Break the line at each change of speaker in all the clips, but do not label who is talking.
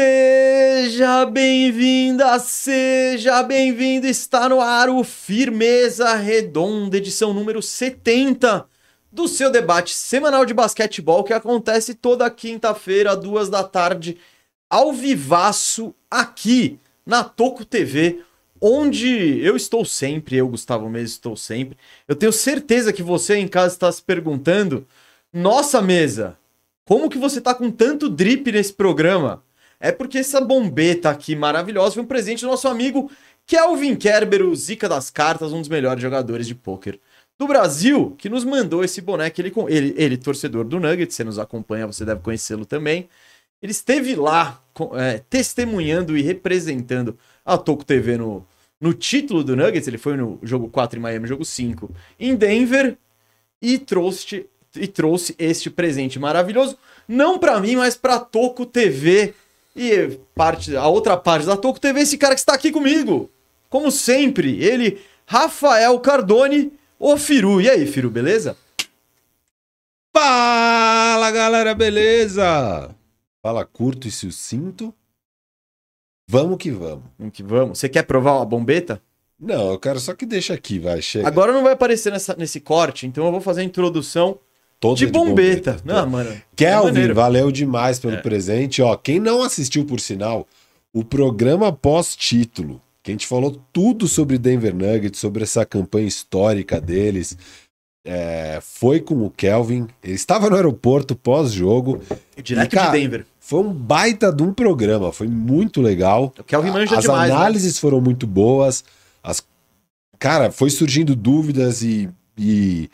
Seja bem-vinda, seja bem-vindo. Está no ar o Firmeza Redonda, edição número 70 do seu debate semanal de basquetebol que acontece toda quinta-feira, duas da tarde, ao vivaço aqui na Toco TV, onde eu estou sempre, eu, Gustavo Mesa, estou sempre. Eu tenho certeza que você em casa está se perguntando: nossa mesa, como que você tá com tanto drip nesse programa? É porque essa bombeta aqui maravilhosa foi um presente do nosso amigo Kelvin Kerber, o Zica das Cartas, um dos melhores jogadores de pôquer do Brasil, que nos mandou esse boneco. Ele, com- ele, ele, torcedor do Nuggets, você nos acompanha, você deve conhecê-lo também. Ele esteve lá co- é, testemunhando e representando a Toco TV no, no título do Nuggets. Ele foi no jogo 4 em Miami, jogo 5 em Denver e trouxe, e trouxe este presente maravilhoso, não pra mim, mas pra Toco TV e parte, a outra parte da Toco TV, esse cara que está aqui comigo. Como sempre, ele, Rafael Cardone, o Firu. E aí, Firu, beleza?
Fala galera, beleza? Fala curto e sucinto. Vamos que vamos.
Vamos que vamos. Você quer provar uma bombeta?
Não, eu quero só que deixa aqui, vai. Chega.
Agora não vai aparecer nessa, nesse corte, então eu vou fazer a introdução
Todo
de bombeta. Não, mano.
Kelvin,
maneiro.
valeu demais pelo
É.
presente. Ó, quem não assistiu, por sinal, o programa pós-título, que a gente falou tudo sobre Denver Nuggets, sobre essa campanha histórica deles, é, foi com o Kelvin. Ele estava no aeroporto pós-jogo.
Direto
cara,
de Denver.
Foi um baita de um programa, foi muito legal.
O Kelvin manja
As
demais. né?
análises foram muito boas. As... Cara, foi surgindo dúvidas e, e,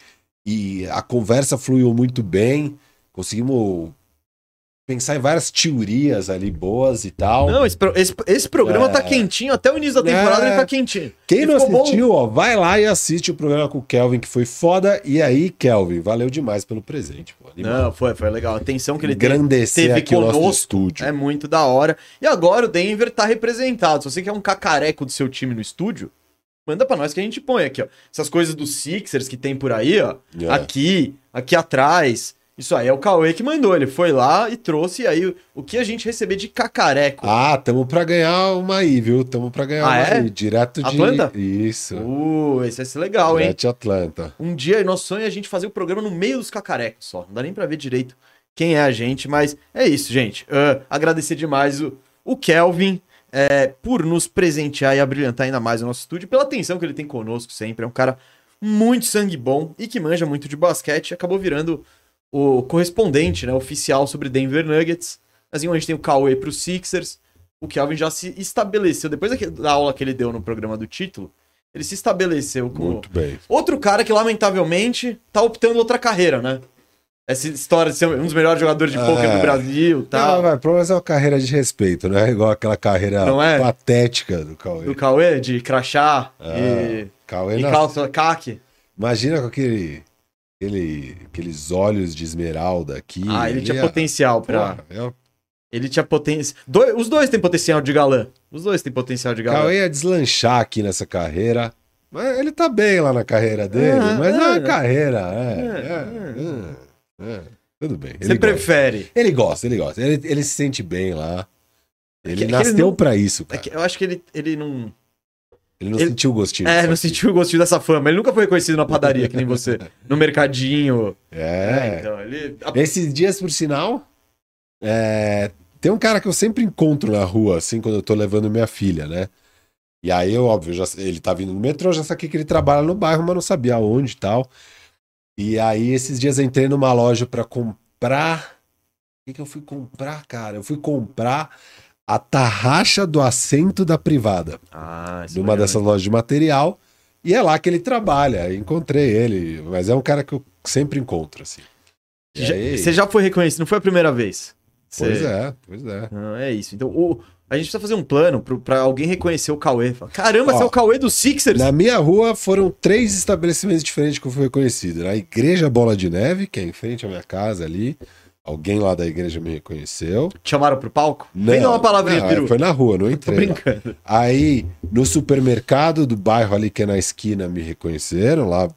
e a conversa fluiu muito bem. Conseguimos pensar em várias teorias ali boas e tal.
Não, esse, pro- esse, esse programa tá quentinho, até o início da temporada
É.
ele tá quentinho.
Quem
e
não
ficou bom.
assistiu, ó, vai lá e assiste o programa com o Kelvin, que foi foda. E aí, Kelvin, valeu demais pelo presente. Pô.
Não, foi, foi legal. A atenção que ele teve
Engrandecer
teve
aqui o
conosco.
nosso estúdio.
É muito da hora. E agora o Denver tá representado. Se você quer um cacareco do seu time no estúdio, manda pra nós que a gente põe aqui, ó. Essas coisas dos Sixers que tem por aí, ó.
É.
né? Aqui, aqui atrás. Isso aí é o Cauê que mandou. Ele foi lá e trouxe e aí o- o que a gente receber de cacareco.
Ah, tamo pra ganhar uma aí, viu? Tamo pra ganhar
Ah,
uma
é?
aí. Direto de.
Atlanta?
Isso.
Uh, esse vai ser legal, hein?
Direto de Atlanta.
Um dia, nosso sonho é a gente fazer o programa no meio dos cacarecos só. Não dá nem pra ver direito quem é a gente, mas é isso, gente. Ah, agradecer demais o, o Kelvin é, por nos presentear e abrilhantar ainda mais o nosso estúdio, pela atenção que ele tem conosco sempre. É um cara muito sangue bom e que manja muito de basquete. Acabou virando o correspondente né, oficial sobre Denver Nuggets. Assim, a gente tem o Cauê pro Sixers. O Kelvin já se estabeleceu, depois daque- da aula que ele deu no programa do título, ele se estabeleceu como
Muito bem.
Outro cara que, lamentavelmente, tá optando outra carreira, né? Essa história de ser um dos melhores jogadores de pôquer
É.
do Brasil
Não,
tal.
vai, pelo menos é uma carreira de respeito, não é igual aquela carreira
Não é?
patética do Cauê.
Do Cauê, de crachá
É.
e,
Cauê
e
nas-
calça caque.
Imagina com aquele, aquele- aqueles olhos de esmeralda aqui.
ah, ele tinha
é-
potencial pra...
Porra, é o-
Ele tinha potência... Doi- Os dois têm potencial de galã. Os dois têm potencial de galã.
Cauê ia deslanchar aqui nessa carreira. Mas ele tá bem lá na carreira dele,
Ah,
mas é uma
ah.
carreira.
Ah,
É, é, é, é. Tudo bem.
Você
ele gosta.
prefere...
Ele gosta, ele gosta. Ele, ele se sente bem lá. Ele
É que ele
nasceu
não-
pra isso,
É
cara.
que eu acho que ele, ele não...
Ele não
ele-
sentiu o gostinho.
É,
disso
não
aqui.
sentiu o gostinho dessa fama. Ele nunca foi reconhecido na padaria, que nem você. No mercadinho.
É.
então, ele...
Esses dias, por sinal, é, tem um cara que eu sempre encontro na rua, assim, quando eu tô levando minha filha, né? E aí, eu, óbvio, já- ele tá vindo no metrô, já saquei que ele trabalha no bairro, mas não sabia onde e tal. E aí, esses dias, eu entrei numa loja pra comprar. O que, que eu fui comprar, cara? Eu fui comprar a tarraxa do assento da privada
Ah, isso é
numa
legal,
dessas lojas de material. E é lá que ele trabalha. Encontrei ele, mas é um cara que eu sempre encontro, assim. E
Já-
aí?
você já foi reconhecido, não foi a primeira vez. Você-
Pois é, pois é.
Não, é isso. Então, o- a gente precisa fazer um plano pro- pra alguém reconhecer o Cauê. Fala, Caramba,
Ó, né?
você é o Cauê do Sixers?
Na minha rua foram três estabelecimentos diferentes que eu fui reconhecido. Na Igreja Bola de Neve, que é em frente à minha casa ali. Alguém lá da igreja me reconheceu.
Te chamaram pro palco?
Não,
Vem dar uma palavrinha,
não, é,
Peru.
Foi na rua, não
Tô
entrei. lá.
brincando.
Aí, no supermercado do bairro ali, que é na esquina, me reconheceram lá.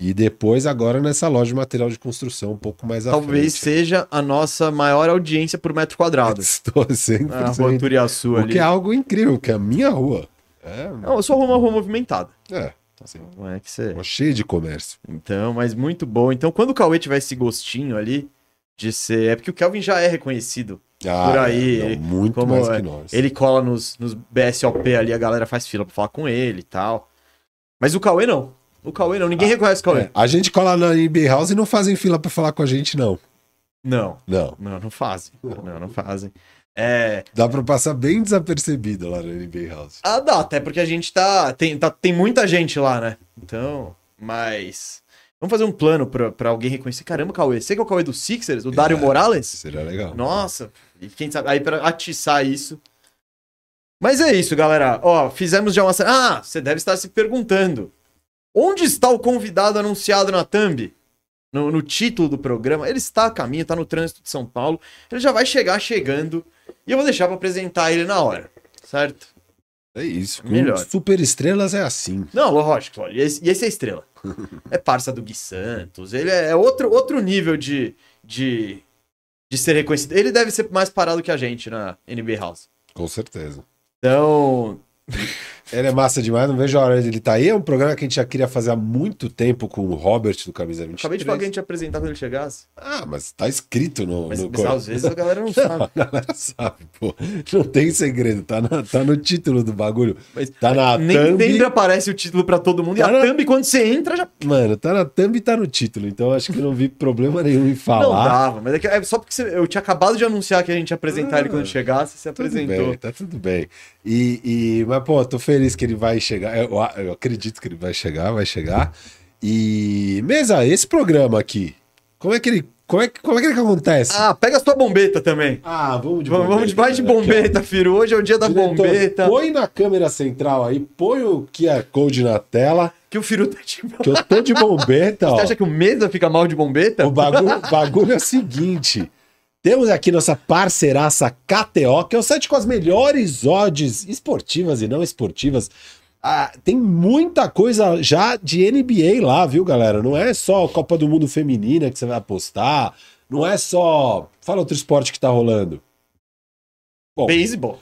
E depois, agora, nessa loja de material de construção, um pouco mais à
Talvez
frente.
seja a nossa maior audiência por metro quadrado.
Estou
Na Ah, rua
100%.
Turiaçu
O
ali.
que é algo incrível, que é a minha rua. É,
Não, eu sou uma rua movimentada.
é
Assim, Não é que você...
cheio de comércio.
Então, mas muito bom. Então, quando o Cauê tiver esse gostinho ali de ser... É porque o Kelvin já é reconhecido.
Ah,
Por aí,
não, muito
como
mais
é?
que nós.
Ele cola nos, nos BSOP ali, a galera faz fila pra falar com ele e tal. Mas o Cauê não. O Cauê não. Ninguém reconhece o Cauê.
É, a gente cola na NBA House e não fazem fila pra falar com a gente, não.
Não,
Não.
não, não fazem. Não, não fazem. É.
Dá pra passar bem desapercebido lá na NBA House.
Ah, dá, até porque a gente tá. Tem, tá, tem muita gente lá, né? Então. Mas. Vamos fazer um plano pra, pra alguém reconhecer. Caramba, Cauê, você que é o Cauê do Sixers? O Dário
É.
Morales?
Seria legal.
Nossa, e quem sabe. Aí pra atiçar isso. Mas é isso, galera. Ó, fizemos já uma. série- Ah, você deve estar se perguntando. Onde está o convidado anunciado na thumb? No, no título do programa. Ele está a caminho, está no trânsito de São Paulo. Ele já vai chegar chegando. E eu vou deixar para apresentar ele na hora. Certo?
É isso. Com
Melhor.
Super estrelas é assim.
Não, lógico, olha, e esse, e esse é a estrela. É parça do Gui Santos, ele é outro, outro nível de, de, de ser reconhecido. Ele deve ser mais parado que a gente na NBA House.
Com certeza.
Então,
Ele é massa demais, não vejo a hora de ele estar aí. É um programa que a gente já queria fazer há muito tempo com o Robert do Camisa 23.
acabei de falar que a gente ia apresentar quando ele chegasse.
Ah, mas tá escrito no.
Mas,
no
mas às vezes a galera não
Não,
sabe.
a galera sabe, pô. Não tem segredo, tá, na- tá no título do bagulho.
Mas
Tá na
nem,
thumb.
nem aparece o título pra todo mundo. E a
Cara-
thumb, quando você entra, já
Mano, tá na thumb e tá no título, então acho que eu não vi problema nenhum em
não
falar. Tá
dava. Mas é, que- é só porque você- eu tinha acabado de anunciar que a gente ia apresentar ele quando chegasse, você
Ah, Tudo
apresentou.
bem, tá tudo bem. E, e- mas, pô, tô feliz que ele vai chegar. Eu, a- eu acredito que ele vai chegar, vai chegar. E, Mesa, esse programa aqui, como é que ele, como é, que- como é que ele acontece?
Ah, pega a sua bombeta também.
Ah, vamos de
Vamos, vamos de mais de bombeta, Firo. Hoje é o dia da bombeta.
Põe na câmera central aí, põe o QR Code na tela,
Que o Firu tá de bombeta.
que eu tô de bombeta, ó.
Você acha que o Mesa fica mal de bombeta?
O bagulho, o bagulho é o seguinte. Temos aqui nossa parceiraça KTO, que é o site com as melhores odds esportivas e não esportivas. Ah, tem muita coisa já de NBA lá, viu, galera? Não é só Copa do Mundo Feminina que você vai apostar. Não é só. Fala outro esporte que tá rolando. Bom,
Beisebol.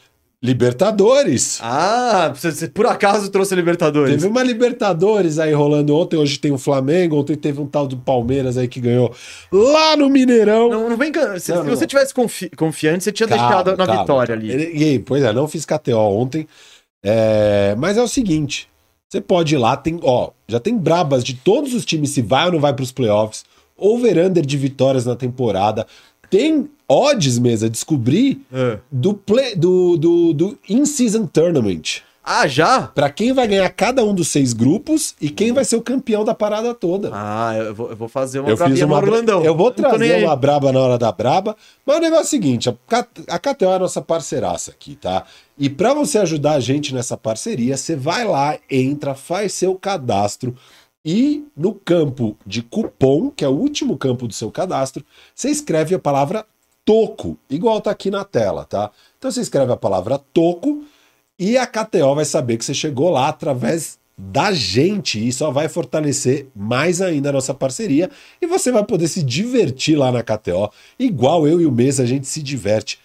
Libertadores.
Ah, você, você por acaso trouxe a Libertadores.
Teve um uma Libertadores aí rolando ontem. Hoje tem o Flamengo. Ontem teve um tal do Palmeiras aí que ganhou lá no Mineirão.
Não, não vem engan- Se,
Não,
se
não,
você
não.
tivesse confi- confiante, você tinha
Calma,
deixado na
calma.
vitória ali.
Ele- E aí, pois é, não fiz KTO ontem. É, mas é o seguinte: você pode ir lá, tem, ó, já tem brabas de todos os times se vai ou não vai para os playoffs, over-under de vitórias na temporada, tem odds mesa, descobrir
Ah.
do, play, do, do, do in-season tournament.
Ah, já?
Pra quem vai ganhar cada um dos seis grupos e quem vai ser o campeão da parada toda.
Ah, eu vou, eu vou fazer uma
Eu fiz
bravinha
uma.
no um Orlandão.
Eu vou
Não tô nem
trazer
aí.
uma braba na hora da braba. Mas o negócio é o seguinte: a K- a KTO é a nossa parceiraça aqui, tá? E pra você ajudar a gente nessa parceria, você vai lá, entra, faz seu cadastro. E no campo de cupom, que é o último campo do seu cadastro, você escreve a palavra toco, igual tá aqui na tela, tá? Então você escreve a palavra toco e a KTO vai saber que você chegou lá através da gente e só vai fortalecer mais ainda a nossa parceria e você vai poder se divertir lá na KTO, igual eu e o Mês a gente se diverte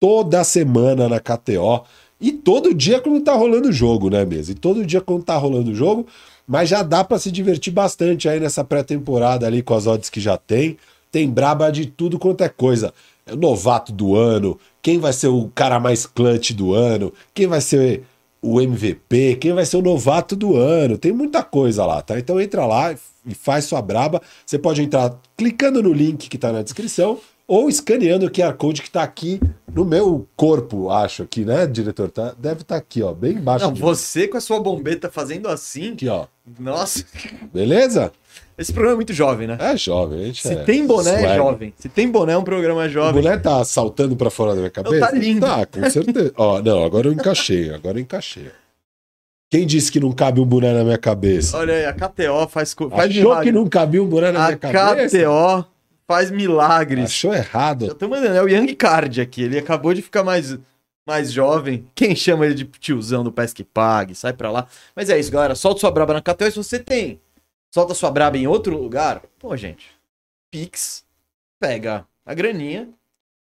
toda semana na KTO e todo dia quando tá rolando o jogo, né, Mesa? E todo dia quando tá rolando o jogo, mas já dá pra se divertir bastante aí nessa pré-temporada ali com as odds que já tem. Tem braba de tudo quanto é coisa. É o novato do ano, quem vai ser o cara mais clutch do ano, quem vai ser o MVP, quem vai ser o novato do ano. Tem muita coisa lá, tá? Então entra lá e faz sua braba. Você pode entrar clicando no link que tá na descrição ou escaneando o QR Code que tá aqui no meu corpo, acho aqui, né, diretor? Tá, deve estar aqui, ó, bem embaixo.
Não,
de-
você com a sua bombeta fazendo assim.
Aqui, ó.
Nossa.
Beleza?
Esse programa é muito jovem, né?
É jovem, a gente
Se
é
tem boné, é
swag.
jovem. Se tem boné, é um programa
O
jovem.
boné tá saltando pra fora da minha cabeça?
tá lindo.
Tá, com certeza. Ó, não, agora eu encaixei, agora eu encaixei. Quem disse que não cabe um boné na minha cabeça?
Olha aí, a KTO faz, co- faz
Achou que
milagres.
não cabia um boné na
A
minha cabeça?
KTO faz milagres.
Achou
Já
errado.
tô mandando, é o Young Card aqui. Ele acabou de ficar mais, mais jovem. Quem chama ele de tiozão do Pesque Pague, sai pra lá. Mas é isso, galera. Solta sua braba na KTO. E se você tem, solta sua braba em outro lugar, pô, gente, Pix, pega a graninha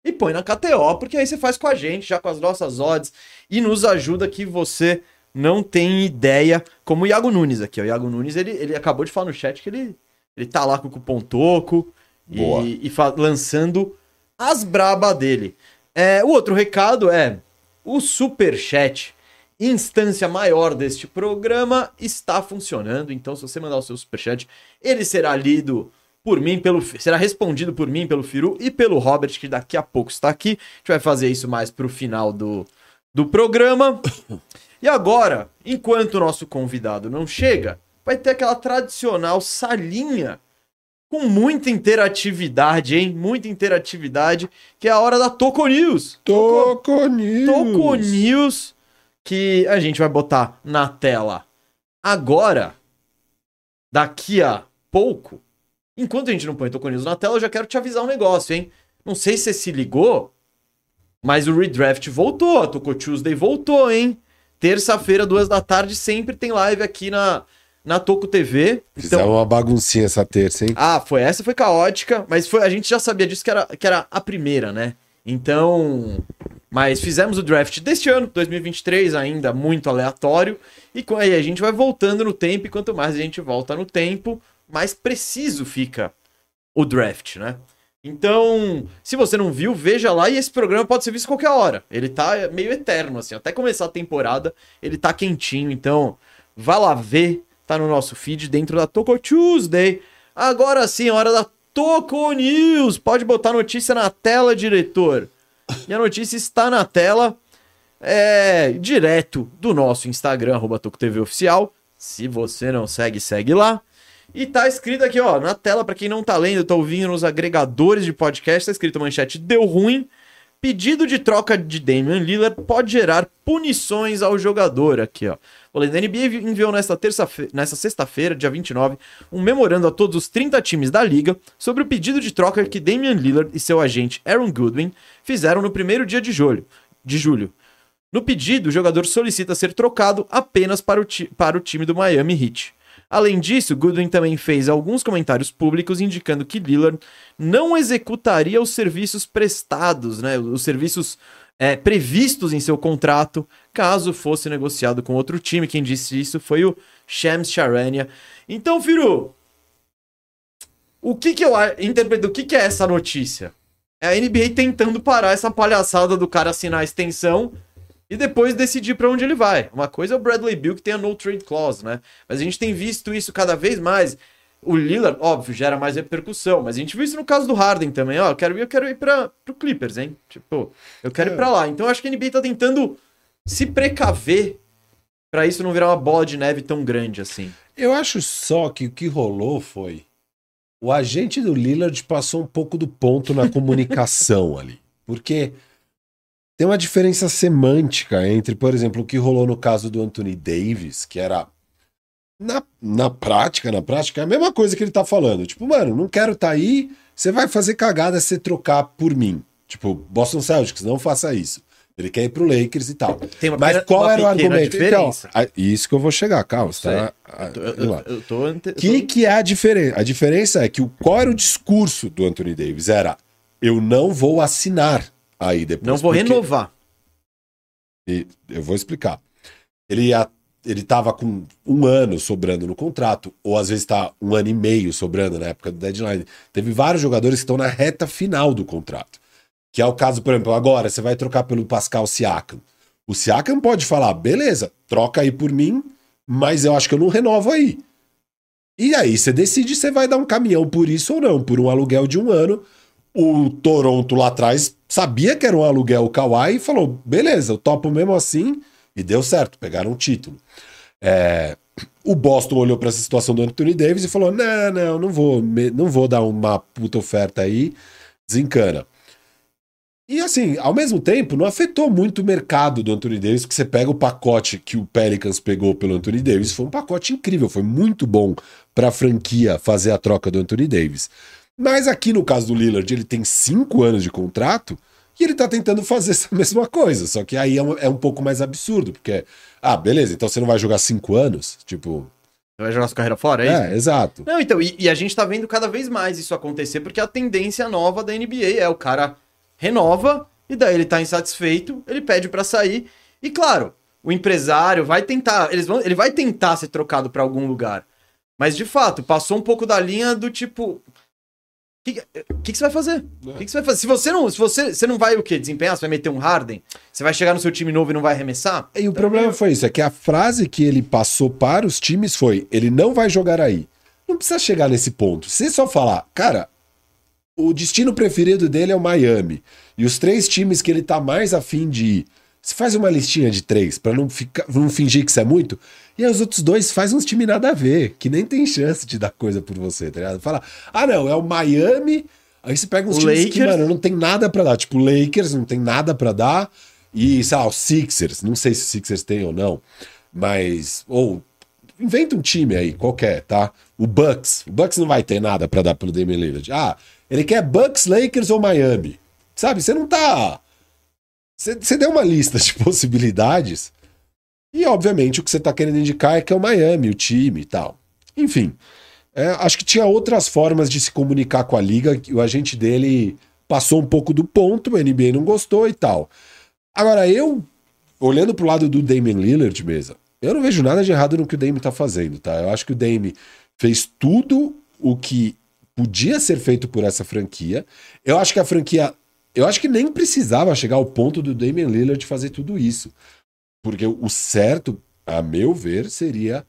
e põe na KTO, porque aí você faz com a gente, já com as nossas odds, e nos ajuda que você não tem ideia. Como o Iago Nunes aqui, ó. O Iago Nunes, ele, ele acabou de falar no chat que ele, ele tá lá com o cupom Toco e-
Boa.
e, fa- lançando as braba dele. É, o outro recado é o Superchat. Instância maior deste programa está funcionando, então se você mandar o seu superchat, ele será lido por mim, pelo, será respondido por mim, pelo Firu e pelo Robert, que daqui a pouco está aqui. A gente vai fazer isso mais pro final do, do programa. E agora, enquanto o nosso convidado não chega, vai ter aquela tradicional salinha com muita interatividade, hein? Muita interatividade, que é a hora da Toco News.
Toco News.
Toco News, que a gente vai botar na tela agora, daqui a pouco. Enquanto a gente não põe Toco News na tela, eu já quero te avisar um negócio, hein? Não sei se você se ligou, mas o Redraft voltou, a Toco Tuesday voltou, hein? Terça-feira, duas da tarde, sempre tem live aqui na, na Toco Então, TV.
Fizemos uma baguncinha essa terça, hein?
Ah, foi essa, foi caótica, mas foi, a gente já sabia disso que era, que era a primeira, né? Então, mas fizemos o draft deste ano, 2023, ainda muito aleatório, e com- aí a gente vai voltando no tempo, e quanto mais a gente volta no tempo, mais preciso fica o draft, né? Então, se você não viu, veja lá e esse programa pode ser visto qualquer hora. Ele tá meio eterno, assim, até começar a temporada, ele tá quentinho, então vá lá ver, tá no nosso feed dentro da Toco Tuesday. Agora sim, hora da Toco News. Pode botar a notícia na tela, diretor. E a notícia está na tela, é, direto do nosso Instagram, arroba TocoTV Oficial. Se você não segue, segue lá. E tá escrito aqui, ó, na tela, pra quem não tá lendo, tá ouvindo nos agregadores de podcast, tá escrito manchete, deu ruim. Pedido de troca de Damian Lillard pode gerar punições ao jogador aqui, ó. Olha, a NBA enviou nesta terça nesta sexta-feira, dia 29, um memorando a todos os 30 times da liga sobre o pedido de troca que Damian Lillard e seu agente Aaron Goodwin fizeram no primeiro dia de julho. De julho. No pedido, o jogador solicita ser trocado apenas para o, ti- para o time do Miami Heat. Além disso, Goodwin também fez alguns comentários públicos indicando que Lillard não executaria os serviços prestados, né, os serviços é, previstos em seu contrato, caso fosse negociado com outro time. Quem disse isso foi o Shams Charania. Então, Firu, o que que eu a- interpreto? O que que é essa notícia? É a NBA tentando parar essa palhaçada do cara assinar a extensão e depois decidir pra onde ele vai. Uma coisa é o Bradley Beal que tem a no trade clause, né? Mas a gente tem visto isso cada vez mais. O Lillard, óbvio, gera mais repercussão, mas a gente viu isso no caso do Harden também, ó, eu quero ir, eu quero ir para pro Clippers, hein? Tipo, eu quero ir
É.
pra lá. Então eu acho que a NBA tá tentando se precaver pra isso não virar uma bola de neve tão grande assim.
Eu acho só que o que rolou foi. O agente do Lillard passou um pouco do ponto na comunicação ali. Porque tem uma diferença semântica entre, por exemplo, o que rolou no caso do Anthony Davis, que era. Na, na prática, na prática, é a mesma coisa que ele tá falando. Tipo, mano, não quero tá aí, você vai fazer cagada se você trocar por mim. Tipo, Boston Celtics, não faça isso. Ele quer ir pro Lakers e tal.
Tem uma
Mas
pequena-
qual
uma
era o
pequena
argumento? Então,
diferença.
a- isso que eu vou chegar, calma. você
Isso
Tá, a-
Eu, eu-
sei lá.
eu tô ante... eu
O que,
tô-
que é a diferença? A diferença é que o, qual era o discurso do Anthony Davis? Era eu não vou assinar aí depois.
Não vou
porque-
renovar.
e eu vou explicar. Ele ia, ele estava com um ano sobrando no contrato, ou às vezes está um ano e meio sobrando na época do deadline. Teve vários jogadores que estão na reta final do contrato. Que é o caso, por exemplo, agora você vai trocar pelo Pascal Siakam. O Siakam pode falar, beleza, troca aí por mim, mas eu acho que eu não renovo aí. E aí você decide se vai dar um caminhão por isso ou não, por um aluguel de um ano. O Toronto lá atrás sabia que era um aluguel o Kawhi e falou, beleza, eu topo mesmo assim. E deu certo, pegaram um título. É, O Boston olhou para essa situação do Anthony Davis e falou: não, não, não vou, me- não vou dar uma puta oferta aí, desencana. E assim, ao mesmo tempo, não afetou muito o mercado do Anthony Davis, porque você pega o pacote que o Pelicans pegou pelo Anthony Davis, foi um pacote incrível, foi muito bom para a franquia fazer a troca do Anthony Davis. Mas aqui no caso do Lillard, ele tem cinco anos de contrato e ele tá tentando fazer essa mesma coisa, só que aí é um, é um pouco mais absurdo, porque, ah, beleza, então você não vai jogar cinco anos? Tipo,
Vai jogar sua carreira fora, é, isso?
é, exato.
Não, então, e, e a gente tá vendo cada vez mais isso acontecer, porque é a tendência nova da NBA é o cara renova, e daí ele tá insatisfeito, ele pede pra sair, e claro, o empresário vai tentar, eles vão, ele vai tentar ser trocado pra algum lugar. Mas de fato, passou um pouco da linha do tipo. O que, que, que você vai fazer? O que, que você vai fazer? Se você não. Se você, você não vai o quê? Desempenhar? Você vai meter um Harden? Você vai chegar no seu time novo e não vai arremessar?
E o problema foi isso, é que a frase que ele passou para os times foi: ele não vai jogar aí. Não precisa chegar nesse ponto. Se só falar, cara, o destino preferido dele é o Miami. E os três times que ele tá mais afim de ir. Você faz uma listinha de três pra não, ficar, não fingir que isso é muito. E aí os outros dois faz uns time nada a ver, que nem tem chance de dar coisa por você, tá ligado? Fala, ah não, é o Miami. Aí você pega uns
O
times que,
Lakers.
mano, não tem nada pra dar. Tipo, o Lakers não tem nada pra dar. E, sei lá, o Sixers. Não sei se o Sixers tem ou não. Mas, ou inventa um time aí, qualquer, tá? O Bucks. O Bucks não vai ter nada pra dar pelo Damian Lillard. Ah, ele quer Bucks, Lakers ou Miami. Sabe, você não tá... Você você deu uma lista de possibilidades e, obviamente, o que você tá querendo indicar é que é o Miami, o time e tal. Enfim, é, acho que tinha outras formas de se comunicar com a liga, que o agente dele passou um pouco do ponto, o NBA não gostou e tal. Agora, eu, olhando pro lado do Damian Lillard mesmo, eu não vejo nada de errado no que o Dame tá fazendo, tá? Eu acho que o Dame fez tudo o que podia ser feito por essa franquia. Eu acho que a franquia. Eu acho que nem precisava chegar ao ponto do Damian Lillard fazer tudo isso. Porque o certo, a meu ver, seria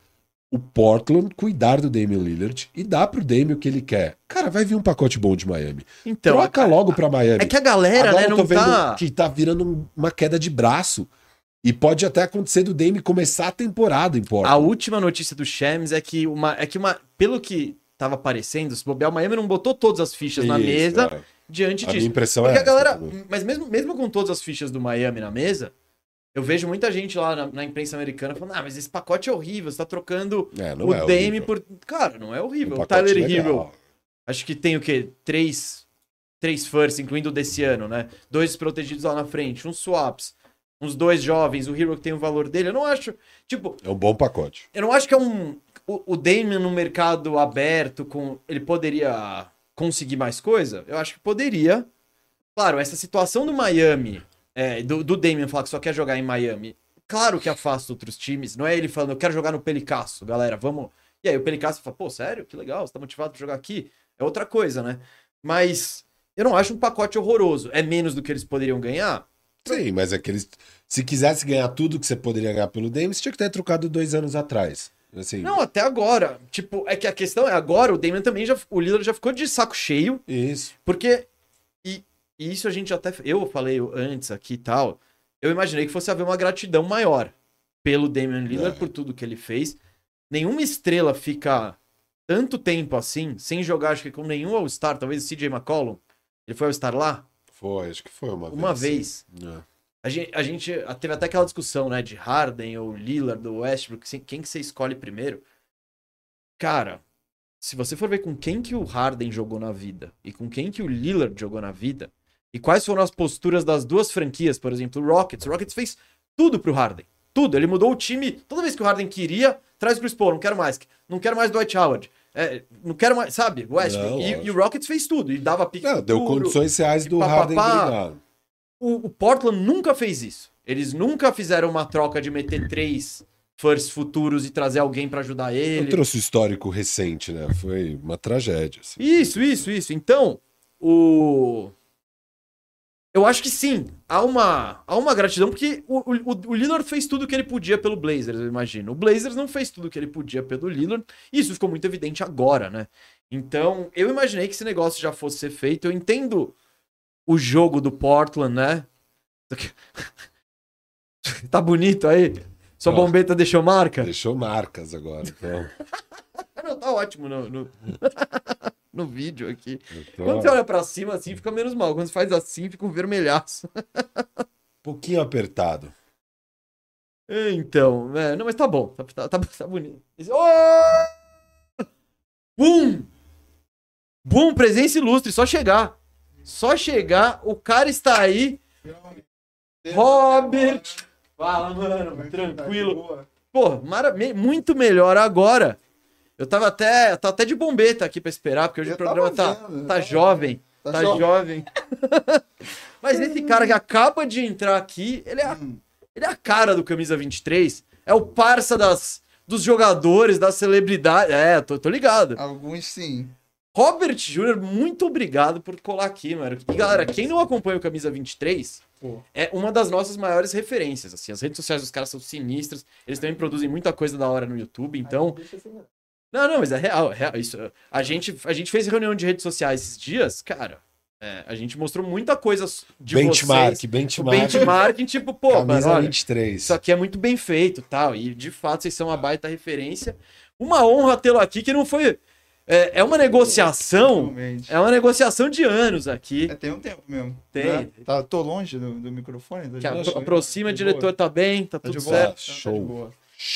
o Portland cuidar do Damian Lillard e dar pro Dame o que ele quer. Cara, vai vir um pacote bom de Miami.
Então.
Troca logo pra Miami.
É que a galera,
Agora
né,
eu tô
não
vendo
tá.
que tá virando uma queda de braço. E pode até acontecer do Dame começar a temporada em
A
Portland.
última notícia do Shams é que uma, é que uma, pelo que tava aparecendo, se bobear, o Miami não botou todas as fichas na
Isso,
mesa
é.
diante
A minha
disso.
impressão
Porque
é
a galera,
essa,
mas mesmo, mesmo com todas as fichas do Miami na mesa, eu vejo muita gente lá na, na imprensa americana falando: "Ah, mas esse pacote é horrível, você tá trocando
É, não
o
é
Dame
horrível.
por, cara, não é horrível.
Um
o
pacote
Tyler
legal.
Hero, acho que tem o quê? Três três firsts, incluindo o desse ano, né? Dois protegidos lá na frente, uns swaps, uns dois jovens, o Hero que tem o valor dele. Eu não acho, tipo,
É um bom pacote.
eu não acho que é um. O, o Damian no mercado aberto, com ele poderia conseguir mais coisa? Eu acho que poderia. Claro, essa situação do Miami, é, do, do Damian falar que só quer jogar em Miami, claro que afasta outros times. Não é ele falando, eu quero jogar no Pelicasso, galera, vamos. E aí o Pelicasso fala, pô, sério? Que legal, você tá motivado pra jogar aqui? É outra coisa, né? Mas eu não acho um pacote horroroso. É menos do que eles poderiam ganhar?
Sim, mas é que eles. Se quisesse ganhar tudo que você poderia ganhar pelo Dame, você tinha que ter trocado dois anos atrás. Assim,
Não, até agora. Tipo, é que a questão é agora o Damian também já. O Lillard já ficou de saco cheio.
Isso.
Porque. E, e isso a gente até. Eu falei antes aqui e tal. Eu imaginei que fosse haver uma gratidão maior pelo Damian Lillard,
É.
por tudo que ele fez. Nenhuma estrela fica tanto tempo assim, sem jogar, acho que com nenhum All-Star, talvez o CJ McCollum. Ele foi All-Star lá?
Foi, acho que foi uma vez.
Uma vez.
É.
A gente, a gente ah, teve até aquela discussão, né, de Harden ou Lillard ou Westbrook, assim, quem que você escolhe primeiro? Cara, se você for ver com quem que o Harden jogou na vida e com quem que o Lillard jogou na vida, e quais foram as posturas das duas franquias, por exemplo, o Rockets, o Rockets fez tudo pro Harden. Tudo, ele mudou o time. Toda vez que o Harden queria, traz o Chris Paul, não quero mais. Não quero mais Dwight Howard. É, não quero mais, sabe?
Não,
Westbrook. E- e,
lógico.
o Rockets fez tudo. E dava pique
Não, deu
puro.
condições reais do
pá, pá,
Harden
pá.
brigar.
O, o Portland nunca fez isso. Eles nunca fizeram uma troca de meter três firsts futuros e trazer alguém pra ajudar
Eu
ele.
trouxe o histórico recente, né? Foi uma tragédia. Assim.
Isso, isso, isso. Então, o. Eu acho que sim, há uma, há uma gratidão, porque o, o, o Lillard fez tudo o que ele podia pelo Blazers, eu imagino. O Blazers não fez tudo o que ele podia pelo Lillard, e isso ficou muito evidente agora, né? Então, eu imaginei que esse negócio já fosse ser feito. Eu entendo o jogo do Portland, né? Tá bonito aí? Sua
Ó.
bombeta deixou marca?
Deixou marcas agora. Então,
Não, tá ótimo no, no... no vídeo aqui.
eu tô-
Quando você olha pra cima assim, fica menos mal. Quando você faz assim, fica um vermelhaço.
um pouquinho apertado.
Então, é, não, mas tá bom. Tá, tá, tá, tá bonito. Esse- Ô! Bum! Bum, presença ilustre, só chegar. Só chegar, o cara está aí. Robert! Fala,
Tá
mano, tranquilo. Pô, mara- me- muito melhor agora. Eu tava até, eu tava até de bombeta aqui pra esperar, porque hoje
Eu
o programa
tava
tá,
vendo, eu
tá
tava
jovem.
Tá
Tá
jovem.
jovem. Mas esse cara que acaba de entrar aqui, ele é, a-
Hum.
ele é a cara do Camisa 23. É o parça das, dos jogadores, das celebridades. É, tô, tô ligado.
Alguns sim.
Robert Júnior, muito obrigado por colar aqui, mano. E galera, quem não acompanha o Camisa 23
Pô.
é uma das nossas maiores referências. Assim, as redes sociais dos caras são sinistras. Eles também produzem muita coisa da hora no YouTube. Então, não, não, mas é real. é real, isso, a, gente, a gente fez reunião de redes sociais esses dias, cara. é, a gente mostrou muita coisa de
benchmark,
vocês. O
benchmark.
benchmarking, tipo, pô,
camisa
mano, olha,
23.
isso aqui é muito bem feito tal. E de fato, vocês são uma baita referência. Uma honra tê-lo aqui, que não foi. É, é uma negociação.
Realmente.
É uma negociação de anos aqui.
É, tem um tempo mesmo.
Tem.
né? Tá, tô longe do, do microfone. Tá
Que
de boa?
apro- aproxima,
Tá de
diretor, tá bem, tá
boa? Tá de
tudo
boa?
certo.
Tá de
Show.
boa.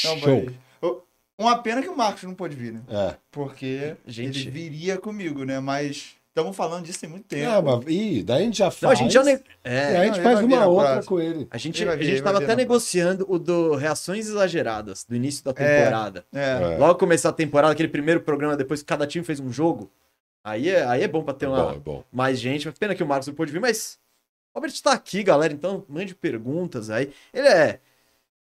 Não,
Show.
mas- Ô, Uma pena que o Marcos não pôde vir, né?
É.
Porque
Gente.
ele viria comigo, né? Mas estamos falando disso tem muito tempo.
Não, mas, ih, daí a gente já faz.
Não, a gente já. ne-
E
É,
aí a gente
Não,
faz
ele vai vir
uma
na
outra
próxima.
com ele.
a gente,
Ele vai
a
ver,
gente
ele
tava
vai ver
até
na
negociando o do Reações Exageradas, do início da
É.
temporada.
É.
É.
Logo começar a temporada, aquele primeiro programa, depois que cada time fez um jogo. Aí é, aí é bom pra ter uma,
Bom, é bom.
mais gente. Mas pena que o Marcos não pôde vir, mas o Robert tá aqui, galera, então mande perguntas aí. Ele é.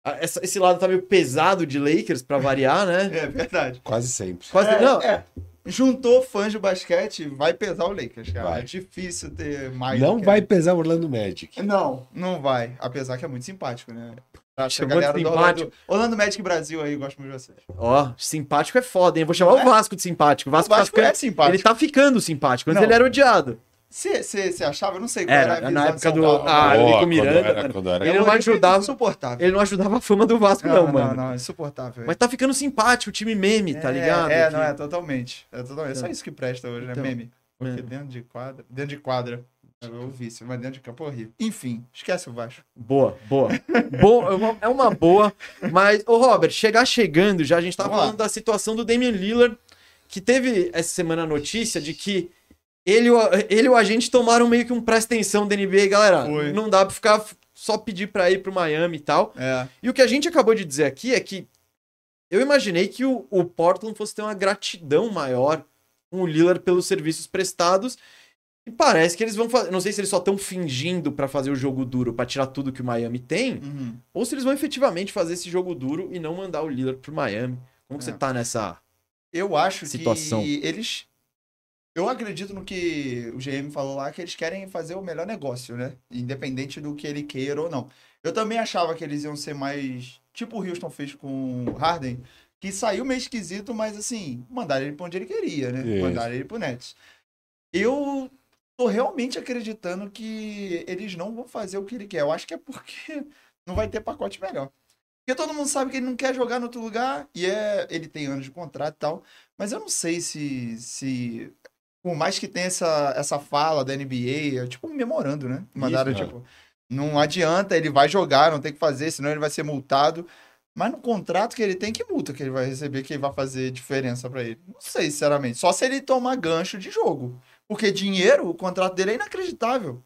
a- essa- esse lado tá meio pesado de Lakers, pra variar, né?
é verdade.
Quase sempre.
Quase.
É,
não,
é. Juntou fãs de basquete, vai pesar o Lakers, cara.
Vai.
É difícil ter mais.
não
do que-
vai pesar o Orlando Magic.
Não, não vai. Apesar que é muito simpático, né? Acho que a
Chamou de
galera do
simpático.
Orlando, Orlando Magic Brasil aí, gosto muito de vocês.
Ó, simpático é foda, hein? Eu vou chamar o Vasco de simpático. O Vasco,
O Vasco
tá
é
ficando-
simpático.
Ele tá ficando simpático. Antes
Não.
ele era odiado.
Você achava? Eu não sei qual
Era,
era, a
na
visão de
época
São
do-
Paulo.
Ah,
Ó,
Nico
quando
Miranda,
era-
mano.
quando era-
Ele
É um
não
nível
ajudava.
Insuportável.
Ele não ajudava a fama do Vasco, não, mano.
Não, não, insuportável.
Mas tá ficando simpático, o time meme, tá
É,
ligado?
É,
Que-
não, é totalmente. É totalmente. É só isso que presta hoje, né?
Então,
Meme. Porque
é.
dentro de quadra. Dentro de quadra. É o vício, mas dentro de campo é horrível. Enfim, esquece o Vasco.
Boa, boa. Bo- é uma- é uma boa, mas, ô Robert, chegar chegando já, a gente tava
Vamos lá.
falando da situação do Damian Lillard, que teve essa semana a notícia de que ele e o- ele e o agente tomaram meio que um presta atenção da NBA, galera.
Foi.
Não dá pra ficar f- só pedir pra ir pro Miami e tal.
É.
E o que a gente acabou de dizer aqui é que eu imaginei que o, o Portland fosse ter uma gratidão maior com o Lillard pelos serviços prestados. E parece que eles vão fazer. Não sei se eles só estão fingindo pra fazer o jogo duro, pra tirar tudo que o Miami tem,
Uhum.
ou se eles vão efetivamente fazer esse jogo duro e não mandar o Lillard pro Miami. Como que
É.
você tá nessa.
Eu acho
Situação.
que eles. Eu acredito no que o GM falou lá, que eles querem fazer o melhor negócio, né? Independente do que ele queira ou não. Eu também achava que eles iam ser mais. Tipo o Houston fez com o Harden, que saiu meio esquisito, mas assim, mandaram ele pra onde ele queria, né?
Isso.
Mandaram ele pro Nets. Eu tô realmente acreditando que eles não vão fazer o que ele quer. Eu acho que é porque não vai ter pacote melhor. Porque todo mundo sabe que ele não quer jogar em outro lugar e é, ele tem anos de contrato e tal. Mas eu não sei se, se por mais que tenha essa, essa fala da NBA, é tipo um memorando, né? Mandaram,
Isso, é.
tipo, não adianta, ele vai jogar, não tem o que fazer, senão ele vai ser multado. Mas no contrato que ele tem, que multa que ele vai receber, que vai fazer diferença pra ele? Não sei, sinceramente. Só se ele tomar gancho de jogo. Porque dinheiro, o contrato dele é inacreditável.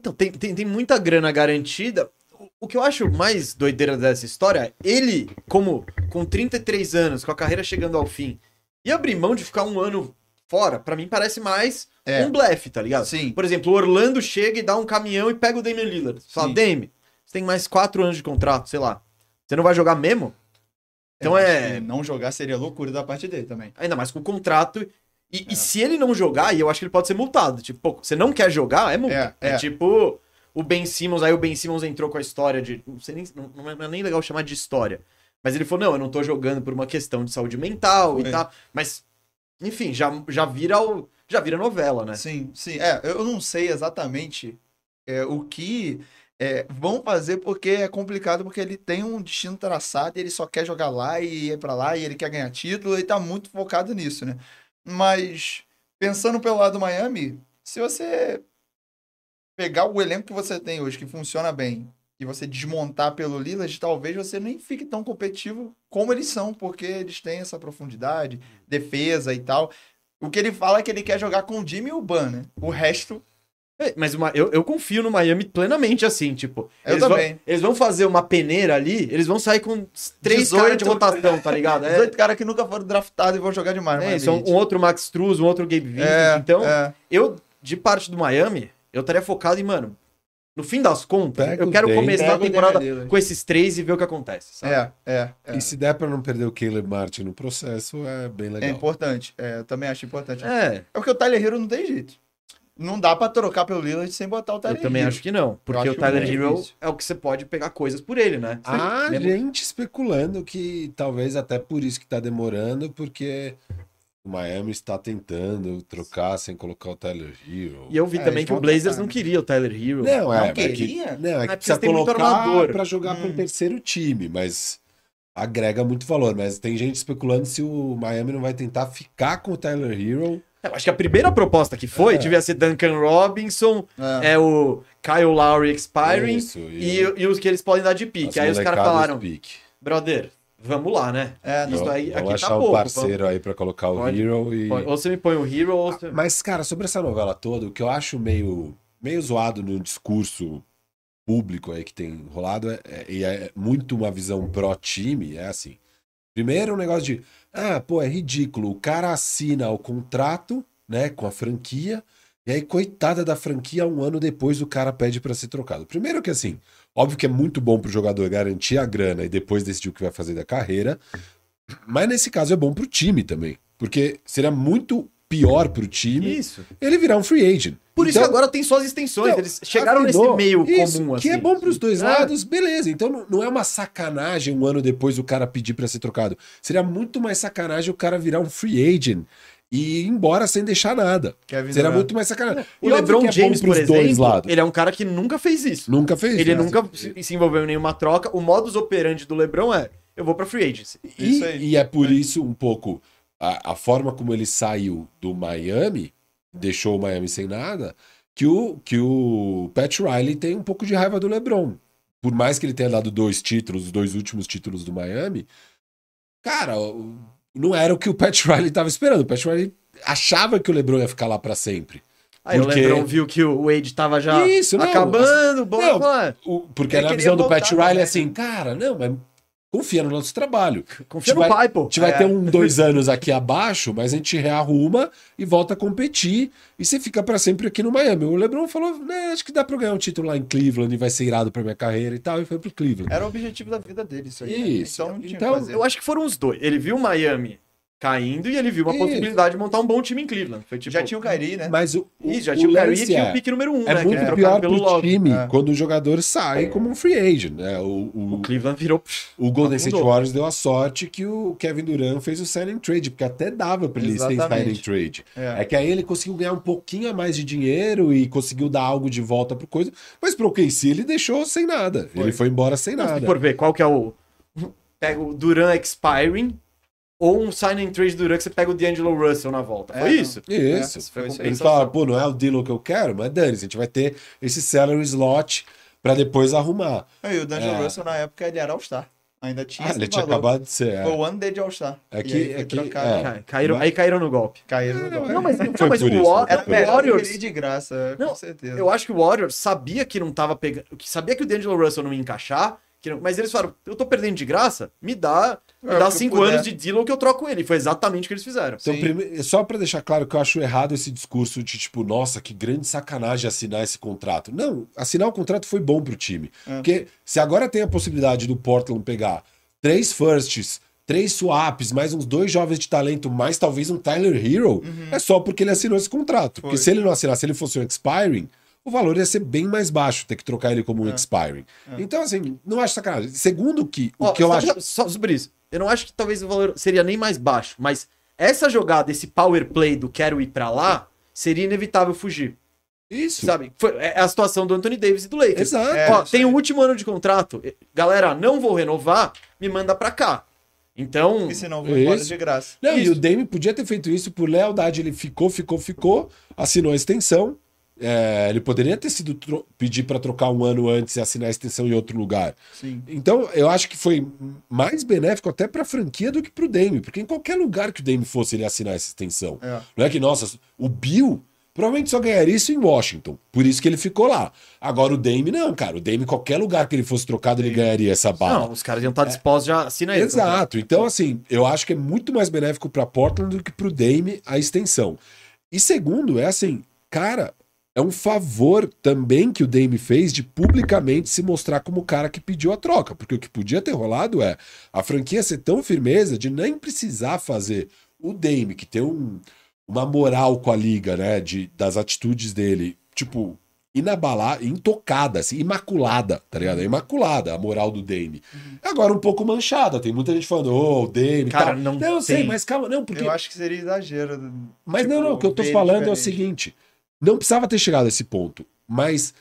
Então, tem, tem, tem muita grana garantida. O- O que eu acho mais doideira dessa história, é ele, como com 33 anos, com a carreira chegando ao fim, e abrir mão de ficar um ano fora, pra mim parece mais
É.
um blefe, tá ligado?
Sim.
Por exemplo, o Orlando chega e dá um caminhão e pega o Damian Lillard. Você Fala,
Sim.
Dame, você tem mais 4 anos de contrato, sei lá. Você não vai jogar mesmo? Então
Eu acho
é-
que Não jogar seria loucura da parte dele também.
Ainda mais com o contrato. E,
É.
e se ele não jogar, e eu acho que ele pode ser multado. Tipo, pô, você não quer jogar, é multa.
É,
É,
é.
tipo o Ben Simmons, aí o Ben Simmons entrou com a história de. Não sei nem. Não, não é nem legal chamar de história. Mas ele falou: não, eu não tô jogando por uma questão de saúde mental e
Foi.
tal. Mas, enfim, já, já vira o. Já vira novela, né?
Sim, sim. É, eu não sei exatamente é, o que é, vão fazer porque é complicado, porque ele tem um destino traçado e ele só quer jogar lá e ir pra lá e ele quer ganhar título e tá muito focado nisso, né? Mas pensando pelo lado do Miami, se você pegar o elenco que você tem hoje, que funciona bem, e você desmontar pelo Lillard, talvez você nem fique tão competitivo como eles são, porque eles têm essa profundidade, defesa e tal. O que ele fala é que ele quer jogar com o Jimmy e o Ban, né? O resto,
É, Mas uma- eu, eu confio no Miami plenamente, assim, tipo.
Eu
eles
também.
Vão, eles vão fazer uma peneira ali, eles vão sair com três
18.
caras de rotação, tá ligado? É,
18 caras que nunca foram draftados e vão jogar demais,
é
Miami
isso, é um,
Heat.
um outro Max Struz, um outro Gabe Vincent.
É,
então,
é.
eu, de parte do Miami, eu estaria focado em, mano, no fim das contas,
Pega
eu
os
quero
dentes.
começar
Pega
a
o Damian
temporada
Lillard.
com esses três e ver o que acontece, sabe?
É, é, é.
E se der pra não perder o Caleb Martin no processo, é bem
É
legal.
importante. É, eu também acho importante. É.
É,
porque o Tyler Hero não tem jeito. Não dá pra trocar pelo Lillard sem botar o
eu
Tá
Tyler
também
Hero.
acho que não. Porque
acho
o Tyler
muito
Hero
difícil.
é o que você pode pegar coisas por ele, né?
Há
Mesmo-
Ah, gente especulando que talvez até por isso que tá demorando, porque o Miami está tentando trocar sem colocar o Tyler Hero.
E eu vi
É,
também
eles
que o
vão
Blazers
trocar,
não
né?
queria o Tyler Hero.
tá- Não, é,
Não
é que,
queria?
não, é que
porque
precisa
você tem muito
colocar
armador.
pra jogar para
Hum.
um terceiro time, mas agrega muito valor. Mas tem gente especulando se o Miami não vai tentar ficar com o Tyler Hero.
É, Eu acho que a primeira proposta que foi
É. Ah.
devia ser Duncan Robinson,
É.
é, o Kyle Lowry expiring
É Isso,
e, e os que eles podem dar de
as
pique. Aí os caras
molecadas
falaram,
pique.
brother, vamos lá, né?
É,
Isso
não.
Vão-
aí-
vão
aqui tá
achar
pouco,
um parceiro aí pra colocar o
Pode-
Hero e. Ah,
Ou você me põe o Hero ou você...
Mas, cara, sobre essa novela toda, o que eu acho meio, meio zoado no discurso público aí que tem rolado, é- é- e é muito uma visão pró-time, é assim. Primeiro, um negócio de, ah, pô, é ridículo, o cara assina o contrato, né, com a franquia, e aí, coitada da franquia, um ano depois o cara pede pra ser trocado. Primeiro que, assim, óbvio que é muito bom pro jogador garantir a grana e depois decidir o que vai fazer da carreira, mas nesse caso é bom pro time também, porque seria muito pior pro time
Isso.
ele virar um free agent.
Por isso que
Então,
agora tem suas extensões,
então,
eles chegaram nesse
afinou,
meio
isso,
comum, assim.
Que é bom pros dois
É.
lados, beleza. Então não, não é uma sacanagem um ano depois o cara pedir pra ser trocado. Seria muito mais sacanagem o cara virar um free agent e ir embora sem deixar nada.
Kevin
Seria
Durant.
muito mais sacanagem.
O
E óbvio
LeBron
que é bom
James,
pros
por exemplo,
dois lados.
ele é um cara que nunca fez isso.
Nunca fez.
ele
né?
nunca se se envolveu em nenhuma troca. O modus operandi do LeBron é, eu vou pra free agency.
E,
Isso aí.
e é por isso um pouco a, a forma como ele saiu do Miami, deixou o Miami sem nada, que o, que o Pat Riley tem um pouco de raiva do LeBron. Por mais que ele tenha dado dois títulos, os dois últimos títulos do Miami, cara, o- não era o que o Pat Riley estava esperando. O Pat Riley achava que o LeBron ia ficar lá para sempre.
Aí
Porque-
o LeBron viu que o Wade tava já
Isso, não,
acabando, bom,
não.
falar.
O- porque era
Ele
a
queria
visão do Pat
voltar
Riley
também.
assim, cara, não, mas confia no nosso trabalho. Tipo,
confia no
Vai-
pai,
A
pô.
gente vai
É.
ter um, dois anos aqui abaixo, mas a gente rearruma e volta a competir. E você fica pra sempre aqui no Miami. O LeBron falou, né, acho que dá pra eu ganhar um título lá em Cleveland e vai ser irado pra minha carreira e tal. E foi pro Cleveland.
Era o objetivo da vida dele, isso aí. né?
Isso.
Então, não tinha o que
Então,
fazer.
É, Eu acho que foram os dois. Ele viu o Miami caindo e ele viu uma
Isso.
possibilidade de montar um bom time em Cleveland. Foi tipo...
Já tinha o Kairi, né?
Mas o, o,
Ih, já tinha o Kyrie
lance
que tinha
é-
o pique número um,
é
né? que
muito
foi
pior
trocado né?
pro time
É.
quando o jogador sai como um free agent, né? O, o-
O Cleveland virou...
o
Tá
Golden State
afundou.
Warriors deu a sorte que o Kevin Durant fez o signing trade, porque até dava pra ele ser
Exatamente.
signing trade.
É.
É que aí ele conseguiu ganhar um pouquinho a mais de dinheiro e conseguiu dar algo de volta pro coisa, mas pro KC ele deixou sem nada.
Foi.
Ele foi embora sem
Não, se
nada.
for ver qual que é o... Pega o Duran expiring ou um sign and trade Duran que você pega o D'Angelo Russell na volta.
É,
Foi
não.
isso.
Isso.
É, Foi isso aí.
Eles falaram, pô, não é o deal que eu quero, mas dane, a gente vai ter esse salary slot pra depois arrumar.
E o D'Angelo
É.
Russell, na época, ele era All-Star. Ainda tinha
Ah,
esse
ele tinha
valor.
acabado de ser. é.
Foi o ano dele de All-Star.
É que-
E aí foi
é que-
trocado. é
é.
Ca- Caíram, aí caíram no golpe.
Caíram no golpe.
Não, mas,
foi
mas
por
o
isso,
Wa-
foi
Era
por
o
melhor do que
Warriors...
ele de graça, é,
Não,
com certeza.
Eu acho que o Warriors sabia que não tava pegando. Que sabia que o D'Angelo Russell não ia encaixar. que não- Mas eles falaram, eu tô perdendo de graça, me dá, me
É, o
dá
que eu
cinco
puder.
anos de Dillon que eu troco ele. Foi exatamente o que eles fizeram.
Então,
Sim.
prime- só pra deixar claro que eu acho errado esse discurso de tipo, nossa, que grande sacanagem assinar esse contrato. Não, assinar o contrato foi bom pro time.
É.
Porque se agora tem a possibilidade do Portland pegar três firsts, três swaps, mais uns dois jovens de talento, mais talvez um Tyler Hero, é só porque ele assinou esse contrato.
Uhum. Foi.
Porque se ele não assinasse, se ele fosse um expiring, o valor ia ser bem mais baixo, ter que trocar ele
É.
como um expiring. Então, assim, não acho sacanagem. Segundo que, o
Ó,
que eu
só,
acho...
só sobre isso. Eu não acho que talvez o valor seria nem mais baixo, mas essa jogada, esse power play do quero ir pra lá, seria inevitável fugir.
Isso.
Sabe? Foi- é a situação do Anthony Davis e do Lakers.
Exato.
É,
Ó,
isso
tem
aí.
o último ano de contrato. Galera, não vou renovar, me manda pra cá. Então,
E se não, vou embora
Isso.
de graça.
Não, e
Isso.
o Dame podia ter feito isso por lealdade. Ele ficou, ficou, ficou, assinou a extensão. É, ele poderia ter sido tro- pedir para trocar um ano antes e assinar a extensão em outro lugar.
Sim.
Então, eu acho que foi mais benéfico até para a franquia do que para o Dame, porque em qualquer lugar que o Dame fosse, ele ia assinar essa extensão.
É.
Não é que, nossa, o Bill provavelmente só ganharia isso em Washington, por isso que ele ficou lá. Agora o Dame, não, cara. O Dame, qualquer lugar que ele fosse trocado, ele ganharia essa bala.
não, os caras iam estar dispostos, já assina aí.
Exato. Então, assim, eu acho que é muito mais benéfico para Portland do que para o Dame a extensão. E segundo, é assim, cara, é um favor também que o Dame fez de publicamente se mostrar como o cara que pediu a troca, porque o que podia ter rolado é a franquia ser tão firmeza de nem precisar fazer o Dame, que tem um- uma moral com a liga, né, de, das atitudes dele, tipo, inabalada, intocada, assim, imaculada, tá ligado? É Imaculada a moral do Dame. Agora um pouco manchada, tem muita gente falando, ô, o Dame,
Cara,
tal.
não
eu sei,
tem.
mas calma, não, porque
Eu acho que seria exagero.
mas
Tipo,
não, não, o que eu tô
ver
falando é o
diferente.
seguinte: não precisava ter chegado a esse ponto. Mas,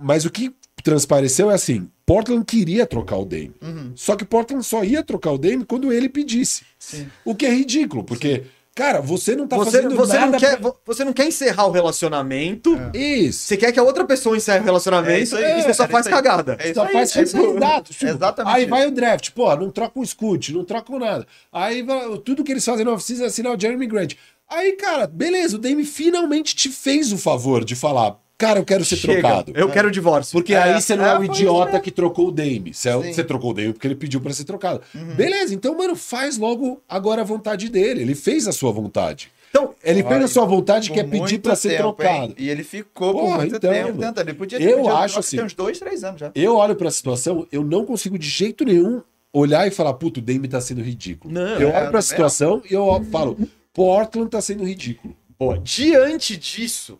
mas o que transpareceu é assim: Portland queria trocar o Dame.
Uhum,
Só que Portland só ia trocar o Dame quando ele pedisse.
sim.
O que é ridículo, porque, cara, você não tá
você,
fazendo
você
nada.
não quer,
pra-
vo- você não quer encerrar o relacionamento,
É.
Isso.
você quer que a outra pessoa encerre o relacionamento
É isso aí,
e você só
cara, é
faz
isso aí.
cagada.
É isso
Só
aí,
faz
é isso aí.
resultado. Tipo,
Exatamente
Aí
isso.
vai o draft, pô, não troca um scoot, não troca um nada. Aí vai- tudo que eles fazem na oficina é assinar o Jeremy Grant. Aí, cara, beleza, o Dame finalmente te fez o favor de falar, cara, eu quero ser
Chega,
trocado.
Eu quero o divórcio.
Porque
É,
aí você não é,
é,
o
foi
idiota
isso mesmo.
que trocou o Dame. Você, é o-
Sim. Uhum.
você trocou o Dame porque ele pediu pra ser trocado. Beleza, então, mano, faz logo agora a vontade dele. Ele fez a sua vontade.
Então,
Ele
Olha,
fez a sua vontade que
Por
é pedir
muito
pra ser
tempo,
trocado.
hein? E ele ficou
Porra,
por muito
então,
tempo
mano.
tentando. Ele podia
Eu
pedido a
acho
troca
assim-
Tem uns dois, três anos já.
Eu olho pra situação, eu não consigo de jeito nenhum olhar e falar, puto, o Dame tá sendo ridículo.
Não,
eu olho
é,
pra
também
situação e eu falo, Portland tá sendo ridículo.
boa, diante disso,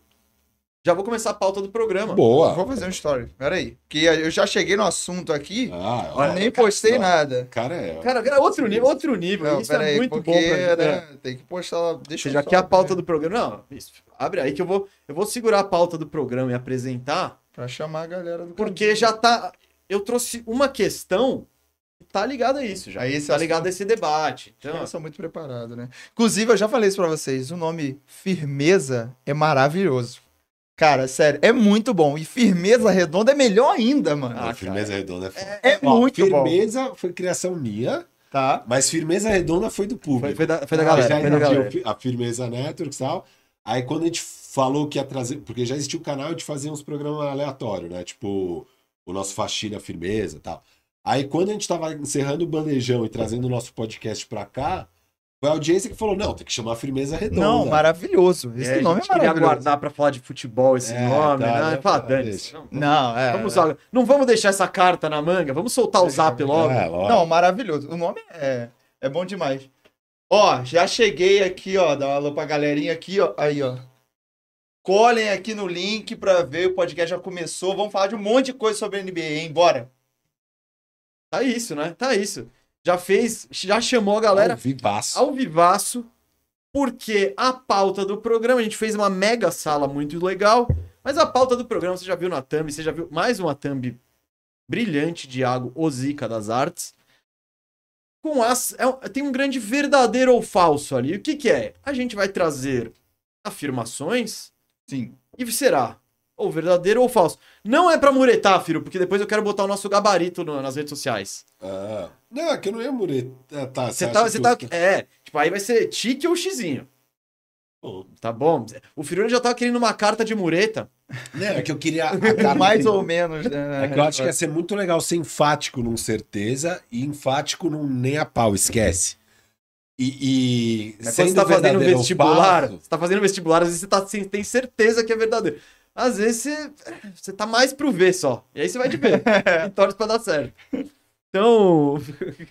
já vou começar a pauta do programa.
Eu
Boa.
Vou fazer um story. Peraí. Que eu já cheguei no assunto aqui,
Ah,
Olha,
olha,
nem postei
cara,
nada.
cara é.
Cara, cara, outro nível, outro nível.
Não,
isso é
peraí,
muito
porque
bom pra mim. É.
né, tem que postar. Deixa
Você
eu
já
só
quer a
ver
pauta do programa? Não, isso, abre aí que eu vou, eu vou segurar a pauta do programa e apresentar,
Pra chamar a galera do
porque já tá. Eu trouxe uma questão que tá ligada a isso já.
Aí esse
tá
assunto-
ligada a esse debate. Então,
Eu sou muito preparado, né? Inclusive, eu já falei isso pra vocês. O nome Firmeza é maravilhoso. Cara, sério, é muito bom. E Firmeza Redonda é melhor ainda, mano.
Ah,
firmeza redonda é foda.
é
Ó,
muito bom.
firmeza foi criação minha,
Tá?
mas firmeza redonda foi do público.
foi, foi da, foi da
Ah,
galera.
já
Foi da
existia
galera.
o fi- a Firmeza Networks e tal. Aí quando a gente falou que ia trazer. Porque já existia o canal, a gente fazia uns programas aleatórios, né? Tipo, o nosso Faxina Firmeza e tal. Aí quando a gente tava encerrando o bandejão e trazendo o nosso podcast pra cá, foi a audiência que falou: não, tem que chamar a Firmeza Redonda.
Não, maravilhoso. Esse
É,
nome
a
é
gente queria
maravilhoso.
guardar pra falar de futebol esse
É,
nome,
tá,
né?
né?
Fala,
Tá,
dane-se.
deixa.
Não,
Não, é.
Vamos, usar- não vamos deixar essa carta na manga, vamos soltar o zap logo.
Ah,
É, lógico.
Não, maravilhoso. O nome é, é bom demais. Ó, já cheguei aqui, ó. Dá um alô pra galerinha aqui, ó. Aí, ó. Colhem aqui no link pra ver. O podcast já começou. Vamos falar de um monte de coisa sobre NBA, hein? Bora.
Tá isso, né? Tá isso. Já fez, já chamou a galera
Ao vivaço.
ao vivaço, porque a pauta do programa, a gente fez uma mega sala muito legal, mas a pauta do programa, você já viu na thumb, você já viu mais uma thumb brilhante de Iago Ozica das Artes. Com as, é um- tem um grande verdadeiro ou falso ali. O que que é? A gente vai trazer afirmações
Sim.
e será ou verdadeiro ou falso. Não é pra muretar, Firo, porque depois eu quero botar o nosso gabarito no- nas redes sociais.
Ah. Não, é que eu não ia morrer. Ah, tá,
Você
acha
tá,
que
você
eu-
tá. É, tipo, aí vai ser tique ou xizinho.
Pô,
Tá bom. O Firulino já tava querendo uma carta de mureta.
Não, é que eu queria.
Mais ou menos, né?
É que eu acho que ia ser muito legal ser enfático num certeza e enfático num nem a pau, esquece. E, e
É quando você tá fazendo
verdadeiro um ou
vestibular.
falso,
Você tá fazendo vestibular, às vezes você tá, sem- tem certeza que é verdadeiro. Às vezes você, você tá mais pro V só. E aí você vai de B. e torce pra dar certo. Então.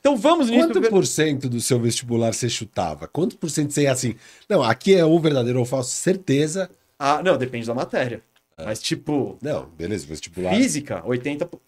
então vamos nisso.
Quanto por cento do seu vestibular você chutava? Quanto por cento você ia assim? Não, aqui é ou verdadeiro ou falso, certeza.
Ah, não, depende da matéria.
É.
Mas, tipo,
Não, beleza, vestibular. né,
física, 80%. po-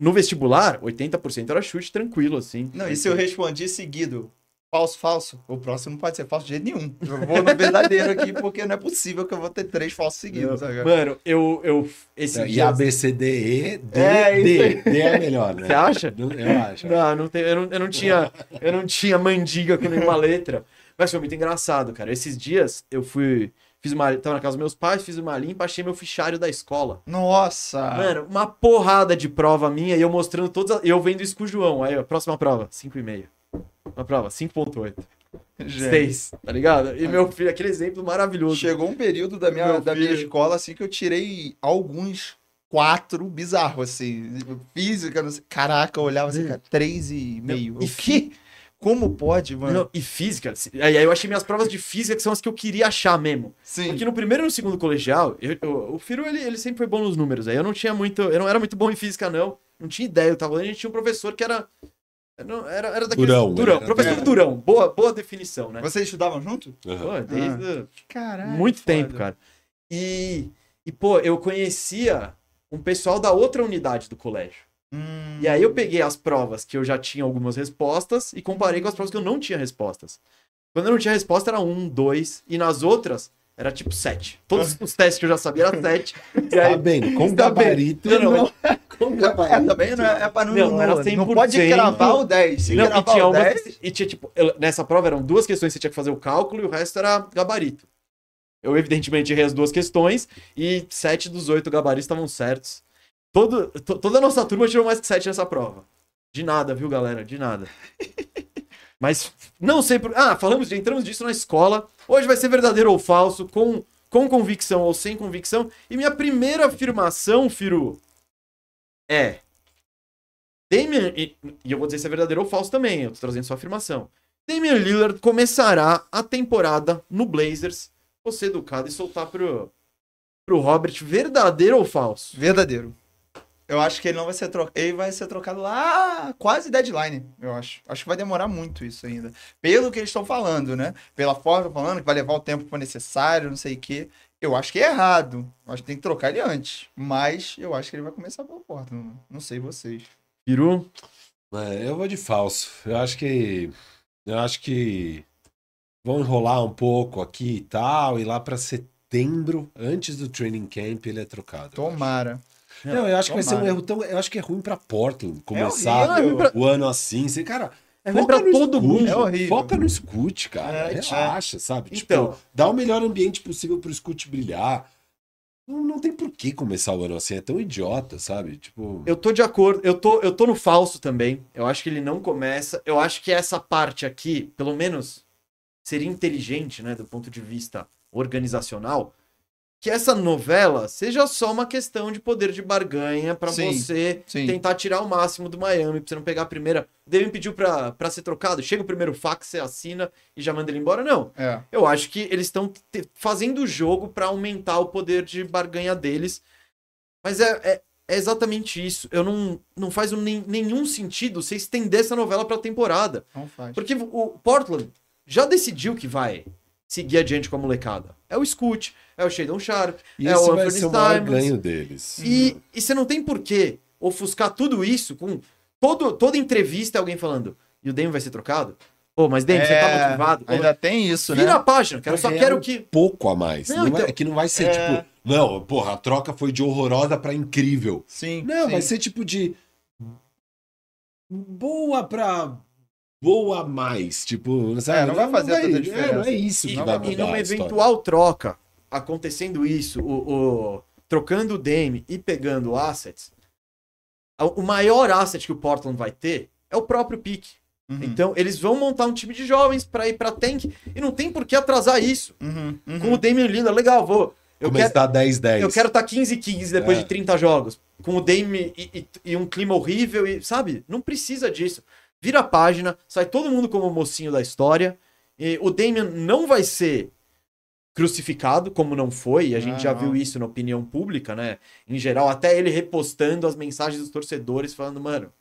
No vestibular, 80% era chute tranquilo, assim.
Não, e se eu respondi seguido? Falso, falso. O próximo não pode ser falso de jeito nenhum. Eu vou no verdadeiro aqui, porque não é possível que eu vou ter três falsos seguidos. sabe?
Mano, eu. eu esse
E
dia-
A, B, C, D, E, D,
É,
D. D é melhor, né?
Você acha?
Eu acho.
Não, não tem- eu, não, eu não tinha, eu não tinha mandiga com nenhuma letra. Mas foi muito engraçado, cara. Esses dias eu fui, fiz uma, tava na casa dos meus pais, fiz uma limpa, achei meu fichário da escola.
Nossa!
Mano, uma porrada de prova minha e eu mostrando todas, as- eu vendo isso com o João. Aí, ó, próxima prova, 5,5. Uma prova, 5.8.
Gente,
6, tá ligado? E meu filho, aquele exemplo maravilhoso.
chegou um período da minha,
Meu
da minha
filho.
escola, assim, que eu tirei alguns quatro bizarro, assim. Física, não sei. Caraca, eu olhava assim, cara, três e meio.
Hum. e
o quê? Como pode, mano?
Não, e física, se- aí aí eu achei minhas provas de física que são as que eu queria achar mesmo.
Sim.
Porque no primeiro e no segundo colegial, eu- eu- o Firu ele, ele sempre foi bom nos números. Aí eu não tinha muito. Eu não era muito bom em física, não. Não tinha ideia. Eu tava, a gente tinha um professor que era. eu não- era, era daquele.
Durão, é. ele
Durão.
era
Professor
durão.
Durão. Boa, boa definição, né?
Vocês estudavam junto?
Aham.
Pô, desde
Caraca.
muito
Ah, é, foda.
tempo, cara. E, e, pô, eu conhecia um pessoal da outra unidade do colégio.
Hum,
E aí eu peguei as provas que eu já tinha algumas respostas e comparei com as provas que eu não tinha respostas. Quando eu não tinha resposta era um, dois, e nas outras era tipo sete. Todos os testes que eu já sabia era sete. E
Tá
aí,
bem, com
Tá bem.
gabarito.
Não, não, mas-
com
É,
gabarito.
também não é, é pra não.
Não,
Não,
era
não
100%.
pode cravar o 10. Se
Não, e
cravar
tinha
o
uma
10.
que- e tinha, tipo, eu- nessa prova eram duas questões que você tinha que fazer o cálculo e o resto era gabarito. Eu, evidentemente, errei as duas questões e sete dos oito gabaritos estavam certos. Todo, to- toda a nossa turma tirou mais que sete nessa prova. De nada, viu, galera? De nada. Mas não sei por. Ah, falamos, de- entramos disso na escola. Hoje vai ser verdadeiro ou falso, com, com convicção ou sem convicção. E minha primeira afirmação, Firu, é. Damian, e, e eu vou dizer se é verdadeiro ou falso também, eu tô trazendo sua afirmação. Damian Lillard começará a temporada no Blazers. Você educado e soltar pro, pro Robert, verdadeiro ou falso?
Verdadeiro. Eu acho que ele não vai ser trocado. Ele vai ser trocado lá quase deadline, eu acho. Acho que vai demorar muito isso ainda. Pelo que eles estão falando, né? Pela forma que tão falando, que vai levar o tempo que for necessário, não sei o quê. Eu acho que é errado. Eu acho que tem que trocar ele antes. Mas eu acho que ele vai começar pela porta. Não, não sei vocês.
Peru?
Mano, É, eu vou de falso. Eu acho que. Eu acho que. Vão enrolar um pouco aqui e tal. E lá pra setembro, antes do training camp, ele é trocado.
Tomara.
Não, eu acho que vai ser um
Tomara.
erro tão. Eu acho que é ruim pra Portland começar
horrível.
o ano assim. Você, cara,
É
foca
ruim pra
no
todo
escute,
mundo.
É horrível.
Foca no scoot, cara.
É,
Relaxa, sabe?
Então.
Tipo, dá o melhor ambiente possível pro scoot brilhar. Não, não tem por que começar o ano assim. É tão idiota, sabe? Tipo.
Eu tô de acordo, eu tô, eu tô no falso também. Eu acho que ele não começa. Eu acho que essa parte aqui, pelo menos, seria inteligente, né, do ponto de vista organizacional, que essa novela seja só uma questão de poder de barganha pra
Sim,
você
sim.
tentar tirar o máximo do Miami, pra você não pegar a primeira. O Devin pediu pra, pra ser trocado, chega o primeiro fax, você assina e já manda ele embora. Não.
É.
Eu acho que eles estão te- fazendo o jogo pra aumentar o poder de barganha deles. Mas é, é- é exatamente isso. Eu não, não faz um nem- nenhum sentido você estender essa novela pra temporada.
Não faz.
Porque o Portland já decidiu que vai seguir adiante com a molecada. É o Scoot, é o Shadon Sharp,
E
é
esse
o
vai
Anthony
ser o maior
Simons.
ganho deles.
Uhum.
e, e você não tem por que ofuscar tudo isso com todo, toda entrevista é alguém falando e o Dame vai ser trocado? Pô, mas Dame, você tá
É,
motivado? Pô,
Ainda tem isso,
Vira
né?
a página, cara. Eu só
É
quero
um
que
pouco a mais.
Não,
Não, é,
então-
que não vai ser
É.
tipo, não, porra, a troca foi de horrorosa pra incrível.
Sim.
Não,
sim.
vai ser tipo de boa pra boa a mais, tipo, sabe?
É, não vai fazer tanta
é,
diferença.
não é isso
E,
que
Não
vai
vai-
e
mudar.
numa
a história.
eventual troca, acontecendo isso, o, o- trocando o Dame e pegando assets, a- o maior asset que o Portland vai ter é o próprio pique.
Uhum,
Então, eles vão montar um time de jovens pra ir pra tank e não tem por que atrasar isso.
uhum, uhum.
Com o Damian Lillard, legal, vou. Eu quero
Começar 10-10.
eu quero estar 15 15 depois
É.
de 30 jogos. Com o Dame e, e- e um clima horrível e, sabe? Não precisa disso. Vira a página, sai todo mundo como o mocinho da história. E o Damian não vai ser crucificado, como não foi, e a gente
Ah,
já
não.
viu isso na opinião pública, né? Em geral, até ele repostando as mensagens dos torcedores, falando, mano,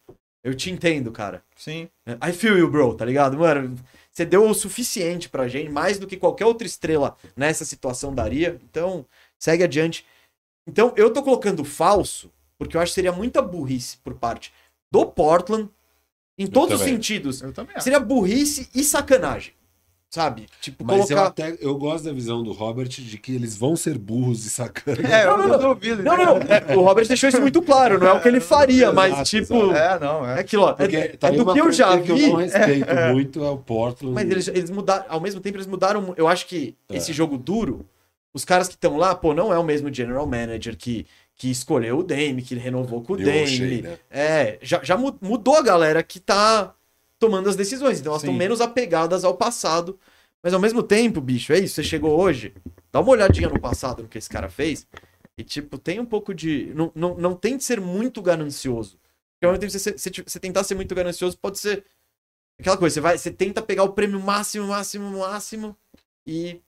eu te entendo, cara.
Sim.
I feel you, bro, tá ligado? Mano, você deu o suficiente pra gente, mais do que qualquer outra estrela nessa situação daria. Então, segue adiante. Então, eu tô colocando falso, porque eu acho que seria muita burrice por parte do Portland Em todos os
também.
sentidos.
Eu também acho.
Seria burrice e sacanagem. Sabe? Tipo,
Mas eu
colocar.
até eu gosto da visão do Robert de que eles vão ser burros e sacanas.
É,
Não, não,
eu não duvido.
Não, não, não. O Robert deixou isso muito claro. Não é o que ele faria, mas,
Exato,
tipo.
exato.
É
É, não, é.
aquilo, ó.
Porque
É,
tá
é
aí
do
uma
que eu
coisa
já
que eu não
vi.
respeito muito é o Portland.
Mas eles, eles mudaram. Ao mesmo tempo, eles mudaram. mu- Eu acho que
É.
esse jogo duro, os caras que estão lá, pô, não é o mesmo general manager que, que escolheu o Dame, que renovou com o
Eu
Dame.
achei, né?
É, já, já mu- mudou a galera que tá tomando as decisões. Então elas
Sim.
estão menos apegadas ao passado. Mas ao mesmo tempo, bicho, é isso. Você chegou hoje, dá uma olhadinha no passado no que esse cara fez. E, tipo, tem um pouco de. Não, não, não tem de ser muito ganancioso. Porque ao mesmo tempo, se você, se você- você tentar ser muito ganancioso, pode ser. Aquela coisa, você, vai, você tenta pegar o prêmio máximo, máximo, máximo. E.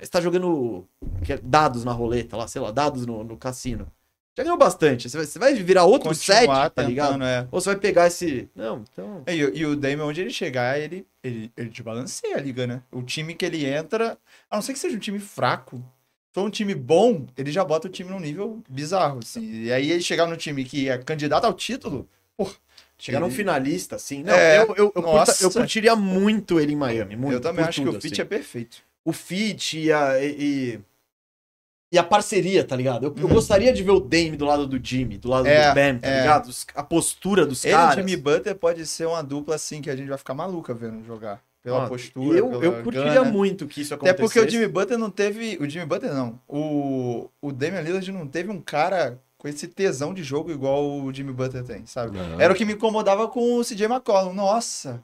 Você tá jogando que é dados na roleta lá, sei lá, dados no, no cassino. Já ganhou bastante. Você vai, você vai virar outro set,
Continuar
tá ligado?
tentando, é.
Ou você vai pegar esse. Não, então.
E, o- e o Dame, onde ele chegar, ele, ele, ele te balanceia a liga, né? O time que ele entra, a não ser que seja um time fraco, se for um time bom, ele já bota o time num nível bizarro. assim. E aí ele chegar no time que é candidato ao título, pô,
Chegar num
ele-
finalista, assim. Não,
É,
eu, eu, eu, curta-
nossa.
eu curtiria muito ele em Miami. Muito,
Eu também
por
acho que
tudo,
o fit
assim.
é perfeito.
O fit e a. E, e- e a parceria, tá ligado? Eu, eu
Uhum.
gostaria de ver o Dame do lado do Jimmy, do lado
É,
do Bam, tá
é.
ligado? Os- a postura dos
Ele é e o
caras.
Jimmy Butler pode ser uma dupla assim que a gente vai ficar maluca vendo jogar. Pela
Ó,
postura,
eu,
pela
eu curtiria
gana.
muito que isso
Até
acontecesse.
porque o Jimmy Butler não teve. O Jimmy Butler não. O, o Damian Lillard não teve um cara com esse tesão de jogo igual o Jimmy Butler tem, sabe?
Não.
Era o que me incomodava com o CJ McCollum. Nossa!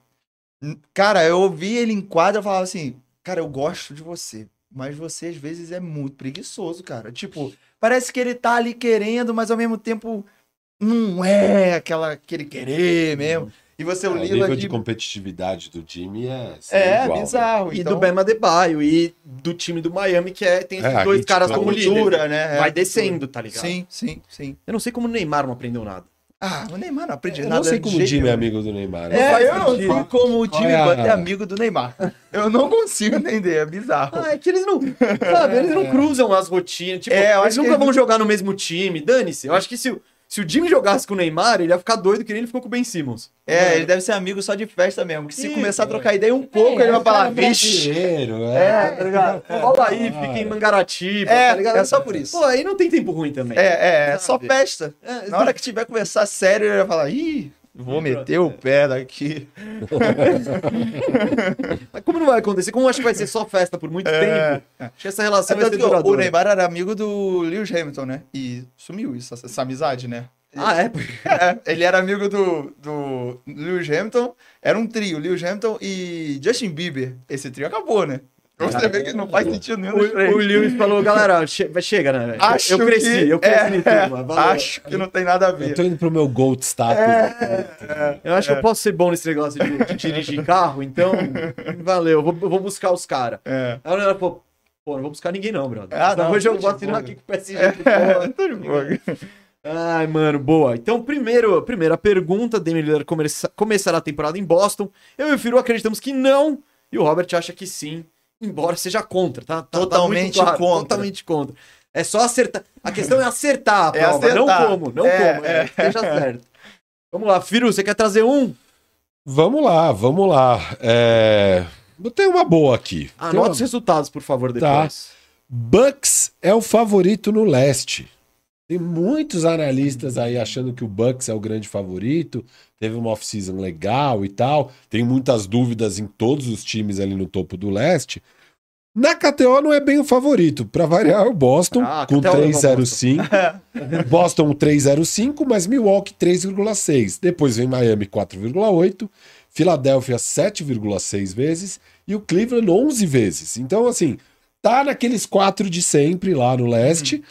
N- Cara, eu ouvi ele em quadra e falava assim: Cara, eu gosto de você, mas você às vezes é muito preguiçoso, cara. Tipo, parece que ele tá ali querendo, mas ao mesmo tempo não é aquela aquele querer mesmo. E
É,
você, o
o nível
Lillard.
de competitividade do time é sem
É,
igual, né?
bizarro.
E
então,
do Bam Adebayo e do time do Miami, que é, tem esses
É,
dois
aqui,
caras
tipo,
como líder.
cultura, né? É,
Vai
cultura.
descendo, tá ligado?
Sim, sim, sim.
Eu não sei como o Neymar não aprendeu nada.
Ah, o Neymar não aprende
Eu
nada.
não sei
de
como o
jeito
Jimmy é
nenhum.
amigo do Neymar.
Não
É,
faz
eu não
sentido.
sei como o
Qual
Jimmy
é a-
Butler é amigo do Neymar. Eu não consigo entender, é bizarro.
Ah, é que eles não. Sabe, eles não cruzam as rotinas. Tipo,
É, eu
eles
acho que
nunca
eles
vão jogar no mesmo time. Dane-se. Eu acho que se, o- se o Jimmy jogasse com o Neymar, ele ia ficar doido que nem ele ficou com o Ben Simmons.
É, ele deve ser amigo só de festa mesmo. Que se
Ih,
começar a
É.
trocar ideia um pouco, ele vai falar, vixe.
Brasileiro,
É, tá ligado? Rola aí,
Cara.
fica em Mangaratiba.
É,
tá ligado?
é só por isso.
Pô, aí não tem tempo ruim também.
É, é, é só
Sabe?
festa.
É,
Na hora que tiver que conversar sério, ele vai falar, ih, vou meter o pé daqui.
Mas como não vai acontecer? Como eu acho que vai ser só festa por muito
É.
tempo? Acho É que essa relação vai
Tanto
ser
que o- o
duradoura.
Neymar era amigo do Lewis Hamilton, né? E sumiu isso, essa- essa amizade, né?
Ah, é?
É, ele era amigo do, do Lewis Hamilton. Era um trio, Lewis Hamilton e Justin Bieber. Esse trio acabou, né? Você vê que não faz sentido nenhum
O,
dos três.
o Lewis falou, galera, che- chega, né? velho?
Acho
eu cresci,
que-
eu cresci
é,
em turma. valeu.
Acho que não tem nada a
Eu
ver.
tô indo pro meu GOAT status.
Eu acho
é.
que eu posso ser bom nesse negócio de, de dirigir carro, então valeu, eu vou, eu vou buscar os caras.
É.
Aí o Leonardo falou, pô, não vou buscar ninguém não, brother.
Ah, não,
hoje eu
tô de
vou assinar
boa.
aqui com o PSG.
É, tô de boa.
Ai, mano, boa. Então, primeiro, primeira pergunta, Damian Lillard começa- começará a temporada em Boston. Eu e o Firu acreditamos que não, e o Robert acha que sim, embora seja contra, tá? Tá- tá muito
Totalmente contra.
Totalmente contra. É só acertar. A questão é acertar a
É
prova,
acertar.
não como, não
É,
como,
é.
é, seja certo. Vamos lá, Firu, você quer trazer um?
Vamos lá, vamos lá. É... Tem uma boa aqui. Tem
Anota
uma...
os resultados, por favor, depois.
Bucks é o favorito no leste. Tem muitos analistas aí achando que o Bucks é o grande favorito. Teve uma off-season legal e tal. Tem muitas dúvidas em todos os times ali no topo do leste. Na KTO não é bem o favorito. Pra variar, é o Boston
Ah, a
com
KTO levou o
305.
é.
Boston 3,05, mas Milwaukee 3,6. Depois vem Miami 4,8, Filadélfia 7,6 vezes e o Cleveland 11 vezes. Então, assim, tá naqueles quatro de sempre lá no leste.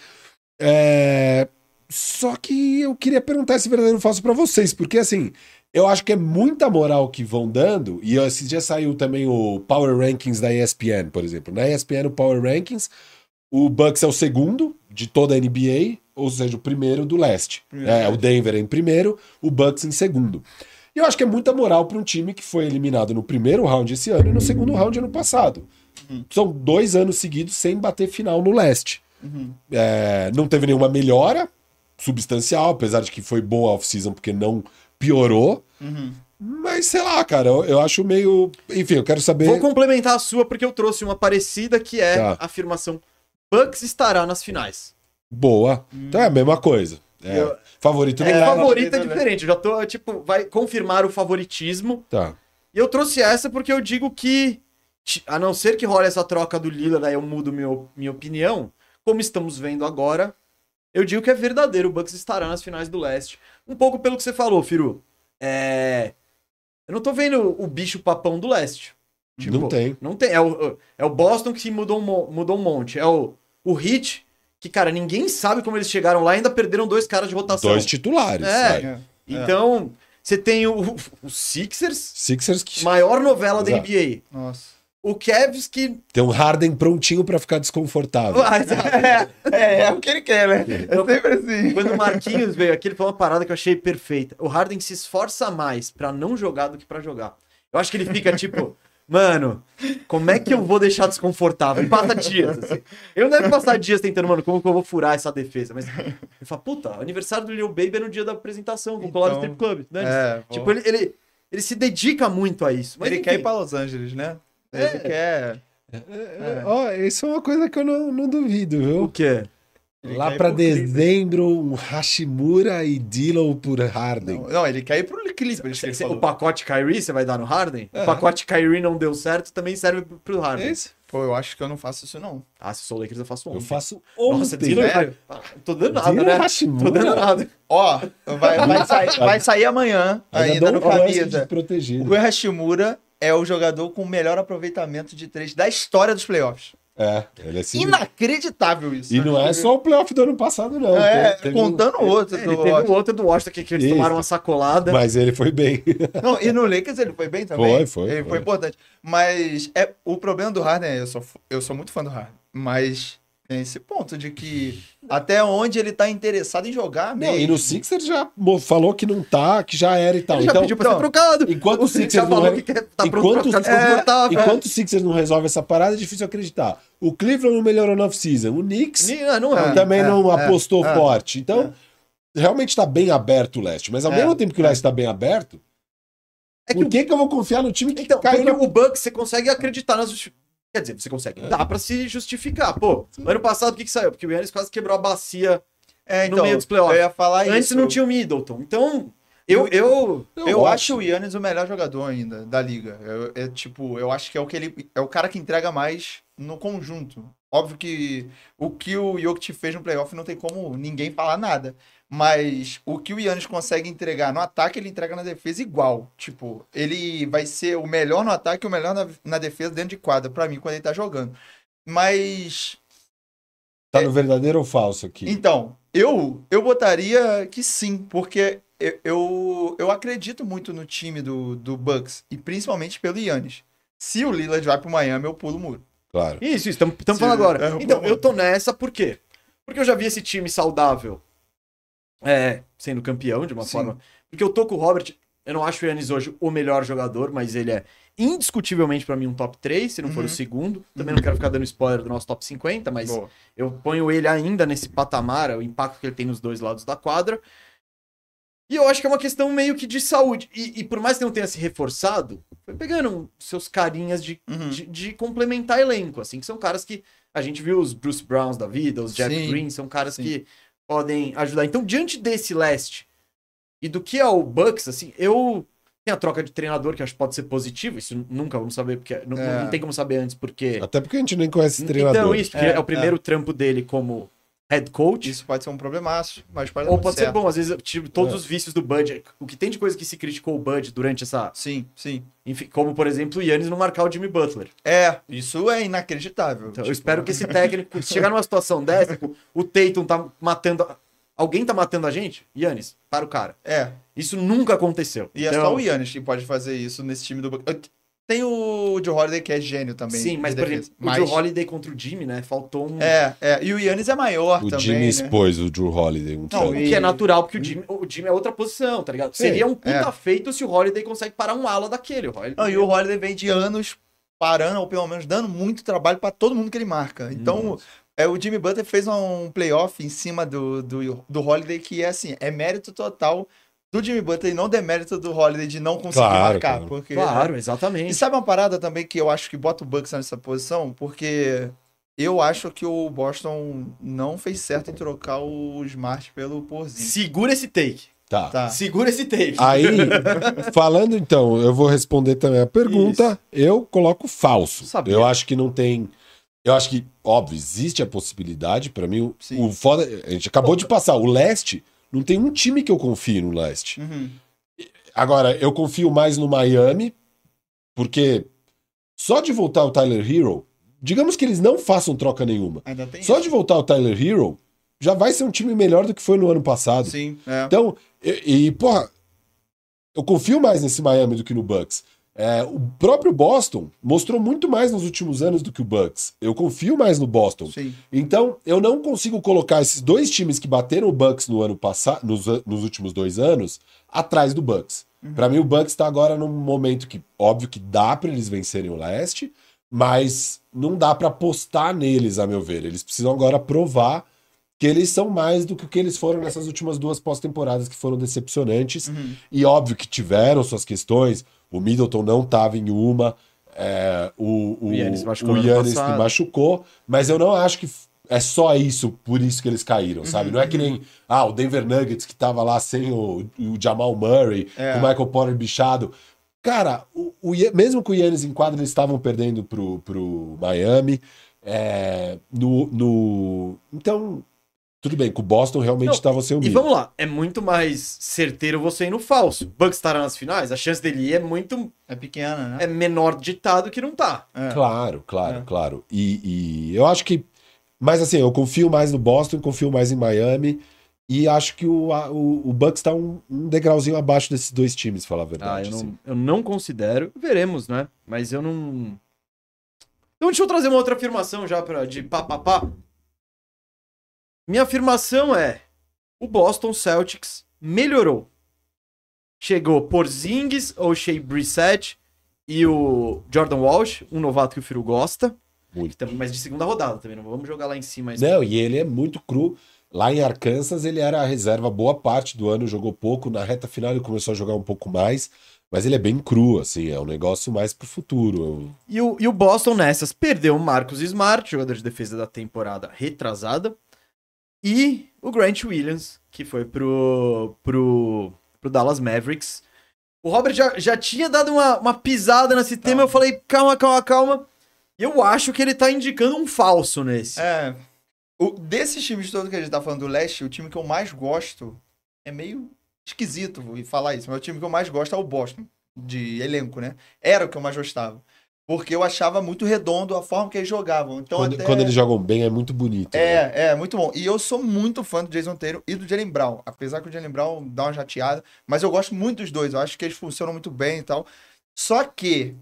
É, Só que eu queria perguntar esse verdadeiro falso pra vocês, porque assim, eu acho que é muita moral que vão dando, e esses dias saiu também o Power Rankings da ESPN, por exemplo. Na ESPN, o Power Rankings, o Bucks é o segundo de toda a NBA, ou seja, o primeiro do leste.
Primeiro
É,
do
o Denver é em primeiro, o Bucks em segundo. E eu acho que é muita moral pra um time que foi eliminado no primeiro round esse ano e no segundo round ano passado. São dois anos seguidos sem bater final no leste.
Uhum.
É, não teve nenhuma melhora substancial, apesar de que foi boa a off-season porque não piorou.
Uhum.
Mas sei lá, cara, eu, eu acho meio. Enfim, eu quero saber.
Vou complementar a sua porque eu trouxe uma parecida que é
Tá.
a afirmação: Bucks estará nas finais.
Boa. Então é a mesma coisa. É,
Eu-
Favorito não
É,
é.
favorito é
não, né?
diferente. Eu já tô, tipo, vai confirmar o favoritismo.
Tá.
E eu trouxe essa porque eu digo que, ti- a não ser que role essa troca do Lila, daí eu mudo meu, minha opinião, como estamos vendo agora, eu digo que é verdadeiro. O Bucks estará nas finais do leste. Um pouco pelo que você falou, Firu. É. Eu não tô vendo o bicho papão do leste. Tipo,
não tem.
Não tem. É o, é o Boston que mudou, um mo- mudou um monte. É o, o Hit, que, cara, ninguém sabe como eles chegaram lá e ainda perderam dois caras de rotação.
Dois titulares.
É.
vai.
É.
Então, você tem o, o Sixers,
Sixers que
maior novela da
Exato.
NBA.
Nossa.
O Cavs que.
tem um Harden prontinho pra ficar desconfortável.
É, é, é o que ele quer, né? É sempre assim.
Quando o Marquinhos veio aqui, ele falou uma parada que eu achei perfeita. O Harden se esforça mais pra não jogar do que pra jogar. Eu acho que ele fica tipo, mano, como é que eu vou deixar desconfortável? Ele passa dias. assim. Eu não deve passar dias tentando, mano, como que eu vou furar essa defesa? Mas ele fala, puta, aniversário do Lil Baby é no dia da apresentação, vou colar no
Então,
strip club. Né?
É, bom.
tipo, ele, ele, ele se dedica muito a isso. Mas
ele
enfim.
quer ir pra Los Angeles, né? Ele quer. É.
Ó, isso é uma coisa que eu não, não duvido,
O
viu?
quê?
Ele
Lá
quer
pra
ir pro Clippers.
dezembro, um Hashimura e Dillow por Harden.
Não, não, ele quer ir pro Clippers, que ele
Cê-
falou.
o pacote Kyrie você vai dar no Harden? O pacote Kyrie não deu certo, também serve pro- pro Harden.
É isso?
Pô, eu acho que eu não faço isso, não.
Ah, se sou Lakers eu
é
faço
um
Eu
ontem.
faço
Nossa,
ontem. É.
Dillon-
velho.
Ah, Tô dando nada,
Dillon
né? Tô dando
Hashimura.
nada.
Ó, vai, vai, sair, vai sair amanhã,
é
ainda no camisa. O
protegido.
Rui Hashimura é o jogador com o melhor aproveitamento de três da história dos playoffs.
É, ele é sinistro.
Inacreditável isso.
E não é só o playoff do ano passado, não.
É,
Teve- teve um-
contando outro.
É,
do
ele teve um outro do Washington que, que eles
Isso.
tomaram uma sacolada.
Mas ele foi bem.
Não, e no Lakers ele foi bem também.
Foi, foi,
Ele foi,
foi.
importante. Mas é, o problema do Harden é, eu sou, f- eu sou muito fã do Harden, mas tem esse ponto de que até onde ele tá interessado em jogar
Não,
mesmo.
e no Sixers já mo- falou que não tá, que já era e tal.
ele já
então,
pediu pra ser
então,
trocado.
enquanto o
o Six já
Sixers não
falou
re-
que quer, tá
enquanto-
pronto pra ficar
é,
desconfortável.
Enquanto o Sixers não resolve essa parada, é difícil acreditar. O Cleveland não melhorou na off-season. O Knicks
Ni- ah, não é.
É.
também não
é,
apostou
é,
forte. Então, realmente tá bem aberto o leste. Mas ao
É,
mesmo tempo que o leste tá bem aberto,
É que
por
o-
que, que eu vou confiar no time que
Então,
caiu
porque
na...
o Bucks você consegue acreditar nas justi- Quer dizer, você consegue. Dá pra se justificar. Pô, ano passado o que, que saiu? Porque o Yannis quase quebrou a bacia.
é,
no
então,
meio dos playoffs.
Eu ia falar
Antes
É isso.
não tinha o Middleton. Então, eu, eu,
Eu, acho o Yannis o melhor jogador ainda da liga. Eu- É, tipo, eu acho que é o que ele é o cara que entrega mais no conjunto. Óbvio que o que o Jokic fez no playoff não tem como ninguém falar nada, mas o que o Yannis consegue entregar no ataque, ele entrega na defesa igual. Tipo, ele vai ser o melhor no ataque e o melhor na, na defesa dentro de quadra, pra mim, quando ele tá jogando. Mas
Tá no verdadeiro ou falso aqui?
então, eu eu botaria que sim, porque eu, eu, eu acredito muito no time do, do Bucks, e principalmente pelo Yannis. Se o Lillard vai pro Miami, eu pulo o muro.
Claro.
Isso, isso, estamos
Se-
falando
é,
agora. Então,
vamos.
eu tô nessa por quê? Porque eu já vi esse time saudável é, sendo campeão de uma
Sim.
forma. Porque eu tô com o Robert, eu não acho o Yannis hoje o melhor jogador, mas ele é indiscutivelmente pra mim um top 3, se não for
Uhum.
o segundo. Também não quero ficar dando spoiler do nosso top 50, mas
Boa.
eu ponho ele ainda nesse patamar, é o impacto que ele tem nos dois lados da quadra. E eu acho que é uma questão meio que de saúde. E, e por mais que não tenha se reforçado, foi pegando seus carinhas de
Uhum.
de, de complementar elenco, assim, que são caras que a gente viu os Bruce Browns da vida, os Jeff
Sim,
Green, são caras
sim.
que podem ajudar. Então, diante desse leste e do que é o Bucks, assim, eu tem a troca de treinador que eu acho que pode ser positivo, isso nunca vamos saber porque não,
É.
não tem como saber antes porque
Até porque a gente nem conhece esse treinador.
É. então isso, porque é,
É,
o primeiro trampo dele como head coach.
Isso pode ser um problemaço, mas pode dar
Ou
muito
pode ser
certo.
bom, às vezes, tipo, todos
É.
os vícios do Bud. O que tem de coisa que se criticou o Bud durante essa.
Sim, sim.
Enfim, como, por exemplo, o Yannis não marcar o Jimmy Butler.
É, isso é inacreditável.
Então, eu
Tipo,
espero que esse técnico, se chegar numa situação dessa, tipo, o Tatum tá matando. a- Alguém tá matando a gente? Yannis, para o cara.
É,
Isso nunca aconteceu. Então,
e é só o Yannis que pode fazer isso nesse time do Bucks. Tem o Joe Holiday que é gênio também.
Sim, mas,
de
por
defesa.
exemplo, o Joe Holiday contra o Jimmy, né? Faltou um.
É, é, e o Yannis é maior
O
também,
Jimmy
né?
expôs o Drew Holiday. Um
Não, o
tanto.
que é natural, porque o Jimmy, o Jimmy é outra posição, tá ligado? Seria um puta
é.
feito se o Holiday consegue parar um ala daquele. O Holiday...
Não, e o Holiday vem de anos parando, ou pelo menos dando muito trabalho pra todo mundo que ele marca. Então, é, o Jimmy um Butler fez um playoff em cima do, do, do Holiday que é assim, é mérito total do Jimmy Butler e não demérito do Holiday de não conseguir
Claro,
marcar.
claro.
Porque,
Claro,
E
exatamente.
sabe uma parada também que eu acho que bota o Bucks nessa posição? Porque eu acho que o Boston não fez certo em trocar o Smart pelo Porzinho.
é- Segura esse take.
Tá.
Tá.
Segura esse take.
Aí, falando então, eu vou responder também a pergunta.
Isso.
Eu coloco falso.
Sabia.
Eu acho que não tem. Eu acho que, óbvio, existe a possibilidade. Pra mim, o-
Sim.
o foda. A gente acabou de passar. O leste, não tem um time que eu confie no leste.
Uhum.
Agora, eu confio mais no Miami, porque só de voltar o Tyler Hero, digamos que eles não façam troca nenhuma.
Ainda tem
Só
isso.
de voltar o Tyler Hero, já vai ser um time melhor do que foi no ano passado.
Sim, é.
Então, e, e, porra, eu confio mais nesse Miami do que no Bucks. É, o próprio Boston mostrou muito mais nos últimos anos do que o Bucks. Eu confio mais no Boston.
Sim.
Então, eu não consigo colocar esses dois times que bateram o Bucks no ano passado, nos, an- nos últimos dois anos, atrás do Bucks.
Uhum.
Pra mim, o Bucks tá agora num momento que, óbvio, que dá pra eles vencerem o leste, mas não dá pra apostar neles, a meu ver. Eles precisam agora provar que eles são mais do que o que eles foram nessas últimas duas pós-temporadas que foram decepcionantes.
Uhum.
E óbvio que tiveram suas questões. O Middleton não tava em uma. é, o o,
O
o
Giannis
Yannis,
machucou no ano
se
passado.
machucou, mas eu não acho que f- é só isso, por isso que eles caíram,
Uhum,
sabe? Não é que nem ah, o Denver Nuggets que tava lá sem o, o Jamal Murray,
É.
o Michael Porter bichado. Cara, o, o Ia- mesmo com o Yannis em quadra, eles estavam perdendo pro, pro Miami. é, no, no- Então, tudo bem, com o Boston realmente
Não,
estava sem o
E
Miller.
vamos lá, é muito mais certeiro você ir no falso. Bucks estará nas finais, a chance dele ir é muito
É pequena, né?
é menor ditado que não tá.
É.
Claro, claro,
É.
claro. E, e eu acho que. Mas assim, eu confio mais no Boston, confio mais em Miami. E acho que o, a- o, o Bucks tá um, um degrauzinho abaixo desses dois times, falar a
Ah,
verdade.
eu
assim.
não, eu não considero. Veremos, né? Mas eu não. Então deixa eu trazer uma outra afirmação já pra, de pá, pá, pá. Minha afirmação é: o Boston Celtics melhorou. Chegou Porzingis ou Shea Brissett e o Jordan Walsh, um novato que o Firo gosta.
Muito.
Que tam- Mas de segunda rodada também, não vamos jogar lá em cima. isso.
Não, e ele é muito cru. Lá em Arkansas, ele era a reserva boa parte do ano, jogou pouco. Na reta final, ele começou a jogar um pouco mais. Mas ele é bem cru, assim, é um negócio mais pro futuro. Eu-
E o, e o Boston nessas perdeu o Marcos Smart, jogador de defesa da temporada retrasada, e o Grant Williams, que foi pro, pro, pro Dallas Mavericks. O Robert já, já tinha dado uma, uma pisada nesse tema, eu falei, calma, calma, calma. E eu acho que ele tá indicando um falso nesse.
É. O, desses times todos que a gente tá falando do leste, o time que eu mais gosto é meio esquisito vou falar isso, mas o time que eu mais gosto é o Boston, de elenco, né? Era o que eu mais gostava. Porque eu achava muito redondo a forma que eles jogavam. Então,
Quando,
até...
quando eles jogam bem, é muito bonito. né?
É, é, muito bom. E eu sou muito fã do Jason Taylor e do Jalen Brown. Apesar que o Jalen Brown dá uma jateada, mas eu gosto muito dos dois. Eu acho que eles funcionam muito bem e tal. Só que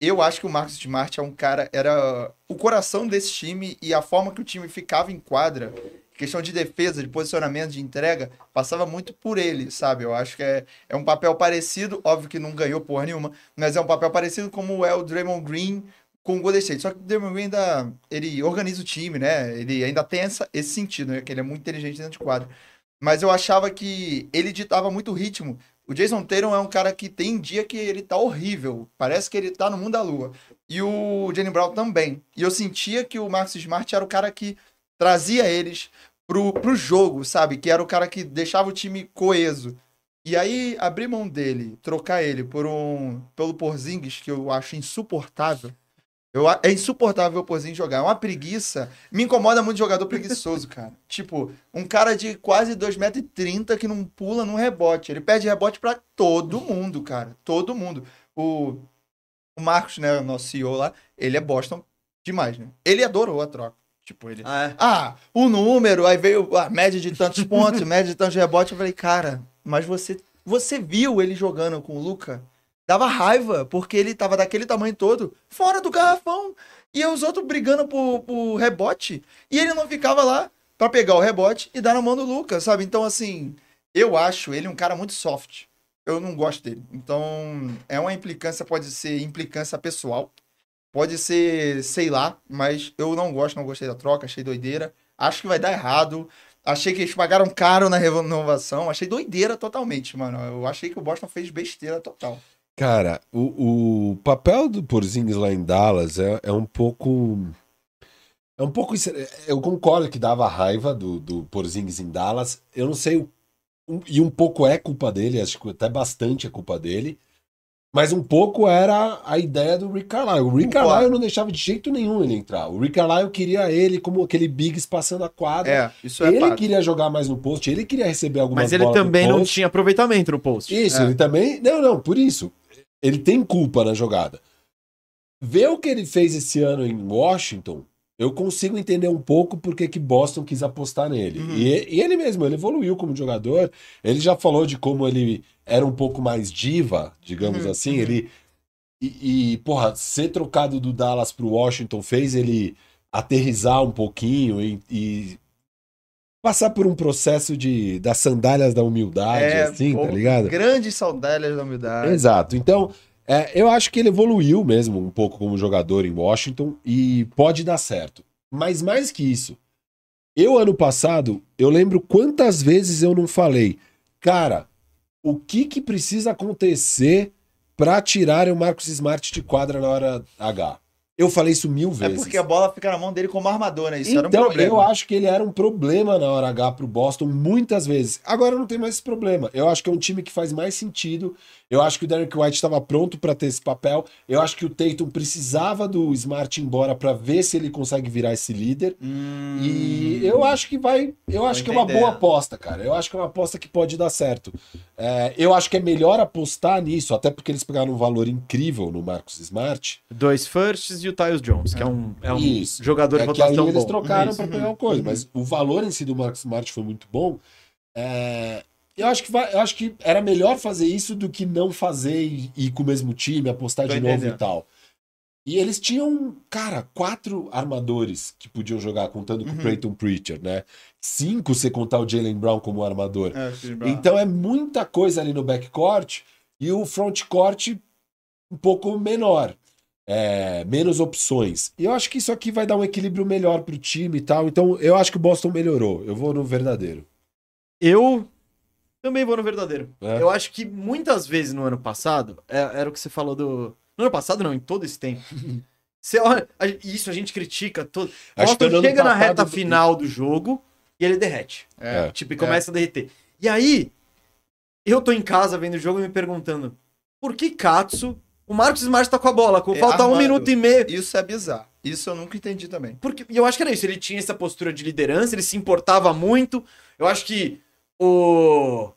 eu acho que o Marcos Smart é um cara, era o coração desse time e a forma que o time ficava em quadra, questão de defesa, de posicionamento, de entrega, passava muito por ele, sabe? Eu acho que é, é um papel parecido, óbvio que não ganhou porra nenhuma, mas é um papel parecido como é o Draymond Green com o Golden State. Só que o Draymond Green ainda ele organiza o time, né? Ele ainda tem essa- esse sentido, né? Que ele é muito inteligente dentro de quadra. Mas eu achava que ele ditava muito o ritmo. O Jason Tatum é um cara que tem dia que ele tá horrível. Parece que ele tá no mundo da lua. E o Jalen Brown também. E eu sentia que o Marcus Smart era o cara que trazia eles pro, pro jogo, sabe? Que era o cara que deixava o time coeso. E aí, abrir mão dele, trocar ele por um pelo Porzingis, que eu acho insuportável, eu, a- é insuportável o Pozinho jogar. É uma preguiça. Me incomoda muito jogador preguiçoso, cara. tipo, um cara de quase 2,30m que não pula num rebote. Ele pede rebote pra todo mundo, cara. Todo mundo. O, o Marcos, né, o nosso CEO lá, ele é Boston demais, né? Ele adorou a troca. Tipo, ele.
Ah, é.
Ah, o número, aí veio a média de tantos pontos, média de tantos rebotes. Eu falei, cara, mas você, você viu ele jogando com o Luca? Dava raiva, porque ele tava daquele tamanho todo, fora do garrafão. E os outros brigando por, por rebote. E ele não ficava lá pra pegar o rebote e dar na mão do Luca, sabe? Então, assim, eu acho ele um cara muito soft. Eu não gosto dele. Então, é uma implicância, pode ser implicância pessoal. Pode ser, sei lá, mas eu não gosto, não gostei da troca, achei doideira. Acho que vai dar errado. Achei que eles pagaram caro na renovação. Achei doideira totalmente, mano. Eu achei que o Boston fez besteira total.
Cara, o, o papel do Porzingis lá em Dallas é, é um pouco. É um pouco. isso- Eu concordo que dava raiva do, do Porzingis em Dallas. Eu não sei. o- um- E um pouco é culpa dele, acho que até bastante é culpa dele. Mas um pouco era a ideia do Rick Carlisle. O Rick
Concordo.
Carlisle não deixava de jeito nenhum ele entrar. O Rick Carlisle queria ele como aquele Biggs passando a quadra.
É, isso é
ele
fato.
queria jogar mais no post, ele queria receber algumas
Mas ele
bolas no
também não
post.
tinha aproveitamento no post.
Isso,
É.
ele também. Não, não, por isso. Ele tem culpa na jogada. Ver o que ele fez esse ano em Washington, eu consigo entender um pouco porque que Boston quis apostar nele.
Uhum.
E, e ele mesmo, ele evoluiu como jogador. Ele já falou de como ele era um pouco mais diva, digamos
Uhum,
assim.
uhum.
Ele. E, e, porra, ser trocado do Dallas pro Washington fez ele aterrizar um pouquinho e, e passar por um processo de das sandálias da humildade,
É,
assim,
pô,
tá ligado?
Grandes saudades da humildade.
Exato. Então, é, eu acho que ele evoluiu mesmo um pouco como jogador em Washington e pode dar certo. Mas mais que isso, eu ano passado, eu lembro quantas vezes eu não falei, cara, o que que precisa acontecer pra tirar o Marcos Smart de quadra na hora H? Eu falei isso mil
É
vezes.
porque a bola fica na mão dele como armador, né? Isso era um
Então,
problema.
eu acho que ele era um problema na hora H pro Boston muitas vezes. Agora não tem mais esse problema. Eu acho que é um time que faz mais sentido. Eu acho que o Derek White estava pronto para ter esse papel. Eu acho que o Tatum precisava do Smart ir embora para ver se ele consegue virar esse líder.
Hum,
E eu acho que vai. Eu acho que é uma
entendendo.
boa aposta, cara. Eu acho que é uma aposta que pode dar certo. É, eu acho que é melhor apostar nisso, até porque eles pegaram um valor incrível no Marcos Smart.
Dois firsts e o Tyus Jones, que é um, é um
Isso.
jogador
É
de
que aí
rotação
eles
bom.
trocaram
Isso.
para pegar uma coisa,
Uhum.
mas o valor em si do Marcos Smart foi muito bom. É, eu, acho que vai- eu acho que era melhor fazer isso do que não fazer e e ir com o mesmo time, apostar
Tô
de novo
entendendo.
e tal. E eles tinham, cara, quatro armadores que podiam jogar, contando com
Uhum.
o Peyton Preacher, né? Cinco se contar o Jalen Brown como armador.
É, Chris Brown.
Então é muita coisa ali no backcourt e o frontcourt um pouco menor. É, menos opções. E eu acho que isso aqui vai dar um equilíbrio melhor pro time e tal. Então eu acho que o Boston melhorou. Eu vou no verdadeiro.
Eu também vou no verdadeiro.
É.
Eu acho que muitas vezes no ano passado, é- era o que você falou do. No ano passado, não, em todo esse tempo. Você olha, a- isso a gente critica todo.
Acho que
Boston
ano
chega na
passado-
reta final do jogo e ele derrete.
É.
Tipo, e começa a derreter. E aí, eu tô em casa vendo o jogo e me perguntando: por que Katsu, o Marcos Smart tá com a bola? Com
É,
falta um
armado.
minuto e meio.
Isso é bizarro. Isso eu nunca entendi também.
Porque e eu acho que era isso. Ele tinha essa postura de liderança, ele se importava muito. Eu acho que o.